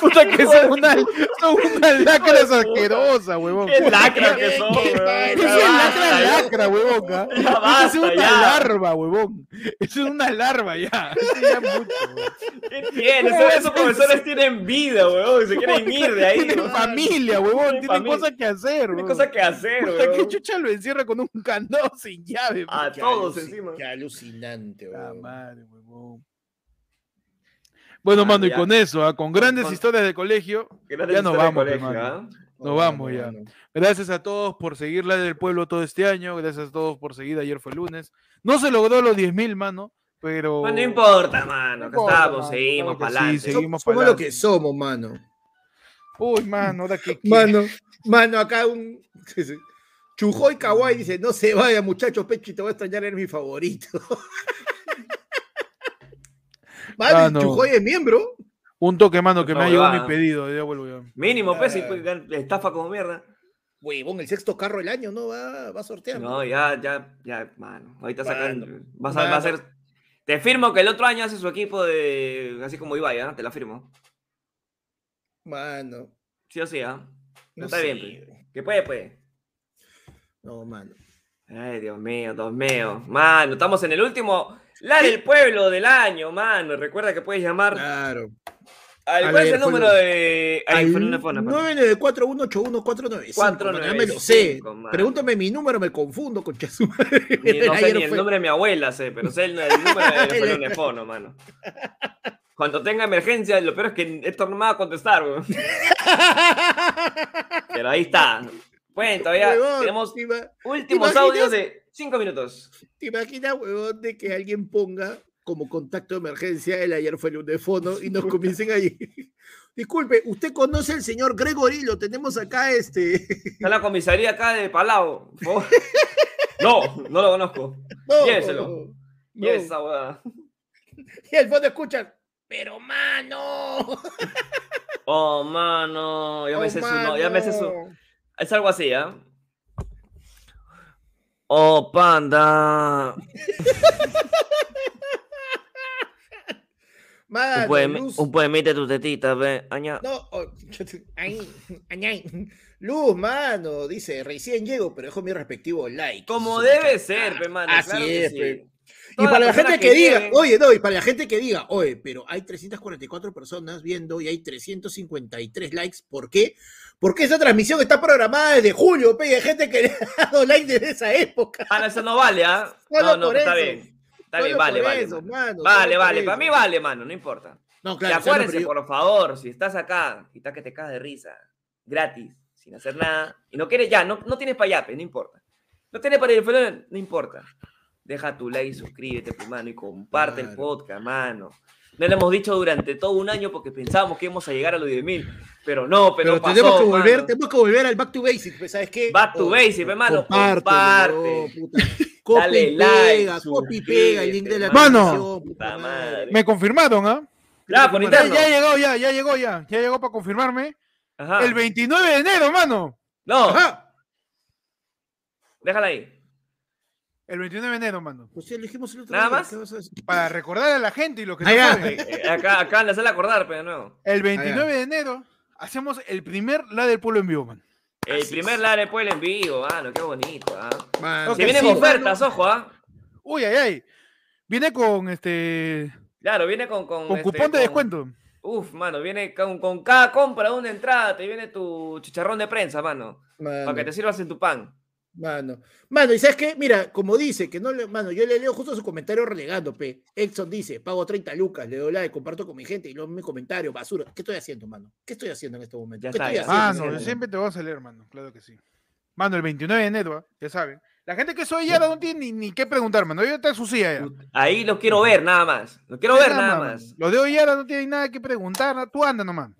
Puta que son una, son una lacras asquerosa, huevón. Qué lacra que son, Qué weón. padre. Eso Ya es basta, lacra, ya. lacra, huevón. ¿ah? Ya Eso es basta, una ya. larva, huevón. Eso es una larva, ya. Eso ya es mucho, huevón. ¿Qué tienes? Esos, esos profesores tienen vida, weón. Se quieren ir de ahí. Tienen weón. familia, huevón. Tienen Tienen familia. cosas que hacer, Tienen huevón. cosas que hacer, Ah. Puta, ¿qué weón. chucha lo encierra con un candado sin llave? A Qué todos aluci- encima. Qué alucinante, Puta weón. madre, huevón. Bueno, Mano, mano, y ya. con eso, ah, con grandes Con- historias de colegio, Grandes Ya nos historias de vamos, colegio, hermano. ¿ah? nos vamos ya. Gracias a todos por seguir la del pueblo todo este año. Gracias a todos por seguir. Ayer fue lunes. No se logró los 10.000, mano, pero. Pues no importa, mano. No Acá importa, estamos, mano, claro seguimos que para sí, adelante. seguimos. Seguimos somos pa'lante. lo que somos, mano. Uy, mano, ahora que. que- Mano, mano, acá un. Chujoy Kawaii dice: No se vaya, muchachos, Pechi, te voy a extrañar, eres mi favorito. Mano, Ah, Mano. Chujoy es miembro. Un toque, mano, que Esta me ha llegado mi huevada. pedido. Ya vuelvo ya. Mínimo, pues, si Ah. pues, gan- estafa como mierda. Huevón, el sexto carro del año, ¿no? Va, va a sortear. No, ya, ya, ya, mano. Ahorita Mano, sacan. Vas a, va a mano. ser. Te firmo que el otro año hace su equipo de. Así como Ibai, ¿ah? Te la firmo. Mano. Sí o sí, ¿ah? No Está sé. bien, pues. Que puede, puede. No, mano. Ay, Dios mío, Dios mío. Mano, estamos en el último. La del pueblo del año, mano. Recuerda que puedes llamar. Claro. al- a ¿Cuál es ver, el número Ah, pueblo. de. Ahí Al fue una forma, perdón. 994181495. mano, Ya me lo sé. 495, mano. Pregúntame mi número, me confundo con Chasu. Ni- no sé Ayer ni el fue- nombre de mi abuela, sé, pero sé el, el número de teléfono, mano. Cuando tenga emergencia, lo peor es que esto no me va a contestar, weón. Pero ahí está. Bueno, todavía Huevón, tenemos te ima- últimos imaginas? audios de 5 minutos. ¿Te imaginas, huevón, de que alguien ponga como contacto de emergencia el ayer fue el lunefono y nos comiencen ahí? Disculpe, ¿usted conoce al señor Gregory? Lo tenemos acá, este. Está la comisaría acá de Palau. por favor. No, no lo conozco. No, Lléveselo. no. Y esa huevada. Y al fondo escuchan, pero mano. Oh, mano. Ya me Oh, sé su no, ya me sé su. mano. Es algo así, ¿ah? Oh, panda. Mano, Un, poemi- Luz- un poemita de tus tetitas, ve. Aña. No, oh, ay, ay, ay. Luz, mano, dice, recién llego, pero dejo mi respectivo like. Como Su- debe ser, pe, mano. Así claro que es, sí. pe. Y Todas para la las gente personas que, diga, lleguen- oye, no, y para la gente que diga, oye, pero hay 344 personas viendo y hay 353 likes, ¿por qué? Porque esa transmisión está programada desde julio, pe, y hay gente que le ha dado like desde esa época. Ah, no, eso no vale, ¿ah? Solo No, no, por está eso. bien. Está Solo bien, vale, por vale. eso, mano. mano, solo vale, por vale. eso. Para mí vale, mano, no importa. No, Y claro, o sea, no, acuérdense, pero yo- por favor, si estás acá y estás que te cagas de risa, gratis, sin hacer nada, y no quieres ya, no, no tienes payape, no importa. No tienes para ir, pero no importa. Deja tu like, suscríbete, pues, mano, y comparte el Claro. podcast, mano. No lo hemos dicho durante todo un año porque pensábamos que íbamos a llegar a los 10.000. Pero no, pero, Pero pasó, tenemos, que volver, mano. tenemos que volver al back to basics, pues, ¿sabes qué? Back to basics, hermano. Comparte, Comparte. no, puta. Copia Dale y like, pega, copia y pega el link de la suscríbete, mano. transmisión, puta Puta madre. madre. Me confirmaron, ¿ah? Claro, por Ya, interno. ya llegó, ya, ya llegó, ya. Ya llegó para confirmarme. Ajá. El 29 de enero, mano. No, Ajá. déjala ahí. El 29 de enero, mano. Pues sí, lo dijimos el otro Nada día, más. ¿qué vas a decir? Para recordar a la gente y los que Ah, no ya. saben. Eh, Acá, acá en la sala acordar, pero no. El 29 de enero hacemos el primer La del Pueblo en vivo, mano. El primer Lara de Puebla en vivo, mano, qué bonito. ah. Mano, Ok, Se vienen sí, ofertas, ojo, ah. Uy, ay, ay. Viene con este. Claro, viene con. Con, Con este, cupón de con- descuento. Uf, mano, viene con, con cada compra de una entrada, te viene tu chicharrón de prensa, mano. mano, Para que te sirvas en tu pan. mano. Mano, y sabes qué, mira, como dice, que no le, mano, yo le leo justo su comentario relegando, pe. Exxon dice, pago 30 lucas, le doy like, comparto con mi gente y luego mi comentario, basura. ¿Qué estoy haciendo, mano? ¿Qué estoy haciendo en este momento? Ya ¿Qué está, estoy ya está. haciendo? Mano, sí, yo sí. siempre te voy a salir, hermano, claro que sí. Mano, el 29 de enero, ¿ah? ya saben. La gente que soy ya no tiene ni, ni qué preguntar, mano. Yo está en su silla ya. Ahí los quiero ver, nada más. Los quiero ver, nada más. Los de hoy ya no tienen nada que preguntar, ¿no? tú anda nomás.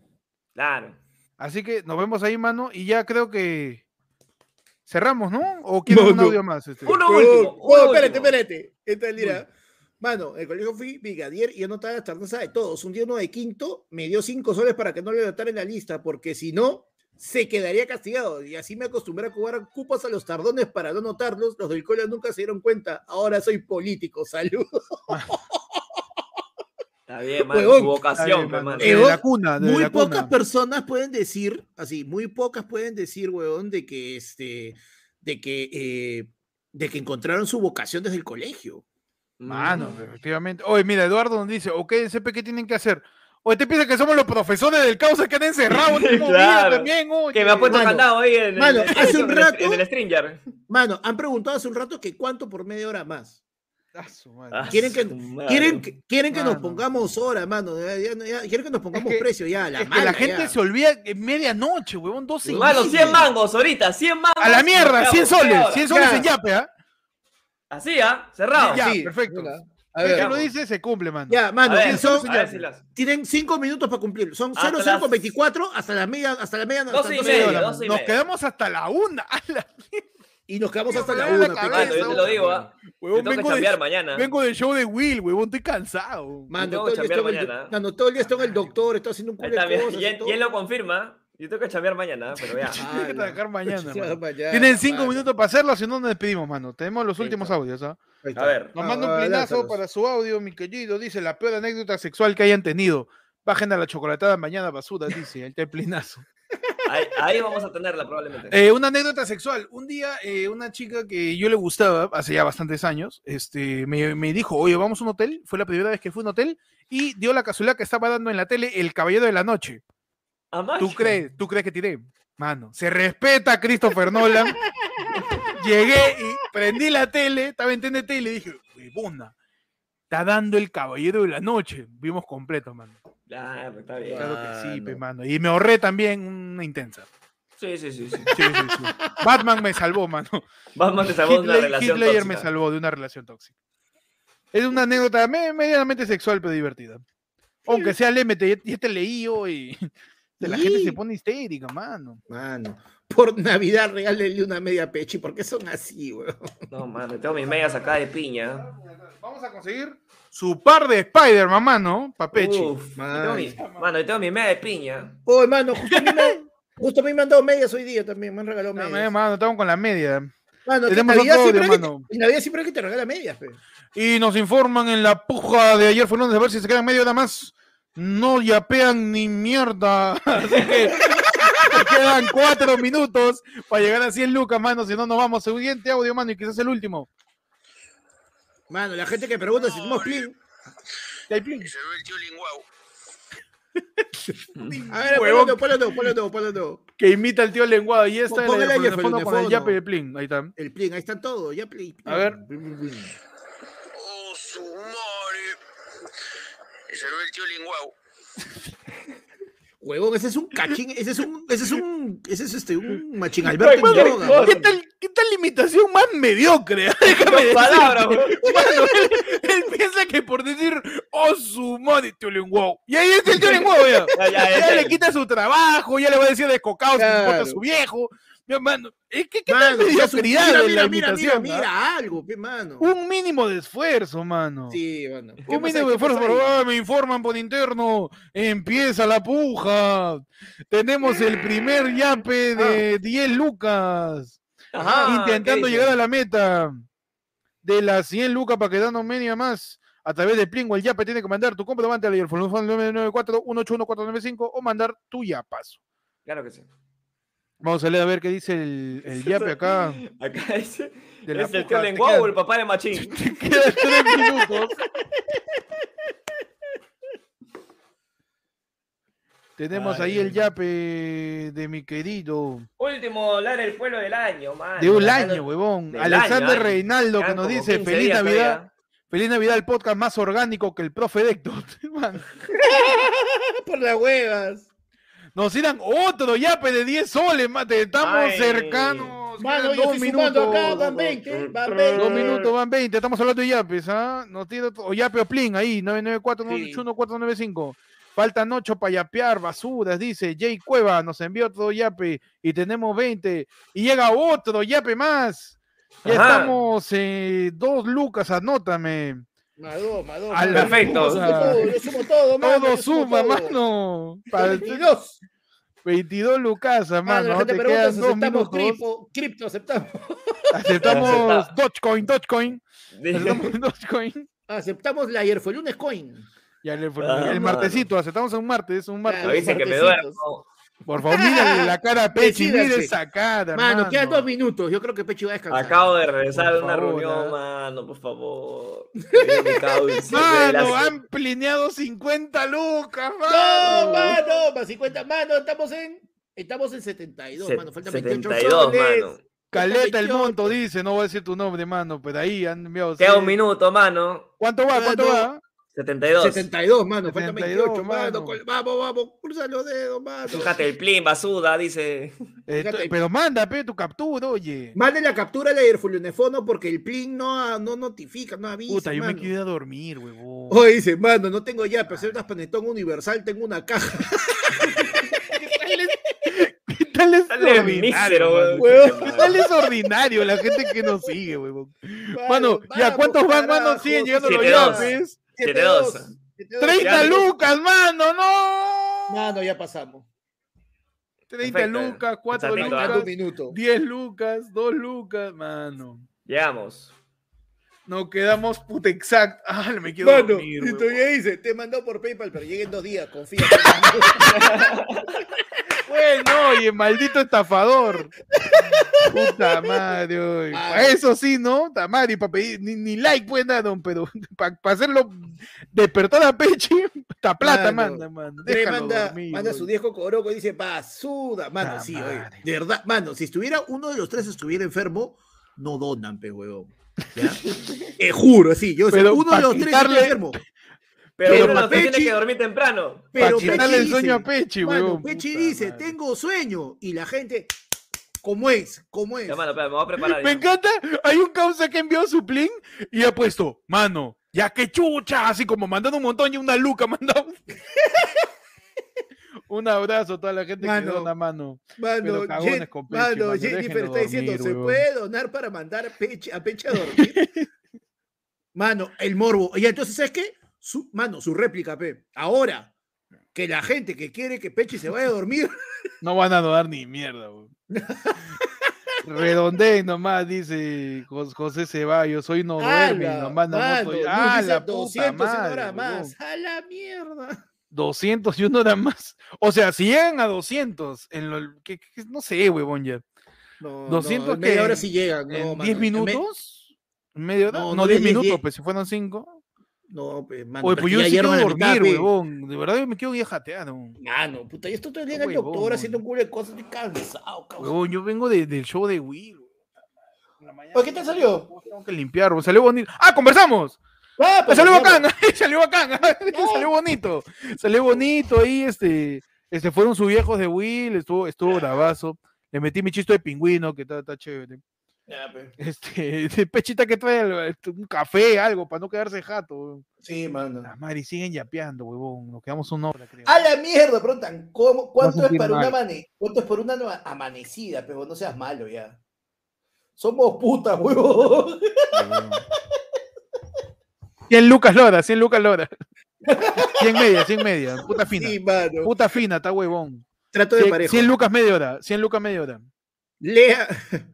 Claro. Así que nos vemos ahí, mano, y ya creo que cerramos, ¿no? ¿O quieren un Mano. audio más? este? Uno No, último. no, uno espérate, último. espérate. Esta es Lira. Mano, en el colegio fui brigadier y yo no estaba la tardanza de todos. Un día uno de quinto me dio cinco soles para que no le anotara en la lista, porque si no, se quedaría castigado. Y así me acostumbré a cobrar cupos a los tardones para no notarlos. Los del colegio nunca se dieron cuenta. Ahora soy político. Saludos. Está bien, mano. Huevón. Está Tu vocación, bien, hermano. mano. Eh, Desde la cuna, desde Muy la pocas cuna. personas pueden decir, así, muy pocas pueden decir, weón, de que este, de que, eh, de que encontraron su vocación desde el colegio. Mano, Mm. efectivamente. Oye, mira, Eduardo nos dice, ok, CP, ¿qué tienen que hacer? Oye, te piensas que somos los profesores del causa que han encerrado el último día Claro. también, oye. Que me ha puesto Mano, candado ahí en, el- mano, en el- hace en un el- rato- en el Stringer. Mano, han preguntado hace un rato que cuánto por media hora más. Ah, su madre. Ah, Quieren que- su madre. Quieren que, quieren que nos Mano. pongamos hora, mano. ya- ya- ya- quieren que nos pongamos que- precio ya. a La es que la mala, gente ya. se olvida que es medianoche, huevón, 12 y Mano, media. 100 mangos ahorita, 100 mangos. A la mierda, Acabo, 100 media soles, hora. 100 soles Ya. en Yape, ¿ah? Así, ¿ah? Cerrado. Ya, Sí, perfecto. mira, a El ver, que lo dice se cumple, mano. Ya, mano, A ver, ¿quién son? a ver si las- Tienen cinco minutos para cumplir. Son Hasta 00 con las- 24 hasta la media, hasta la media. hasta Doce y las doce Media media, hora, mano. doce y Nos media. quedamos hasta la una. a la- Y nos quedamos Tío, hasta me la duele la una. pues. pe, cabeza, Mano, yo te lo mano. digo, ¿ah? Yo Huevón, tengo que vengo, de- chambear mañana. vengo del show de Will, huevón, estoy cansado. Mano, tengo todo que el día chambear estoy en el- mañana. mano, todo el día estoy en el doctor, estoy haciendo un Ahí culo está, de mira, cosas. y, él- y él lo confirma. Yo tengo que chambear mañana, pero ya. Ah, Tienen que la- trabajar mañana, Sí, mano. mañana, Tienen cinco mano. minutos para hacerlo, si no nos despedimos, mano. Tenemos los últimos audios, ¿ah? Ahí está. A ver. Nos Ah, manda un ah, plinazo lánzalos. para su audio, mi querido. Dice la peor anécdota sexual que hayan tenido. Bajen a la chocolatada mañana, basura, dice. Ahí está el plinazo. Ahí, ahí vamos a tenerla probablemente. Eh, una anécdota sexual. Un día, eh, una chica que yo le gustaba hace ya bastantes años, este, me, me dijo, oye, vamos a un hotel. Fue la primera vez que fui a un hotel y dio la casualidad que estaba dando en la tele El Caballero de la Noche. ¿A macho? ¿Tú crees? ¿Tú crees que tiré? Mano, se respeta a Christopher Nolan. Llegué y prendí la tele, estaba en TNT y le dije, huevona, está dando el Caballero de la Noche. Vimos completo, mano. Claro, está bien. Claro que sí, pe, Mano. mano. Y me ahorré también una intensa. Sí, sí, sí. sí. Sí, sí, sí. Batman me salvó, mano. Batman te salvó de una Hitler, relación Hitler me tóxica. salvó de una relación tóxica. Es una anécdota me- medianamente sexual, pero divertida. Aunque sea LMT, ya- ya te leí hoy. La gente se Sí. pone histérica, mano. Mano, por Navidad regálenle una media pechi, ¿por qué son así, weón? No, mano, tengo mis medias acá de piña. Vamos a conseguir su par de Spider-Man, mano, papechi. Uf, yo tengo mano. mi- mano, yo tengo mis medias de piña. Oh, hermano, justo a, mí me, justo a mí me han dado medias hoy día también, me han regalado medias. Dame, mano, estamos con la media. Mano, que en Tenemos Navidad, otro siempre audio, hay que- mano. en Navidad siempre hay que te regala medias, pe. Y nos informan en la puja de ayer Fernández, a ver si se quedan media hora más. No yapean ni mierda. Así que te quedan cuatro minutos para llegar a 100 lucas, mano. Si no, nos vamos. Siguiente audio, mano, y quizás el último. Mano, la gente que pregunta si somos clean. Ya hay plin. Se ve el tío Linguau. A ver, ponlo Huevón. todo, ponlo todo, ponlo todo, ponlo todo. Que imita al tío lenguado. Y esta es Póngale la a de Jefferson fondo de con el fondo. yape de plin. Ahí está. El plin, ahí están todos, ya plin. plin, A ver. plin, plin, plin. Oh, su madre. Se ve el tío Linguau. Huevón, ese es un cachín, ese es un, ese es un, ese es este, un machín Pero, Alberto en mano, droga, ¿qué mano. tal, ¿Qué tal limitación más mediocre? Déjame Dos decirte. palabras, bro. Mano, él, él piensa que por decir ¡Oh, su madre, Tiolin Wow! Y ahí es el Tiolin Wow, ya. Ya, ya, Ya ese. le quita su trabajo, ya le va a decir descocado, se importa Claro. su viejo. Ya, mano, es que qué tal Mano, mediocridad mira, de mira, la mira, mira, imitación, mira, ¿ah? algo, pe, mano. Un mínimo de esfuerzo, mano. Sí, mano. ¿Qué Un pasa mínimo de ahí? ¿Qué pasa esfuerzo, ahí? ah, me informan por interno. Empieza la puja. Tenemos el primer yape Ah. de 10 lucas. Ajá, intentando Ah, ¿qué dice? llegar a la meta de las 100 lucas para quedarnos media más. A través de Plingo, el yape tiene que mandar tu comprobante al teléfono 994-181-495 o mandar tu yapazo. Claro que sí. Vamos a leer a ver qué dice el, el yape acá. Acá dice. De la es el puja, Tiolin te Wow, quedan- el papá de Machín. Quedan tres minutos. Tenemos ahí el yape de mi querido. Último Lara el pueblo del año, mano. De un Ganando- año, huevón. del Alexander año, año. Reinaldo que Quedan nos como dice 15 feliz días Navidad. todavía. Feliz Navidad, el podcast más orgánico que el profe Dector. Man, Por las huevas. Nos irán otro yape de 10 soles, mate. Estamos Ay. cercanos. Mano, quedan yo dos estoy sumando minutos. acá, van 20, van 20. Eh, Dos minutos, van 20. Estamos hablando de yapes, ¿ah? Nos tira o yape o plin ahí, 994-981-495. Faltan 8 para yapear, basuras, dice Jay Cueva. Nos envió otro yape y tenemos 20. Y llega otro yape más. Ya Ajá. estamos eh, dos lucas, anótame. Madó, madó. A madó. la Perfecto. Yo sumo todo, yo sumo todo, mano. Todo yo sumo suma, todo. mano. Para el- 22. 22 lucas, Mano, mano. la gente Te pregunta quedan si dos aceptamos minutos. cripto, cripto, aceptamos. Aceptamos Acepta. Dogecoin, Dogecoin. De- Aceptamos Dogecoin. Aceptamos la ayer fue lunes coin. Ya le fue- Ah, el mano. martesito, aceptamos un martes, un martes. Me dicen que me Martesitos. duermo. Por favor, mírale la cara a Pechi, Decídase. mire esa cara. Mano, quedan dos hermano. minutos. Yo creo que Pechi va a descansar. Acabo de regresar Por de una favor, reunión, ah. mano, por favor. Mi causa, de Mano, las- han plineado 50 lucas, No, mano. mano, más 50. Mano, estamos en. Estamos en 72, se- mano. Faltan 28 72, soles. mano. Caleta el 28. monto, dice, no voy a decir tu nombre, mano, pero ahí han enviado. Queda sí. un minuto, mano. ¿Cuánto va? ¿Cuánto Mano. va? 72. 72, mano. Faltan 72, 28, mano. mano. col- Vamos, vamos. Cruza los dedos, mano. Fíjate el plin, basuda, dice. Eh, tú- Fíjate. pero manda, pe, tu captura, oye. Mande la captura de ayer fue lunes fono porque el plin no, ha- no notifica, no avisa. Puta, yo me mano. quedé a dormir, huevón. Hoy dice, mano, no tengo ya, pero soy una panetón universal, tengo una caja. ¿Qué tal es Dale, mísero, ordinario? huevón. mano? ¿Qué tal es ordinario la gente que nos sigue, huevón? Mano, ¿ya cuántos van, mano? Siguen llegando los 72. yapes. 72. 30 Ya, lucas, mano, no. Mano, ya pasamos. 30 Perfecto. lucas, 4 Exacto, lucas, Faltando un minuto. 10 lucas, 2 lucas, mano. Llegamos. Nos quedamos puta exacto. Ah, me quiero Mano, dormir, y huevón. todavía dice, te mandó por PayPal, pero llega en dos días, confía. mano. Bueno, oye, maldito estafador. Puta madre, oye. Mano. Pa' Eso sí, ¿no? Tamari, para pedir, ni, ni like pueden dar, don, pero para hacerlo despertar a Peche, esta plata Mano, manda, mano. Le Déjalo manda, dormir, manda oye. su disco coroco y dice, basuda. Mano, Ta sí, oye, madre. De verdad, mano, si estuviera uno de los tres estuviera enfermo, no donan, pe huevón. ¿Ya? Te juro, sí, yo sé, Pero uno pa' de los tres está quitarle- enfermo. Pero, Pero uno de los tres Pechi- tiene que dormir temprano. Para Pero quitarle el Pechi sueño a dice, Peche, mano, huevón. Pechi Puta dice, madre. tengo sueño. Y la gente, ¿cómo es? ¿Cómo es? Ya, mano, espera, me voy a preparar. Me ya. encanta, hay un causa que envió su plin y ha puesto, mano, ya que chucha, así como mandando un montón y una luca mandado. un abrazo a toda la gente Mano. que dona mano. Mano, Pero cagones Jen- con Pechi, mano, Jennifer déjenlo está diciendo, dormir, ¿se huevón". puede donar para mandar Peche- a Peche a dormir? mano, el morbo. Y entonces, ¿sabes qué? Su, mano, su réplica, Pe. Ahora, que la gente que quiere que Peche se vaya a dormir, No van a donar ni mierda, weón. Redondé nomás, dice Jos- José Ceballos, soy no duerme, ala, nomás no mano, soy- Luz Ah, dice la puta 200 en madre, hora más. huevón. A la mierda. 200 y una hora más. O sea, si llegan a 200, en lo, que, que- no sé, huevón, ya. No, 200 no, en media que hora sí llegan. no, ¿En mano, 10 en me- minutos? ¿Media hora? No, No, no, 10 10, minutos, 10. pues si fueron 5. No, pe, mano, Oye, pero pues yo es que sí ya quiero llegaron a la mitad, dormir, pe. huevón. De verdad, yo me quiero ir jateado. Mano, puta, yo estoy todo el día en Qué el doctor huevón, haciendo un culo de cosas, estoy cansado, cabrón. Huevón, yo vengo de- del show de Will. Oye, ¿qué te salió? Tengo que limpiar, huevón. salió bonito. ¡Ah, conversamos! Ah, ¡Ah, pues, ¡Salió mano. bacán! ¡Salió bacán! ¡Salió bonito! ¡Salió bonito ahí! Este, este, fueron sus viejos de Will, estuvo, estuvo bravazo. Le metí mi chisto de pingüino, que está, está chévere. Ya, pues. pe. Este, de pechita que trae algo, este, un café, algo, para no quedarse jato. weón. Sí, mano. Las madres siguen yapeando, huevón. Nos quedamos una hora, creo. A la mierda, preguntan, ¿cómo, ¿cuánto, es sentir para una mal. amane- ¿cuánto es por una ama- amanecida? Pero no seas malo ya. Somos putas, huevón. 100 lucas lora, 100 lucas lora. 100 media, 100 media. Puta fina. Sí, mano. Puta fina, está huevón. Trato de 100, parejo. lucas media hora, 100 lucas media hora. Lea.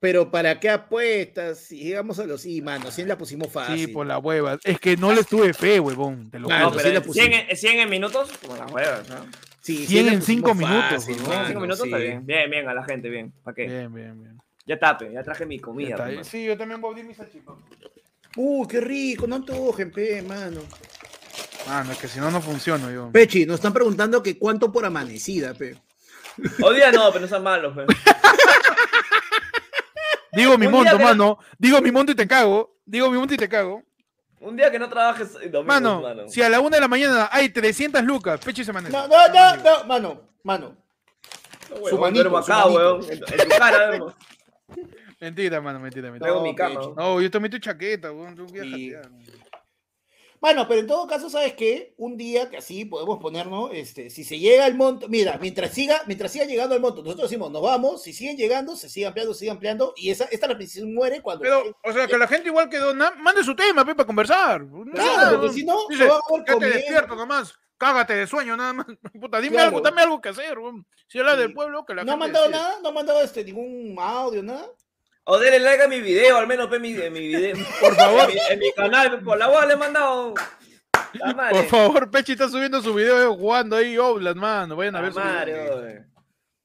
Pero ¿para qué apuestas? Si llegamos a los sí, mano, Ah, sí la pusimos fácil. Sí, por la hueva. Es que no le tuve fe, huevón. Te lo Mano, juro. sí la Ah, pero 100 pusimos. en, 100 en minutos, como las huevas, ¿no? Sí, 100 la en cinco pusimos minutos, fácil, weón. mano, 100 minutos sí. está bien. Bien, bien, a la gente, bien. ¿Para qué? Eh, Bien, bien, bien. Ya tape, ya traje mi Ya comida. está. pe, mano. Sí, yo también voy a abrir mis salchipas. Uy, qué rico, no antojen, pe, mano. Mano, es que si Ah, no, no funciona, yo. Pechi, nos están preguntando que cuánto por amanecida, pe. Hoy día no, pero no sean malos, pe. Digo mi Un día monto, de- mano. Digo mi monto y te cago. Digo mi monto y te cago. Un día que no trabajes eh, domingos, Mano, mano. si a la una de la mañana hay 300 lucas, pecho y se maneja. No, no, no, no, mano, mano. Huevón, Su manito, duermo su acá, manito. huevón. En, en tu cara, duermo. Mentira, mano, mentira, mentira. Traigo mi cama. pecho. huevón. No, yo tomé tu chaqueta, weón. Tú voy a Sí. jatear. Mano, pero en todo caso, ¿sabes qué? Un día que así podemos ponernos, este, si se llega al monto, mira, mientras siga, mientras siga llegando al monto, nosotros decimos, nos vamos, si siguen llegando, se sigue ampliando, se sigue ampliando, y esa, esta repetición muere cuando. Pero, o sea, que la gente igual quedó. na- Mande su tema, pe, para conversar. Claro, porque si no, Dice, lo vamos a ver ya te comiendo". despierto nomás. Cágate de sueño, nada más. Puta, dime Claro. algo, dame algo que hacer, weón. Si habla Sí. del pueblo, que la ¿No gente. han mandado decide. nada? ¿No han mandado este, ningún audio, nada? O denle like a mi video, al menos, pe, mi, en mi video. Por favor. En mi, en mi canal, pe, por la voz le he mandado. La madre. Por favor, Pechi está subiendo su video eh, jugando ahí, Oblas, mano. Vayan a La ver su video. madre, oh. huevón.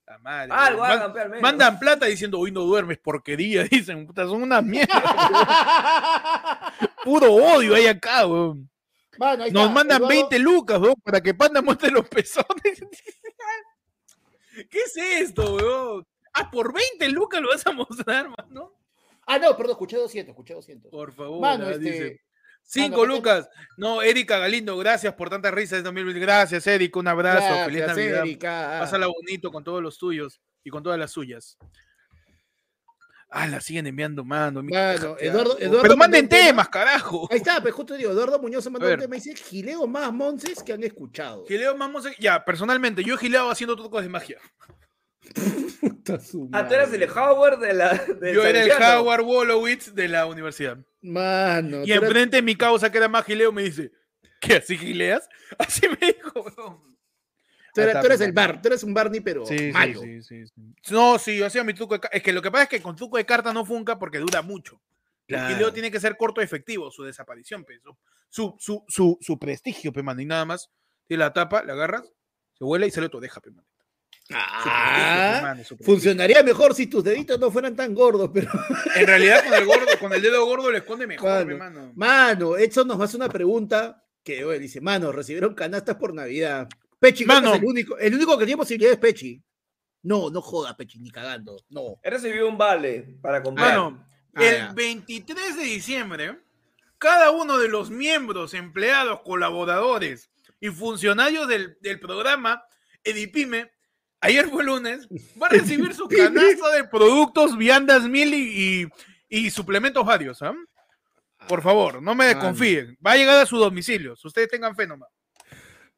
La madre, Algo weón. Man- hagan, pe, al menos. Mandan plata diciendo, hoy no duermes, porquería. Dicen, puta, son una mierda. Puro odio hay acá, weón. Mano, ahí Nos está, mandan Eduardo- 20 lucas, weón, para que Panda muestre los pezones. ¿Qué es esto, weón? Ah, por 20 lucas lo vas a mostrar, mano. Ah, no, perdón, escuché 200, escuché 200. Por favor, Mano, ah, este, dice. Cinco mano, lucas. No, Erika Galindo, gracias por tanta risa de 2020. Gracias, Erika. Un abrazo. Feliz Gracias, Navidad. Erika. Pásala bonito con todos los tuyos y con todas las suyas. Ah, la siguen enviando, mano. mi- Mano, jateado. Eduardo, Eduardo Pero mandó manden un tema. temas, carajo. Ahí está, pues justo digo, Eduardo Muñoz se mandó A un ver. tema y dice gileo más monces que han escuchado. Gileo más música- Ya, personalmente, yo he gileado haciendo trucos de magia. Puta su Ah, tú eras madre. el Howard de la. del Yo era el salesiano. Howard Wolowitz de la universidad. Mano, Y tú eras- enfrente de mi causa, que era más gileo, me dice: ¿Qué así gileas? Así me dijo. weón. tú eras- Ahí está, tú eres pues, el bar, tú eres un Barney, pero Sí, sí, malo. sí, sí, sí. No, sí, yo hacía mi truco de cartas. Es que lo que pasa es que con truco de cartas no funca porque dura mucho. Claro. El Leo tiene que ser corto y efectivo, su desaparición, pe, su, su, su, su, su prestigio, pe, mano, Y nada más, tiene la tapa, la agarras, se vuela y sale tu deja, pe, mano. Su prestigio, pe, Ah, mano, su prestigio. funcionaría mejor si tus deditos no fueran tan gordos, pero. En realidad, con el, gordo, con el dedo gordo le esconde mejor, pe, Mano. mano. Mano, Edson nos hace una pregunta que bueno, dice, mano, recibieron canastas por Navidad. Pechi, creo que Mano. es el único, el único que tiene posibilidad es Pechi. No, no joda, Pechi, ni cagando. No. He recibido un vale para comprar. Mano, Ah, el ya. 23 de diciembre, cada uno de los miembros, empleados, colaboradores y funcionarios del, del programa Edipime, ayer fue lunes, va a recibir su canasta de productos, viandas mil y, y- y suplementos varios. ¿ah? Por favor, no me desconfíen. Va a llegar a su domicilio. Si ustedes tengan fe nomás.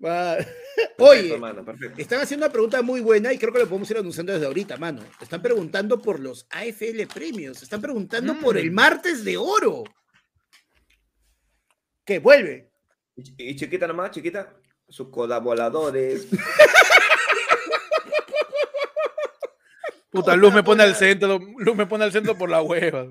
Va- Perfecto, Oye, mano, perfecto. están haciendo una pregunta muy buena y creo que lo podemos ir anunciando desde ahorita, mano. Están preguntando por los AFL premios. Están preguntando por el Mm. martes de oro. Que vuelve. Y chi- Y chiquita nomás, chiquita. Sus colaboradores. Puta, Luz me pone al centro, Luz me pone al centro por la hueva.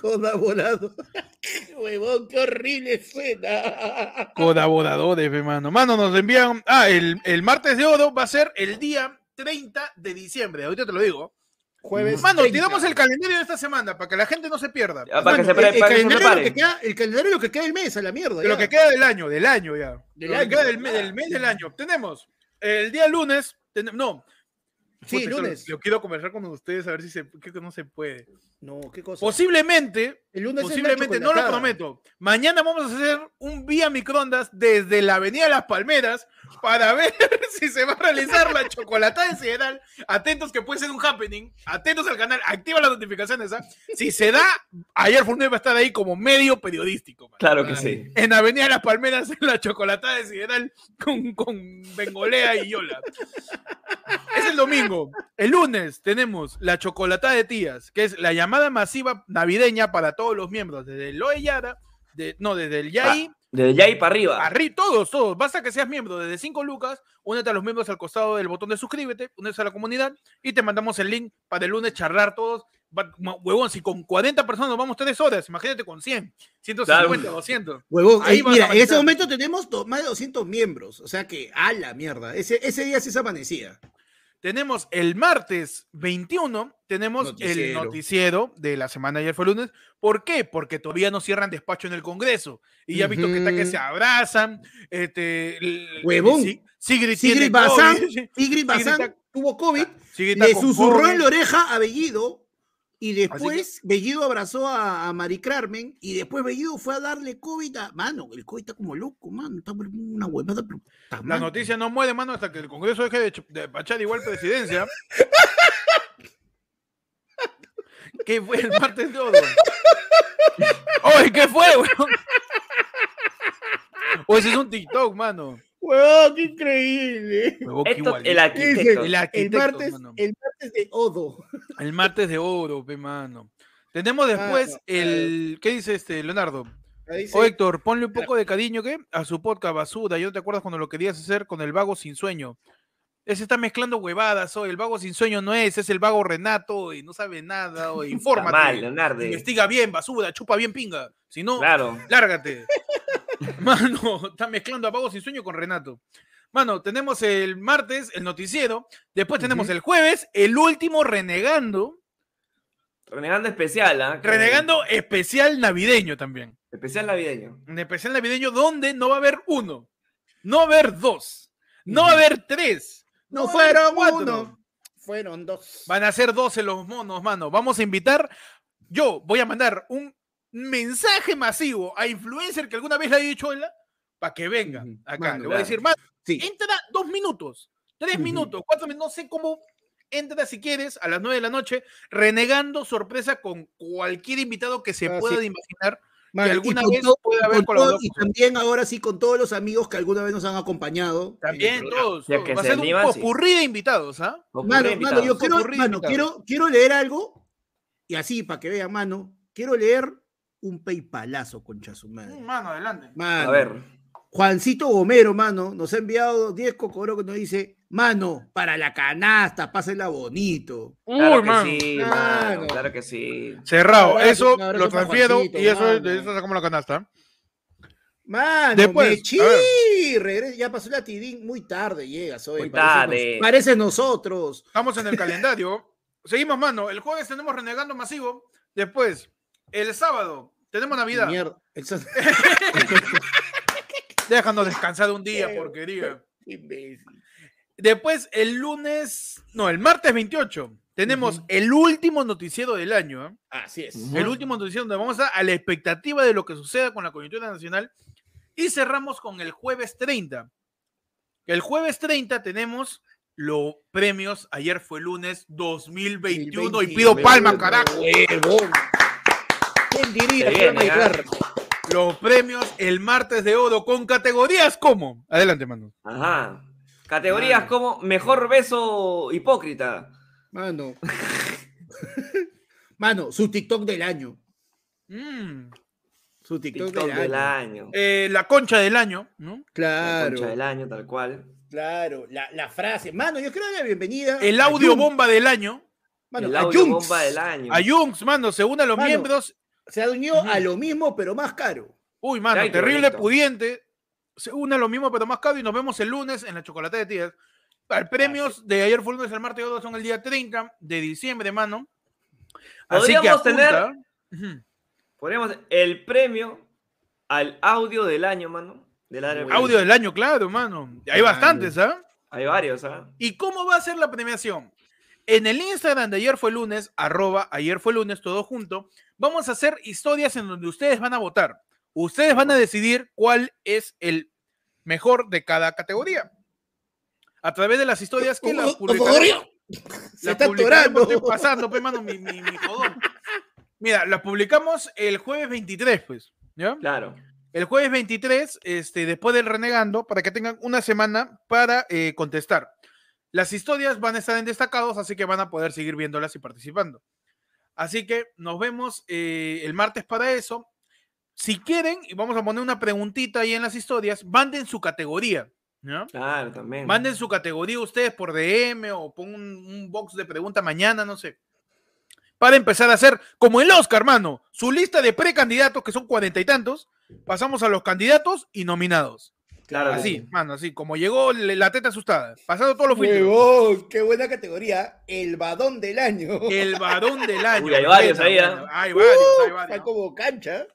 Colaborado. Qué Huevón, qué horrible suena. Colaboradores, mi mano. Mano, nos envían. Ah, el, el martes de oro va a ser el día 30 de diciembre. Ahorita te lo digo. Jueves. Mano, 30. tiramos el calendario de esta semana para que la gente no se pierda. Ya, para que se Mano, pre- el, el para que se preparen. calendario es lo que queda, el calendario es lo que queda del mes, a la mierda. De lo ya. que queda del año, del año ya. Del Del, año, del, mes, del mes del año. Tenemos el día lunes. ten- no. Sí, Puta, eso lunes. Lo, lo quiero conversar con ustedes a ver si se, creo que no se puede. No, qué cosa. Posiblemente, El lunes es posiblemente, Nacho no lo Colacada. prometo. Mañana vamos a hacer un vía microondas desde la Avenida Las Palmeras para ver si se va a realizar la chocolatada en Sideral. Atentos que puede ser un happening. Atentos al canal. Activa las notificaciones. ¿ah? Si se da, ayer Fulner va a estar ahí como medio periodístico. man. Claro que sí. En Avenida Las Palmeras, en la chocolatada de Sideral con, con Bengolea y Yola. Es el domingo. El lunes tenemos la chocolatada de tías, que es la llamada masiva navideña para todos los miembros, desde el Loe Yara, de, no, desde el Yai. Ah, desde Yai para arriba. Arri- todos, todos. Basta que seas miembro desde 5 lucas, únete a los miembros al costado del botón de suscríbete, únete a la comunidad y te mandamos el link para el lunes charlar todos. Va- ma- Huevón, si con 40 personas nos vamos 3 horas, imagínate con 100, 150, Claro. 200. Huevón, Ahí eh, vas a mira, en ese amanecer. momento tenemos to- más de 200 miembros. O sea que, a la mierda. Ese, ese día sí se amanecía. Tenemos el martes 21, tenemos el Noticiero. noticiero de la semana ayer fue lunes. ¿Por qué? Porque todavía no cierran despacho en el Congreso. Y ya he visto que está que Ujú. se abrazan. Este, el- Huevón. Si- Sigrid, tiene Sigrid Bazán, COVID. Sigrid Bazán está- tuvo COVID, Sigrid está le con susurró COVID. en la oreja a Bellido y después Bellido abrazó a, a Mari Carmen y después Bellido fue a darle COVID a... Mano, el COVID está como loco, mano. Está vuelto una huevada. pero está La mal. noticia no muere, mano, hasta que el Congreso deje de, chu- de pachar igual presidencia. ¿Qué fue el martes todo? ¡Oye, qué fue, weón! O ese es un TikTok, mano. Huevón, qué increíble. Huevón, qué Esto- igualito. el arquitecto. El el, arquitecto, martes, mano. el martes de Odo. El martes de oro, pe, mano. Tenemos después no, el. ¿Qué dice este, Leonardo? Ahí dice- O Héctor, ponle un poco de cariño, ¿qué? A su podcast basura. Yo no te acuerdas cuando lo querías hacer con el vago sin sueño. Ese está mezclando huevadas hoy. El vago sin sueño no es, es el vago Renato y no sabe nada hoy. Está mal, Infórmate. Leonardo. Investiga bien, basura, chupa bien pinga. Si no, Claro. lárgate. Mano, está mezclando a vago sin sueño con Renato. Mano, tenemos el martes, el noticiero. Después tenemos el jueves, el último renegando. Renegando especial, ¿ah? Que- Renegando especial navideño también. Especial navideño. Un especial navideño donde no va a haber uno, no va a haber dos, no va a haber tres. No va a haber fueron cuatro. uno, fueron dos. Van a ser 12 los monos, mano. Vamos a invitar. Yo voy a mandar un mensaje masivo a influencer que alguna vez le haya dicho hola para que venga Ujú. acá. Mano, le voy a claro. decir, mano, Sí. entra dos minutos, tres Ujú. minutos, cuatro minutos, no sé cómo. Entra si quieres a las 9 de la noche, renegando sorpresa con cualquier invitado que se Así pueda es. imaginar. Mano, Ah, y alguna con vez puede haber con colaborado todo- y con- también ahora sí con todos los amigos que alguna vez nos han acompañado. También todos. Si es todos. que Va a se ser un animan, sí. popurrí de invitados, ¿ah? Ocurre Mano, invitado. mano, yo quiero, Ocurre mano, invitado. quiero, quiero leer algo y así para que vean, mano. Quiero leer un PayPalazo, concha su madre. Mano, adelante. Mano, A ver. Juancito Gomero, mano, nos ha enviado 10 cocoros que nos dice, mano, para la canasta, pásenla bonito. Claro Uy, que mano. sí, Mano. mano, Claro que sí. Cerrado. Un abrazo, eso un abrazo lo para transfiero Juancito, y eso, mano. de eso sacamos la canasta. Mano, Después, Mechi, a regresa- ya pasó la tidín, muy tarde llegas hoy. Muy parece tarde. nos- parece nosotros. Estamos en el calendario. Seguimos, mano. El jueves tenemos Renegando Masivo. Después, el sábado tenemos Navidad. Mierda. Eso- Déjanos descansar un día, Qué- porquería. Imbécil. Después, el lunes, no, el martes 28, tenemos Ujú. el último noticiero del año. ¿ah? Así es. Ujú. El último noticiero donde vamos a, a la expectativa de lo que suceda con la coyuntura nacional. Y cerramos con el jueves 30. El jueves 30 tenemos los premios. Ayer fue lunes 2021 y pido palmas, carajo. Huevón. ¿Quién diría Se que era viene, ¿ah? Mayrar? Los premios el martes de oro con categorías como. Adelante, mano. Ajá. Categorías como mejor beso hipócrita. Mano. Mano, su TikTok del año. Mm, Su TikTok, TikTok del, del año. año. eh, la concha del año, ¿no? La Claro, Concha del año, tal cual. claro. La, la frase. Mano, yo quiero dar la bienvenida. El a audio Jun- bomba del año. Mano, el a audio Junks. bomba del año. A Junks, mano, se une a los Mano. miembros. Se ha unido a lo mismo, pero más caro. Uy, mano, Ay, qué terrible bonito. pudiente. Se une a lo mismo, pero más caro. Y nos vemos el lunes en la chocolate de tías. Al premios de ayer fue el lunes, el martes y otro son el día 30 de diciembre, mano. Así que Podríamos tener- apunta. Ujú. Ponemos el premio al audio del año, mano. Del área Audio del año, claro, mano. Hay Mano. bastantes, ¿ah? Hay varios, ¿ah? ¿Y cómo va a ser la premiación? En el Instagram de ayer fue lunes, arroba ayer fue lunes, todo junto, vamos a hacer historias en donde ustedes van a votar. Ustedes van a decidir cuál es el mejor de cada categoría. A través de las historias que la publicaremos. Se está atorando. estoy pasando, pe, mano, mi, mi- mi jodón. Mira, la publicamos el jueves 23, pues. ¿Ya? Claro. El jueves 23, este, después del renegando, para que tengan una semana para eh, contestar. Las historias van a estar en destacados, así que van a poder seguir viéndolas y participando. Así que nos vemos eh, el martes para eso. Si quieren, y vamos a poner una preguntita ahí en las historias, manden su categoría. ¿ya? Claro, también. Manden su categoría ustedes por DM o pongan un, un box de pregunta mañana, no sé. Para empezar a hacer, como el Oscar, hermano, su lista de precandidatos, que son cuarenta y tantos, pasamos a los candidatos y nominados. Claro, así, claro. mano, así, como llegó le- la teta asustada, pasando todos los filtros. Huevón, ¡Qué buena categoría! El badón del año. El varón del año. Uy, hay varios Bueno, ahí, ¿ah? bueno, Hay varios, hay Uh, varios. Está como cancha.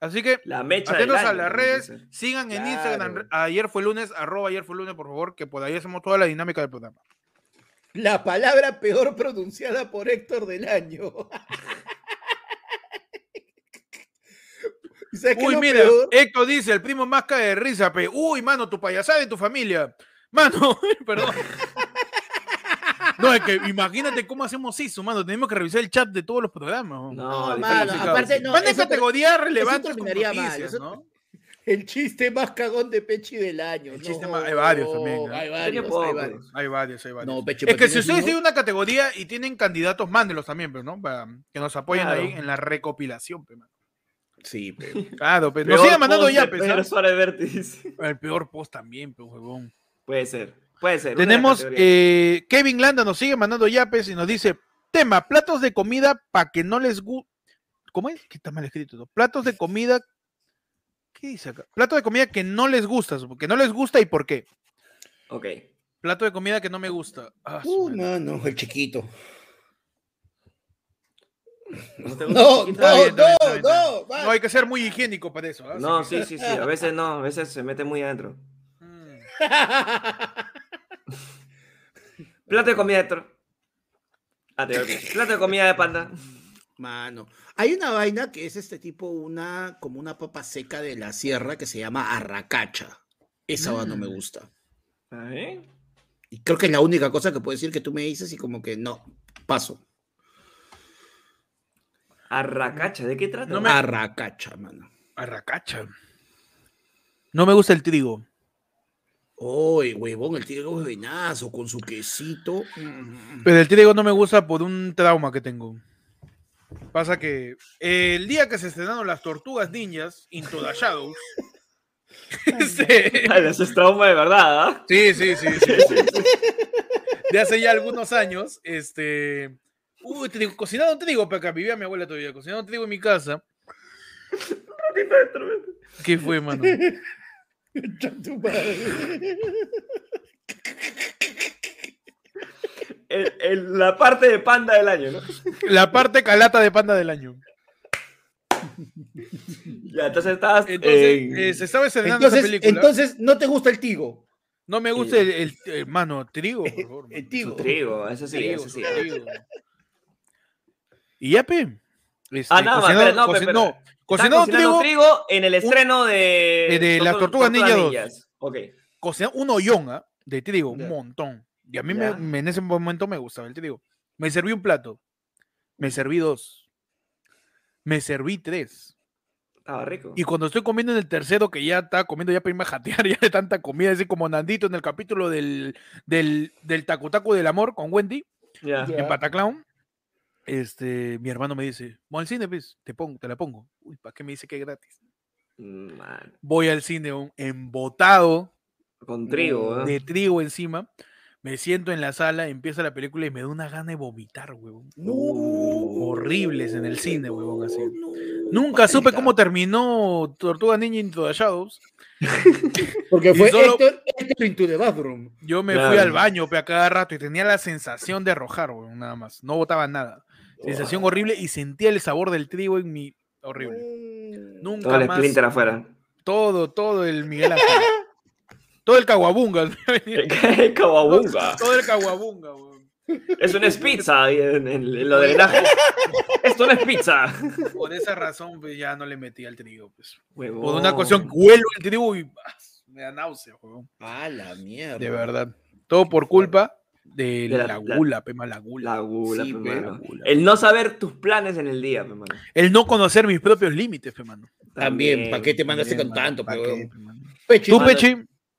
Así que La mecha del Atentos a año, las tiene que redes, ser. sigan en Claro. Instagram, re- ayer fue lunes, arroba ayer fue lunes, por favor, que por ahí hacemos toda la dinámica del programa. La palabra peor pronunciada por Héctor del año. ¿Y sabes qué es Uy, lo mira, peor? Héctor dice, el primo más cae de risa, pe. Uy, mano, tu payasada y tu familia. Mano, perdón. No, es que imagínate cómo hacemos eso, mano. Tenemos que revisar el chat de todos los programas. ¿no? No, No, mano, difícil, aparte, no, Van en eso te- categorías relevantes con terminaría mal, noticias, eso- ¿no? El chiste más cagón de Pechi del año. El chiste No, más- hay varios también, ¿no? Hay Tiene varios, hay pocos. varios. Hay varios, hay varios. No, Pechi, pues, es que ¿tienes si ustedes uno? tienen una categoría y tienen candidatos, mándenlos también, pero ¿no? Para que nos apoyen Claro. ahí en la recopilación, pe, mano. Sí, pero. Claro, pero Peor nos sigan mandando post de ya, pe, Pedro ¿sabes? Suárez Vértiz. El peor post también, pe, huevón. Puede ser, puede ser. una de las Tenemos categorías. eh, Kevin Landa nos sigue mandando yapes y nos dice tema platos de comida para que no les guste. ¿Cómo es? Que está mal escrito. ¿no? Platos de comida. ¿Qué dice acá? Plato de comida que no les gusta, supongo, que no les gusta y por qué. Ok. Plato de comida que no me gusta. Ah, su Uh, madre. no, no, el chiquito. ¿No, te gusta No, no, chiquito? Está bien, está bien, está no, bien, está no. No hay que ser muy higiénico para eso. ¿ah? Así No, que- sí, sí, sí. A veces no, a veces se mete muy adentro. Mm. va. Plato de comida adentro. Ah, te olvidé. Plato de comida de panda. Mano, hay una vaina que es este tipo, una, como una papa seca de la sierra que se llama arracacha. Esa vaina no me gusta. A ver. Y creo que es la única cosa que puedo decir que tú me dices y como que no, paso. Arracacha, ¿de qué trata? Ah, No me- Arracacha, mano. Arracacha. No me gusta el trigo. Uy, huevón, el tigre es venazo con su quesito. Mm. Pero el trigo no me gusta por un trauma que tengo. Pasa que eh, el día que se estrenaron las tortugas ninjas, Into the Shadows. este, Ay, Eso es trauma de verdad, ¿ah? sí, sí, sí, sí, sí, sí. De hace ya algunos años, este. Uy, trigo, cocinado trigo, para acá vivía mi abuela todavía, cocinado trigo en mi casa. ¿Qué fue, mano? Tu madre. El- el- la parte de panda del año, ¿no? La parte calata de panda del año. Ya, entonces estabas. Entonces, en- eh, se estaba estrenando esa Entonces, película. entonces, no te gusta el tigo. no me gusta el, el- eh, mano, trigo, por favor. Eh, El mano. tigo. Trigo, eso sí, Trigo, eso sí. su trigo. Y ya, pe. Este, Ah, no, cocinado- espera, no, coci- espera. Pues no, Están cocinado cocinando trigo, eh, trigo en el estreno de. de- de las Tortu- Tortugas Ninja 2. Ninjas. Ok. cocinado un hoyón ah, de trigo, un Ya. montón. Y a mí Ya. me, me- en ese momento me gustaba el trigo. Me serví un plato, me serví dos, me serví tres. Estaba rico. Y cuando estoy comiendo en el tercero, que ya estaba comiendo ya para irme a jatear ya de tanta comida, así como Nandito en el capítulo del, del, del Tacu Tacu del Amor con Wendy, Ya. en Pataclown, este, mi hermano me dice, voy al cine, pues, te pongo, te la pongo. Uy, ¿para qué me dice que es gratis? Mm, man, Voy al cine un embotado Con trigo, ¿eh? Mm, de trigo encima, me siento en la sala, empieza la película y me da una gana de vomitar, huevón. No. Horribles en el cine, huevón, así. No, Nunca supe papita. cómo terminó Tortuga Ninja Into the Shadows. Porque Y fue solo- Héctor, Héctor into the bathroom. Yo me fui al Claro. baño pe, a cada rato y tenía la sensación de arrojar, huevón, nada más. No botaba nada. Sensación horrible y sentía el sabor del trigo en mi... Horrible. Nunca. Nunca Todo el más splinter afuera. Todo, todo el Miguel Ángel. todo el Caguabunga. Cababunga. todo el Caguabunga, weón. Eso no es pizza, y en, en- en lo del drenaje. Esto no es pizza. Por esa razón, pues ya no le metí al trigo, pues. Huevón. Por una cuestión, huelo el trigo y ah, me da náusea, huevón. Ah, la mierda. De verdad. Todo por culpa de De la- la, la- gula, pema, la gula. La gula, Sí, pe, pe, mano. la gula. El no saber tus planes en el día, pe, mano. El no conocer mis propios límites, fe, mano. También, ¿para qué te mandaste También, con mano, tanto? ¿pa' pero- qué, Pechi, ¿Tú, mano, Pechi?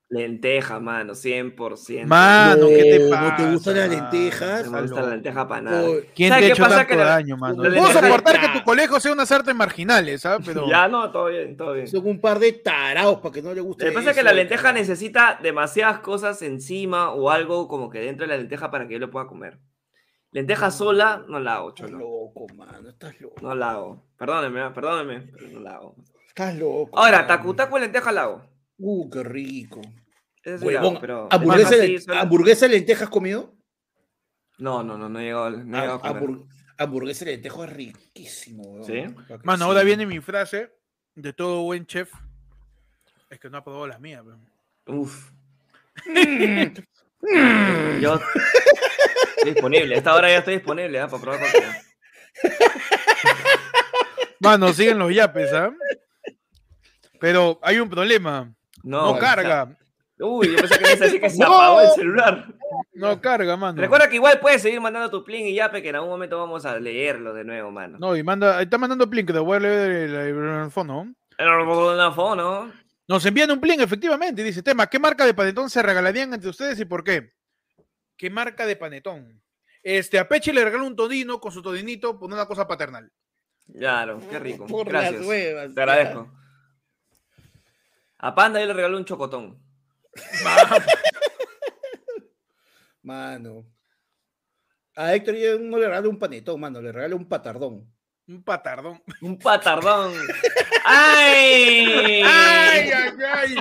Lenteja, mano, 100%. Mano, ¿qué te No, pasa? ¿no te gustan las mano? lentejas? me gusta la lenteja para nada. Uy, ¿Quién ¿Sabes te ha qué hecho pasa? tanto Que la- daño, mano? la Puedo lenteja- soportar que Ah. tu colegio sea unas artes marginales, ¿sabes? Pero Ya, no, todo bien, todo bien. Son un par de taraos para que no le guste. Lo que pasa es que la eso, lenteja carajo. necesita demasiadas cosas encima o algo como que dentro de la lenteja para que yo lo pueda comer. Mm. Lenteja sola no la hago, Estás cholo. loco, mano. Estás loco. No la hago. Perdónenme, ah, perdónenme, pero no la hago. Estás loco. Ahora, mano. tacu tacu de lenteja la hago. Uh, qué rico. Esa sí la hago, Huevón, pero hamburguesa, lenteja de- así sola- hamburguesa de lentejas has comido? No, no, no, no he llegado, no he llegado a Ah, comer. hambur- hamburguesa de lentejo es riquísimo, weón. ¿Sí? Pa' que Mano, sí. ahora viene mi frase de todo buen chef. Es que no ha probado las mías. weón. Uf. Mm. Yo estoy disponible. A esta hora ya estoy disponible ah, para probar cualquiera. Mano, siguen los yapes, ¿ah? Pero hay un problema. No, o sea, carga. Uy, yo pensé que me ibas a decir que se No. apagó el celular. No carga, mano. Recuerda que igual puedes seguir mandando tu plin y ya, pe, que en algún momento vamos a leerlo de nuevo, mano. No, y manda, ahí está mandando plink, te voy a leer el, el- el fondo. No, no, no. Nos envían un plink, efectivamente, y dice, tema, ¿qué marca de panetón se regalarían entre ustedes y por qué? ¿Qué marca de panetón? Este, a Peche le regala un todino con su todinito por una cosa paternal. Claro, qué rico. Por las Gracias. huevas, Te agradezco. A Panda yo le regalé un chocotón. Mano. A Héctor yo no le regalo un panetón, mano, le regalo un patardón. Un patardón. Un patardón. ¡Ay! ¡Ay, ay, ay!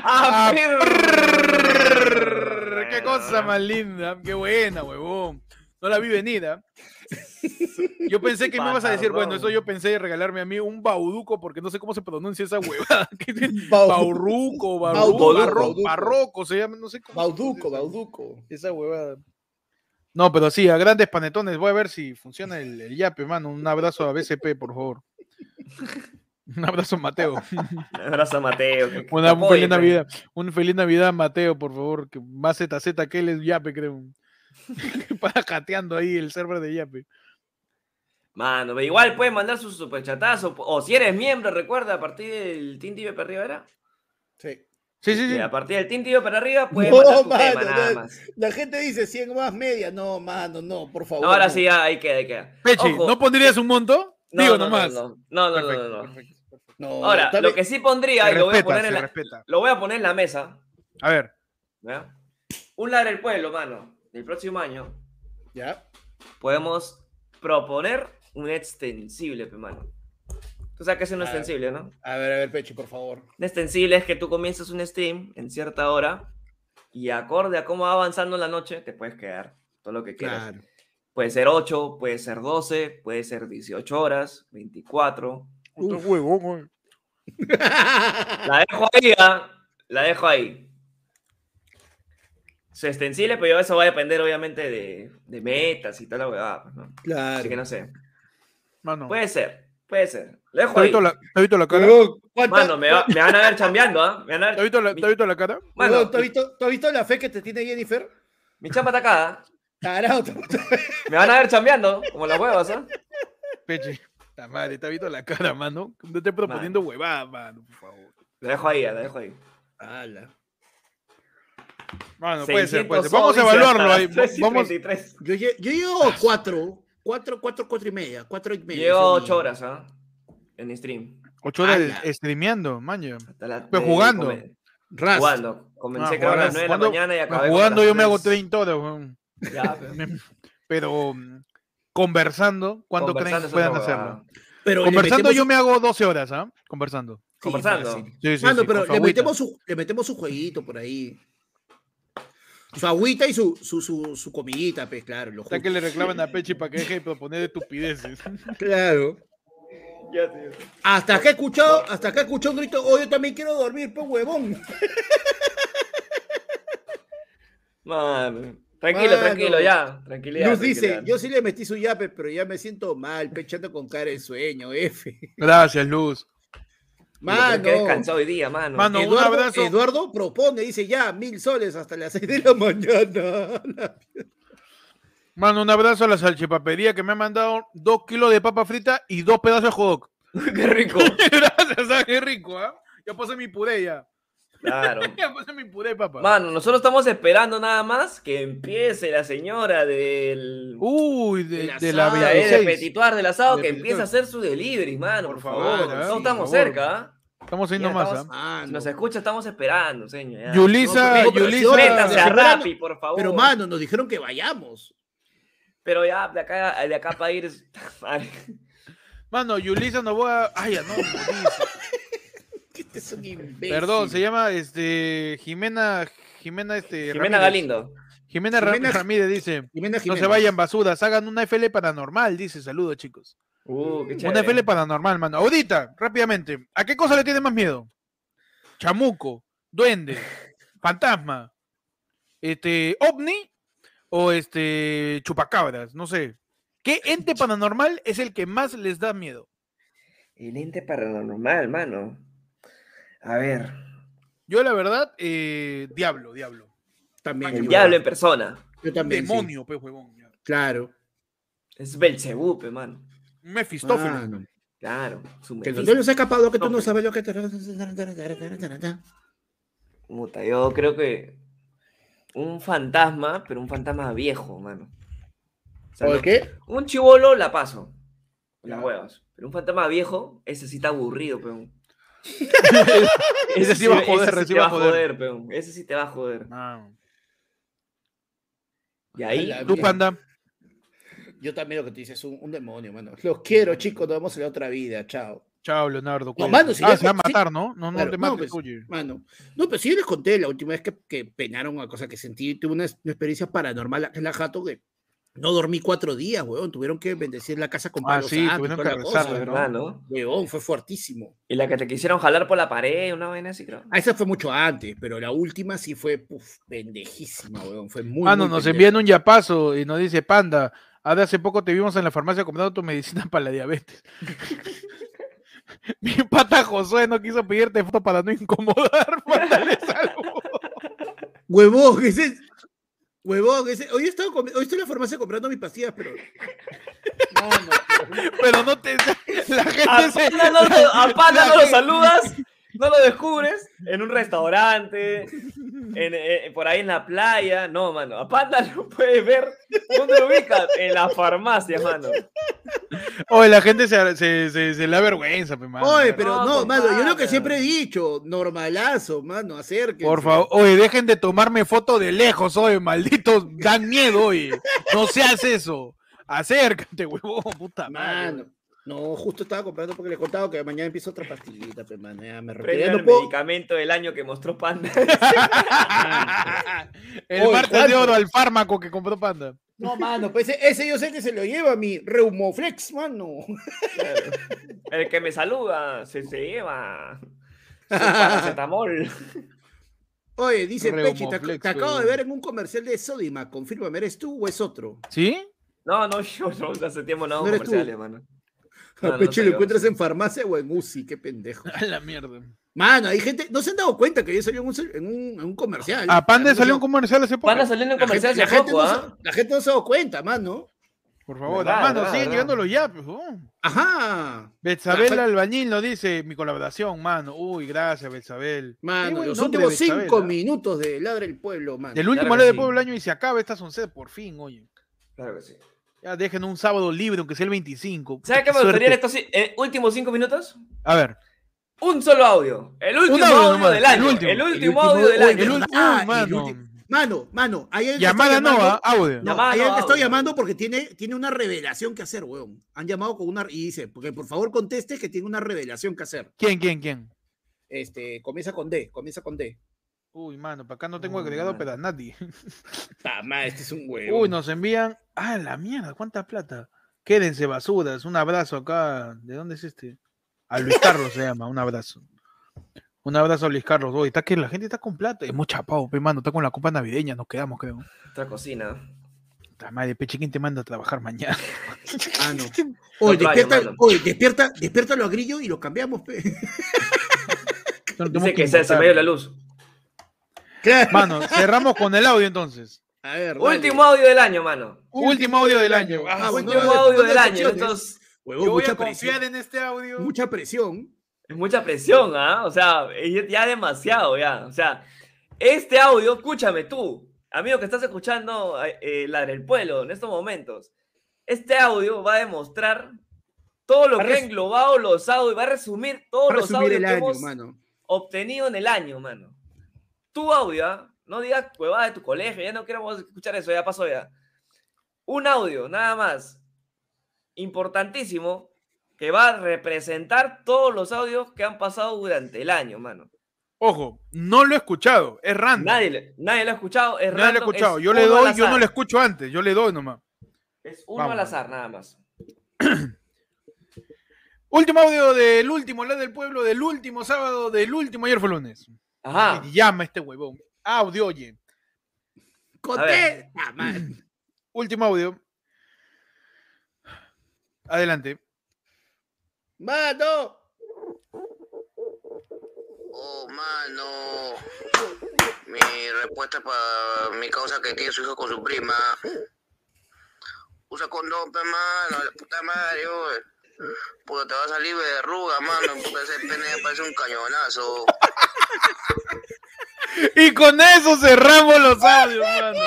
Ah, Ah, pero- prrrr, ¡Qué cosa más linda! ¡Qué buena, huevón! No la vi venir, ¿ah? Yo pensé que me ibas a decir, bueno, eso yo pensé de regalarme a mí un bauduco, porque no sé cómo se pronuncia esa huevada. que tiene- Bau- Bauruco, Bauduco, bauruco, barro- bauduco. barroco, se llama, no sé cómo. se Bauduco, pronuncia Bauduco. Esa esa huevada. No, pero sí, a grandes panetones. Voy a ver si funciona el, el yape, mano. Un abrazo a BCP, por favor. Un abrazo, Mateo. Un abrazo a Mateo. que- que Una, te un apoye, feliz pe. Navidad. Un feliz Navidad, Mateo, por favor. Que más ZZ que él es Yape, creo. Para cateando ahí el server de Yape. Mano, pero igual puedes mandar sus superchatazos. O si eres miembro, recuerda, a partir del Team Tibio para arriba, ¿verdad? Sí. Sí, sí, sí. Y A partir del Team Tibio para arriba puedes No, mandar tu mano, tema, nada no. más. La gente dice 100 más media. No, mano, no, por favor. No, ahora no. sí, ya, ahí queda, ahí queda. Pechi, Ojo, eh, ¿no pondrías un monto? no, Digo no, no, nomás. No, no, no, no, Perfecto, no, no. perfecto. No, Ahora, está lo bien. que sí pondría, Se y lo voy, a respeta, poner se en la, respeta. lo voy a poner en la mesa, A ver, ¿ya? un ladre del pueblo, mano. El próximo año Ya. podemos proponer un extensible, pe, mano. Tú sabes que es un A ver. extensible, ¿no? A ver, a ver, Pechi, por favor. Un extensible es que tú comienzas un stream en cierta hora y acorde a cómo va avanzando la noche, te puedes quedar todo lo que quieras. Claro. Puede ser 8, puede ser 12, puede ser 18 horas, 24. otro huevón, güey. La dejo ahí, ¿ah? la dejo ahí. Su extensible, pero eso va a depender obviamente de, de metas y tal la huevada, pues, ¿no? Así que Claro. no sé. Mano. Puede ser, puede ser. La dejo ¿Te has ahí. visto la, te has visto la cara? Huevón, ¿cuánta- Mano, me, va- me van a ver chambeando, ¿ah? Me van ¿Te a ver- has visto la, te has visto la cara? Mano, huevón, ¿tú has mi- visto- tú has visto la fe que te tiene Jennifer? mi chamba está acá, ¿ah? Tarao, te- te- Me van a ver chambeando, como las huevas, ¿ah? Pechi. La madre, te has visto la cara, mano. No te estés proponiendo huevada, mano, por favor. La dejo ahí, ah, la dejo ahí. Ala. Mano, puede ser, puede ser. 600 Vamos a soles y hasta evaluarlo las ahí. 3 y Vamos, 33. Yo, lle- yo llevo cuatro, cuatro, cuatro, cuatro y media, cuatro y media. Llevo eso 8 mínimo. horas, ¿ah? En stream. ocho horas Ala. streameando, maño. Hasta la- Pero de- jugando. come- Ras. Jugando. Comencé Ah, creo a las jugando, 9 de la jugando- mañana y acabé. como a Jugando las yo me hago 3. 30 horas, weón. Ya, pues, pero- Me- Pero mm, conversando, ¿cuándo creen Conversando que es puedan otra hacerlo? huevada. Pero le Conversando metemos yo un- me hago 12 horas, ¿ah? Conversando. Sí, Conversando. fácil. Sí, sí, Mano, sí, con pero su le agüita. metemos, su, le metemos su jueguito por ahí. Su agüita y su, su, su, su comidita, pues claro. Lo Hasta que le reclaman a Pechi para que deje de proponer estupideces. junto. Claro. Ya, tío. Hasta que he escuchado, hasta que he escuchado un grito, oh, yo también quiero dormir, pues huevón. Mano. Tranquilo, Mano. tranquilo, ya. Tranquilidad. Luz dice, tranquilidad. yo sí le metí su yape, pero ya me siento mal, pechando con cara de sueño, F. Gracias, Luz. Mano. Que Mano. descansado hoy día, mano. Mano, un Eduardo, abrazo. Eduardo propone, dice ya, mil soles hasta las 6 de la mañana. Mano, un abrazo a la salchipapería que me ha mandado dos kilos de papa frita y dos pedazos de hot dog. ¡Qué rico! Gracias, ah, qué rico, ¿ah? Ya puse mi puré ya. Claro. Ya puse mi puré, papá. Mano, nosotros estamos esperando nada más que empiece la señora del. Uy, de, de Uh, la de, Villa ahí eh, de 16. Petituar del asado De que Petituar. empiece a hacer su delivery, mano. Por, favor. favor, ¿eh? No Por favor. estamos cerca, ¿ah? Estamos ahí Ya nomás, estamos- ¿ah? Si nos escucha, estamos esperando, señor. ya. Yulisa, No, pero- Yulisa- Métase a Pero, Rappi, por favor. Pero mano, nos dijeron que vayamos. Pero ya, de acá, de acá para ir. es- Madre. Mano, ah. Yulisa nos va a. Ay, ya no. Este es un imbécil. Perdón, se llama este Jimena Jimena este Jimena Ramírez. Galindo. Jimena, Ra- Jimena- Ramírez dice, Jimena no se Jiménez. vayan basudas, hagan una FL paranormal, dice, saludos chicos. Uh, qué Una chévere. FL paranormal, mano. Ahorita, rápidamente, ¿a qué cosa le tiene más miedo? Chamuco, duende, fantasma, este ovni o este chupacabras, no sé. ¿Qué ente paranormal es el que más les da miedo? El ente paranormal, mano. A ver. Yo la verdad, eh, diablo, diablo. También. El yo- diablo en persona. Yo también. sí. Demonio, pues, huevón. ya. Claro. Es Belcebú, pe, mano. Mefistófeles. Mano, Claro. su Que el Mephisto. demonio se ha escapado, que tú no Mephisto. sabes lo que te. Puta, yo creo que un fantasma, pero un fantasma viejo, mano. O sea, ¿O no- qué? Un chivolo la paso. Las huevas. Pero un fantasma viejo, ese sí está aburrido, peón. Ese sí va a joder, ese sí sí te va va a a joder, peón. Ese sí te va a joder. Ah. Y ahí, A la Tú, Bien. panda. Yo también lo que te dices es un, un demonio, mano. Los quiero, chicos. Nos vemos en la otra vida. Chao. Chao, Leonardo. cuídate. mano, si ah, ya- se va a sí. matar, ¿no? No, no Claro, te no, mates, pues, oye. Mano. No, pero sí yo les conté la última vez que, que penaron a cosa que sentí, tuve una, ex- una experiencia paranormal acá en la jato que no dormí cuatro días, weón. Tuvieron que bendecir la casa con Ah, palos sí, santos y tuvieron toda que la rezarla, cosa, ¿no? ¿verdad, no? Weón, fue fuertísimo. Y la que te quisieron jalar por la pared, una vaina así, creo. Ah, esa fue mucho antes, pero la última sí fue puf, pendejísima, weón. Fue muy. Mano, muy Ah, nos pendeja. envían un yapazo y nos dice, panda, ahora hace poco te vimos en la farmacia comprando tu medicina para la diabetes. Mi pata Josué no quiso pedirte foto para no incomodar. mándale saludos. Huevón, ese. Huevón, ese. Hoy he estado comi- hoy estoy en la farmacia comprando mis pastillas, pero. Mano, pero- Pero no te... La A Ah, gente se... Panda no lo- a Panda la no lo gente- saludas, no lo descubres en un restaurante, en, eh, por ahí en la playa. No, mano. A Panda lo puedes ver. ¿Dónde lo ubicas? En la farmacia, mano. Oye, la gente se, se, se- se le da vergüenza, pe, mano. Oye, pero No, no, mano, yo lo compadre. que siempre he dicho, normalazo, mano, acérquense. Por favor, oye, dejen de tomarme foto de lejos, oye, malditos, dan miedo, oye. No seas eso. Acércate, huevón, puta madre. Mano, no, justo estaba comprando porque les contaba que mañana empiezo otra pastillita, pero mano, ya me retiré. Premio No al puedo- medicamento del año que mostró Panda. El Oye, martes de ¿cuánto? oro al fármaco que compró Panda. No, mano, pues ese, ese yo sé que se lo lleva mi Reumoflex, mano. El que me saluda se, se lleva su paracetamol. Oye, dice Pechi, te, Reumoflex, te acabo de weón. ver en un comercial de Sodima, confírmame, ¿eres tú o es otro? ¿Sí? No, no, yo no, hace tiempo no hago No eres tú. Ah, comerciales, mano. A No, no Pechi soy lo yo. encuentras en farmacia o en UCI, qué pendejo. A la mierda. Mano, hay gente, no se han dado cuenta que yo salí en un, en un- en un comercial. A Panda La salió un gente comercial hace poco. Panda saliendo en no- la gente- comerciales la hace gente poco, no ¿ah? se- la gente no se ha dado cuenta, mano. Por favor, Verdad, mano, verdad, siguen verdad. llegándolo ya, pues. huevón. Ajá. Betsabel Ajá. Albañil nos dice mi colaboración, mano. Uy, gracias, Betsabel. Mano, buen los nombre, últimos Betsabel, cinco ¿ah? minutos de Ladra el Pueblo, mano. Del último Claro que lado de sí. Pueblo Año y se acaba esta once, por fin, oye. Claro que sí. Ya dejen un sábado libre, aunque sea el 25. ¿Sabes qué me Suerte. gustaría en estos ci- eh, últimos cinco minutos? A ver. Un solo audio. El último audio audio, nomás, del el año. El último, último, el último, audio del Oye, año. el ¿verdad? último, Ah, mano. último- Mano, mano, hay alguien que está Llamada no, llamando- ¿ah? audio. No, Llamada hay no, alguien que está audio. llamando porque tiene, tiene una revelación que hacer, weón. Han llamado con una. Y dice, porque por favor conteste que tiene una revelación que hacer. ¿Quién, quién, quién? Este, comienza con D, comienza con D. Uy, mano, para acá no tengo Uy, agregado mano. pero a nadie. Ta madre, este es un huevo. Uy, nos envían. Ah, la mierda, cuánta plata. Quédense basudas. Un abrazo acá. ¿De dónde es este? A Luis Carlos se llama, un abrazo. Un abrazo a Luis Carlos. Oye, está que la gente está con plata. Hemos chapado, pe, mano. Está con la copa navideña. Nos quedamos, creo. Otra cocina. Puta madre, peche, ¿quién te manda a trabajar mañana? Ah, no. Tocayo, Oye, despierta, mano. oye, despierta, despiértalo a grillo y lo cambiamos. pe. Dice que se, se me dio la luz. Mano, cerramos con el audio entonces. A ver, dale. Último audio del año, mano. Último audio del año. Ah, bueno, Último dale, audio ponte del año. secciones. Entonces, Huevón, Yo voy mucha a confiar en este audio. Mucha presión. Es mucha presión, ¿ah? O sea, es ya- ya demasiado, ya. O sea, este audio, escúchame tú, amigo que estás escuchando eh, eh, la del pueblo en estos momentos. Este audio va a demostrar todo lo Va a que ha res- englobaado los audios, va a resumir todos Va a los resumir audios el que año, hemos mano. obtenido en el año, mano. Tu audio, ¿ah? no digas cueva de tu colegio, ya no queremos escuchar eso, ya pasó ya. Un audio, nada más, importantísimo, que va a representar todos los audios que han pasado durante el año, mano. Ojo, no lo he escuchado. Es random. Nadie, le- nadie lo ha escuchado, Nadie es lo he random, escuchado. es Yo le uno al doy, yo no azar. lo escucho antes. Yo le doy nomás. Es uno Vamos, al vamos. azar, nada más. Último audio del último, la del pueblo, del último sábado, del último, ayer fue lunes. Ajá. Y llama este huevón. Audio, oye. Conté. Ah, man. Último audio. Adelante. Mano. Oh, mano. Mi respuesta para mi causa que tiene su hijo con su prima. Usa condón, pe, mano. La puta madre, oye. Puta, te va a salir verruga, mano. Puta, ese pene parece un cañonazo. Y con eso cerramos los audios, mano.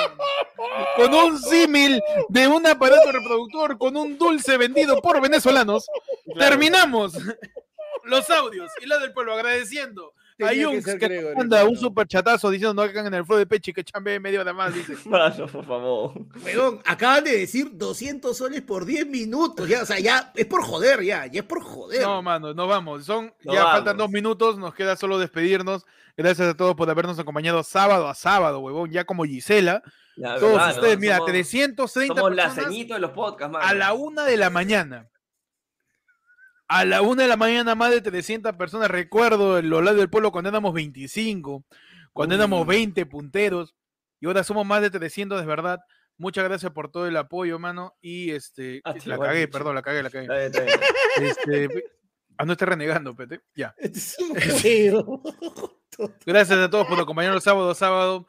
Con un símil de un aparato reproductor, con un dulce vendido por venezolanos, terminamos los audios. Y la del pueblo agradeciendo. Tenía que a Jungs, ser que, Gregory, manda un mano. superchatazo diciendo no hagan en el flow de Pechi que chambe medio hora más, dice. Mano, por favor. Huevón, acaban de decir 200 soles por 10 minutos. Ya, o sea, ya es por joder, ya. Ya es por joder. No, mano, nos vamos. Son, Nos ya vamos. faltan dos minutos, nos queda solo despedirnos. Gracias a todos por habernos acompañado sábado a sábado, huevón, ya como Gisela. La todos verdad, ustedes, ¿no? mira, Somos- 330 Somos la personas ceñito de los podcasts, mano. a la una de la mañana. A la una de la mañana, más de 300 personas. Recuerdo el Olado del Pueblo cuando éramos 25, cuando éramos 20 punteros, y ahora somos más de 300, de verdad. Muchas gracias por todo el apoyo, mano. Y este, Ah, tío, la igual, cagué, picha. perdón, la cagué, la cagué. Está bien, está bien. Este, ah, no esté renegando, Pete. Ya. Sí, Gracias a todos por acompañarnos sábado, sábado.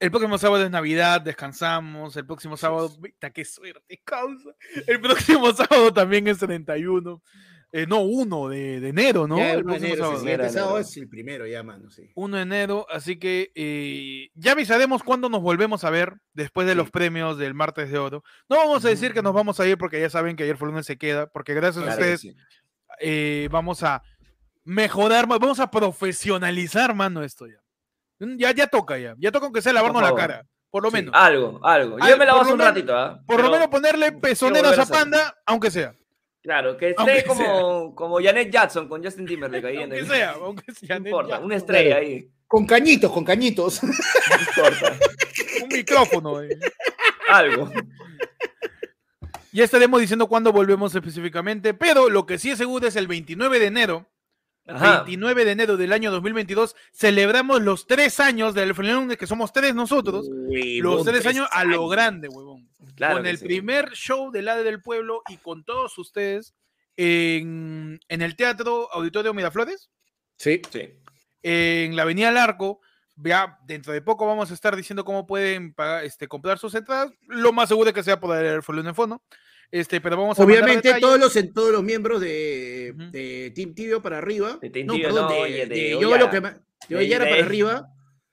El próximo sábado es Navidad, descansamos. El próximo sábado, puta, qué suerte, causa. El próximo sábado también es 31. Eh, no, 1 de, de enero, ¿no? Ya, El el uno de próximo sábado. enero, sí, sí, este Enero, sábado enero. es el primero, ya, mano, sí. 1 de enero, así que eh, ya avisaremos cuándo nos volvemos a ver después de los premios del martes de oro. No vamos a decir que nos vamos a ir porque ya saben que ayer fue lunes se queda, porque gracias a Claro que ustedes sí. eh, vamos a mejorar, más, vamos a profesionalizar, mano, esto ya. Mm, Ya, ya toca ya, ya toca aunque sea lavarnos la favor. Ah, cara, por lo menos. Algo, algo. Al- Yo me la por paso lo un menos- ratito, ¿ah? por lo Pero- menos ponerle pezoneros volver a a hacerlo. Panda, aunque sea. Claro, que Aunque esté como, como Janet Jackson con Justin Timberlake ahí en Aunque el... sea, aunque sea. No Nel importa, Jackson, una estrella claro. ahí. Con cañitos, con cañitos. No importa. Un micrófono. eh. Algo. Ya estaremos diciendo cuándo volvemos específicamente, pero lo que sí es seguro es el 29 de enero. Ajá. 29 de enero del año 2022 celebramos los tres años del Flunes, que somos tres nosotros, los tres, años a lo grande, huevón. Claro con que el sí. primer show del ADE del Pueblo y con todos ustedes en, en el Teatro Auditorio Miraflores, Sí. Sí. en la Avenida Larco. Ya dentro de poco vamos a estar diciendo cómo pueden pagar, este, comprar sus entradas. Lo más seguro es que sea por el Flunes en fondo. Este, pero vamos a mandar Obviamente detalles. todos los, en- todos los miembros de, Ujú. de Team Tibio para arriba. De Team no, Tibio, perdón, no, de, oye, de de yo Oyara. lo que ma- de De- Oyara de- para arriba.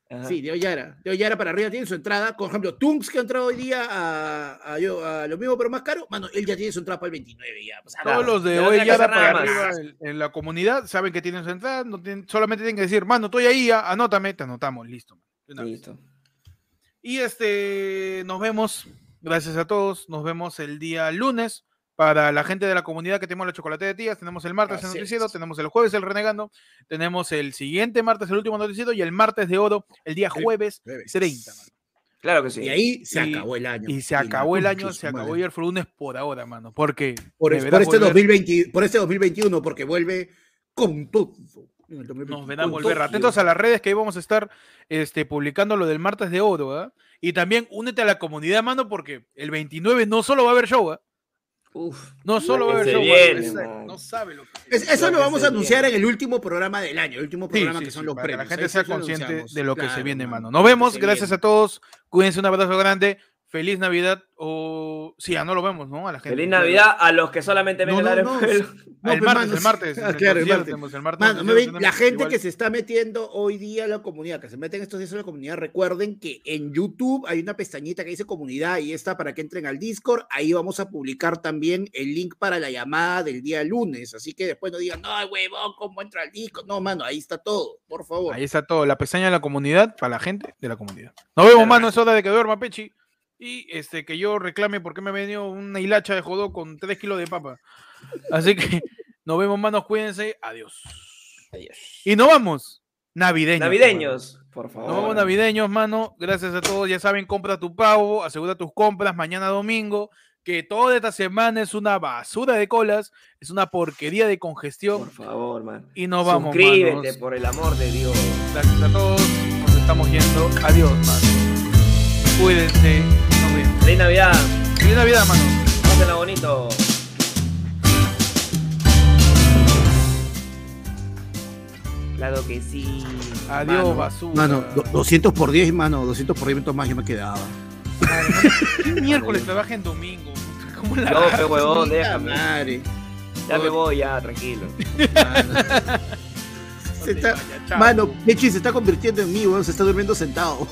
Ajá. Sí, de Oyara. De Oyara para arriba tiene su entrada. Por ejemplo, Tunks que ha entrado hoy día a, a yo- a lo mismo pero más caro. Mano, él ya tiene su entrada para el 29 ya. pues, O sea, Todos Claro, los de ya no hoy tiene que ya hacer para nada más. arriba en, en la comunidad saben que tienen su entrada, no tienen- solamente tienen que decir, mano, estoy ahí, ah, anótame, te anotamos, listo. de una vez. Listo. Y este, nos vemos, gracias a todos, nos vemos el día lunes. Para la gente de la comunidad que tenemos la chocolate de tías, tenemos el martes el Así noticiero, es. tenemos el jueves el renegando, tenemos el siguiente martes el último noticiero y el martes de oro el día El jueves jueves. 30. mano. Claro que sí. Y ahí se Y- acabó el año. Y se la acabó el concha año, de su se acabó madre. el lunes por ahora, mano, porque Por, de es- verdad por este volver- 2020, por este 2021, porque vuelve con todo. en el 2020. Nos ven a Con volver. Tokio. Atentos a las redes que ahí vamos a estar este, publicando lo del martes de oro, ¿ah? Y también únete a la comunidad, mano, porque el 29 no solo va a haber show, ¿ah? no solo va a haber show. mano, es- no sabe lo que Es- eso lo lo que vamos se a anunciar viene. en el último programa del año, el último Sí, programa sí, que sí, son los para que premios. la gente Ahí sea sí lo consciente anunciamos. de lo que Claro, se viene, mano. lo Nos que vemos, se gracias viene. a todos. Cuídense, un abrazo grande. Feliz Navidad o sí, ya no lo vemos, ¿no? A la gente. Feliz Navidad a los que solamente No, ven el no, no. aeropuerto. Ah, el pues, martes, mano, el martes. ah, claro, el Sí, lo martes. tenemos, el martes, Mano, sí, me lo ven- tenemos, la gente igual. que se está metiendo hoy día a la comunidad, que se mete en estos días a la comunidad, recuerden que en YouTube hay una pestañita que dice comunidad y está para que entren al Discord. Ahí vamos a publicar también el link para la llamada del día lunes. Así que después no digan, no, huevón, ¿cómo entra al Discord? No, mano, ahí está todo, por favor. Ahí está todo, la pestaña de la comunidad para la gente de la comunidad. Nos vemos, mano, es hora de que duerma Pechi y este que yo reclame por qué me ha venido una hilacha de jodó con 3 kilos de papa. Así que nos vemos, manos, cuídense, adiós. Adiós. Y nos vamos navideños. pues, Navideños, por favor. Nos vemos navideños, mano. Gracias a todos. Ya saben, compra tu pavo, asegura tus compras mañana domingo. Que toda esta semana es una basura de colas, es una porquería de congestión. Por favor, man. Y nos vamos. Suscríbete, manos. por el amor de Dios. Gracias a todos. Nos estamos yendo. Adiós, mano. Cuídense. Nos vemos. Feliz Navidad. Feliz Navidad, mano. Pásenla bonito. Claro que sí. Adiós, mano. basura. Mano, do- 200 por 10, mano, 200 por 10 más yo me quedaba. ¿Qué miércoles trabaja en domingo? ¿Cómo la No, pe huevón, Puta déjame. madre. Ya me voy, ya, tranquilo. Se está- mano, Pechi se está convirtiendo en mí, weón, se está durmiendo sentado.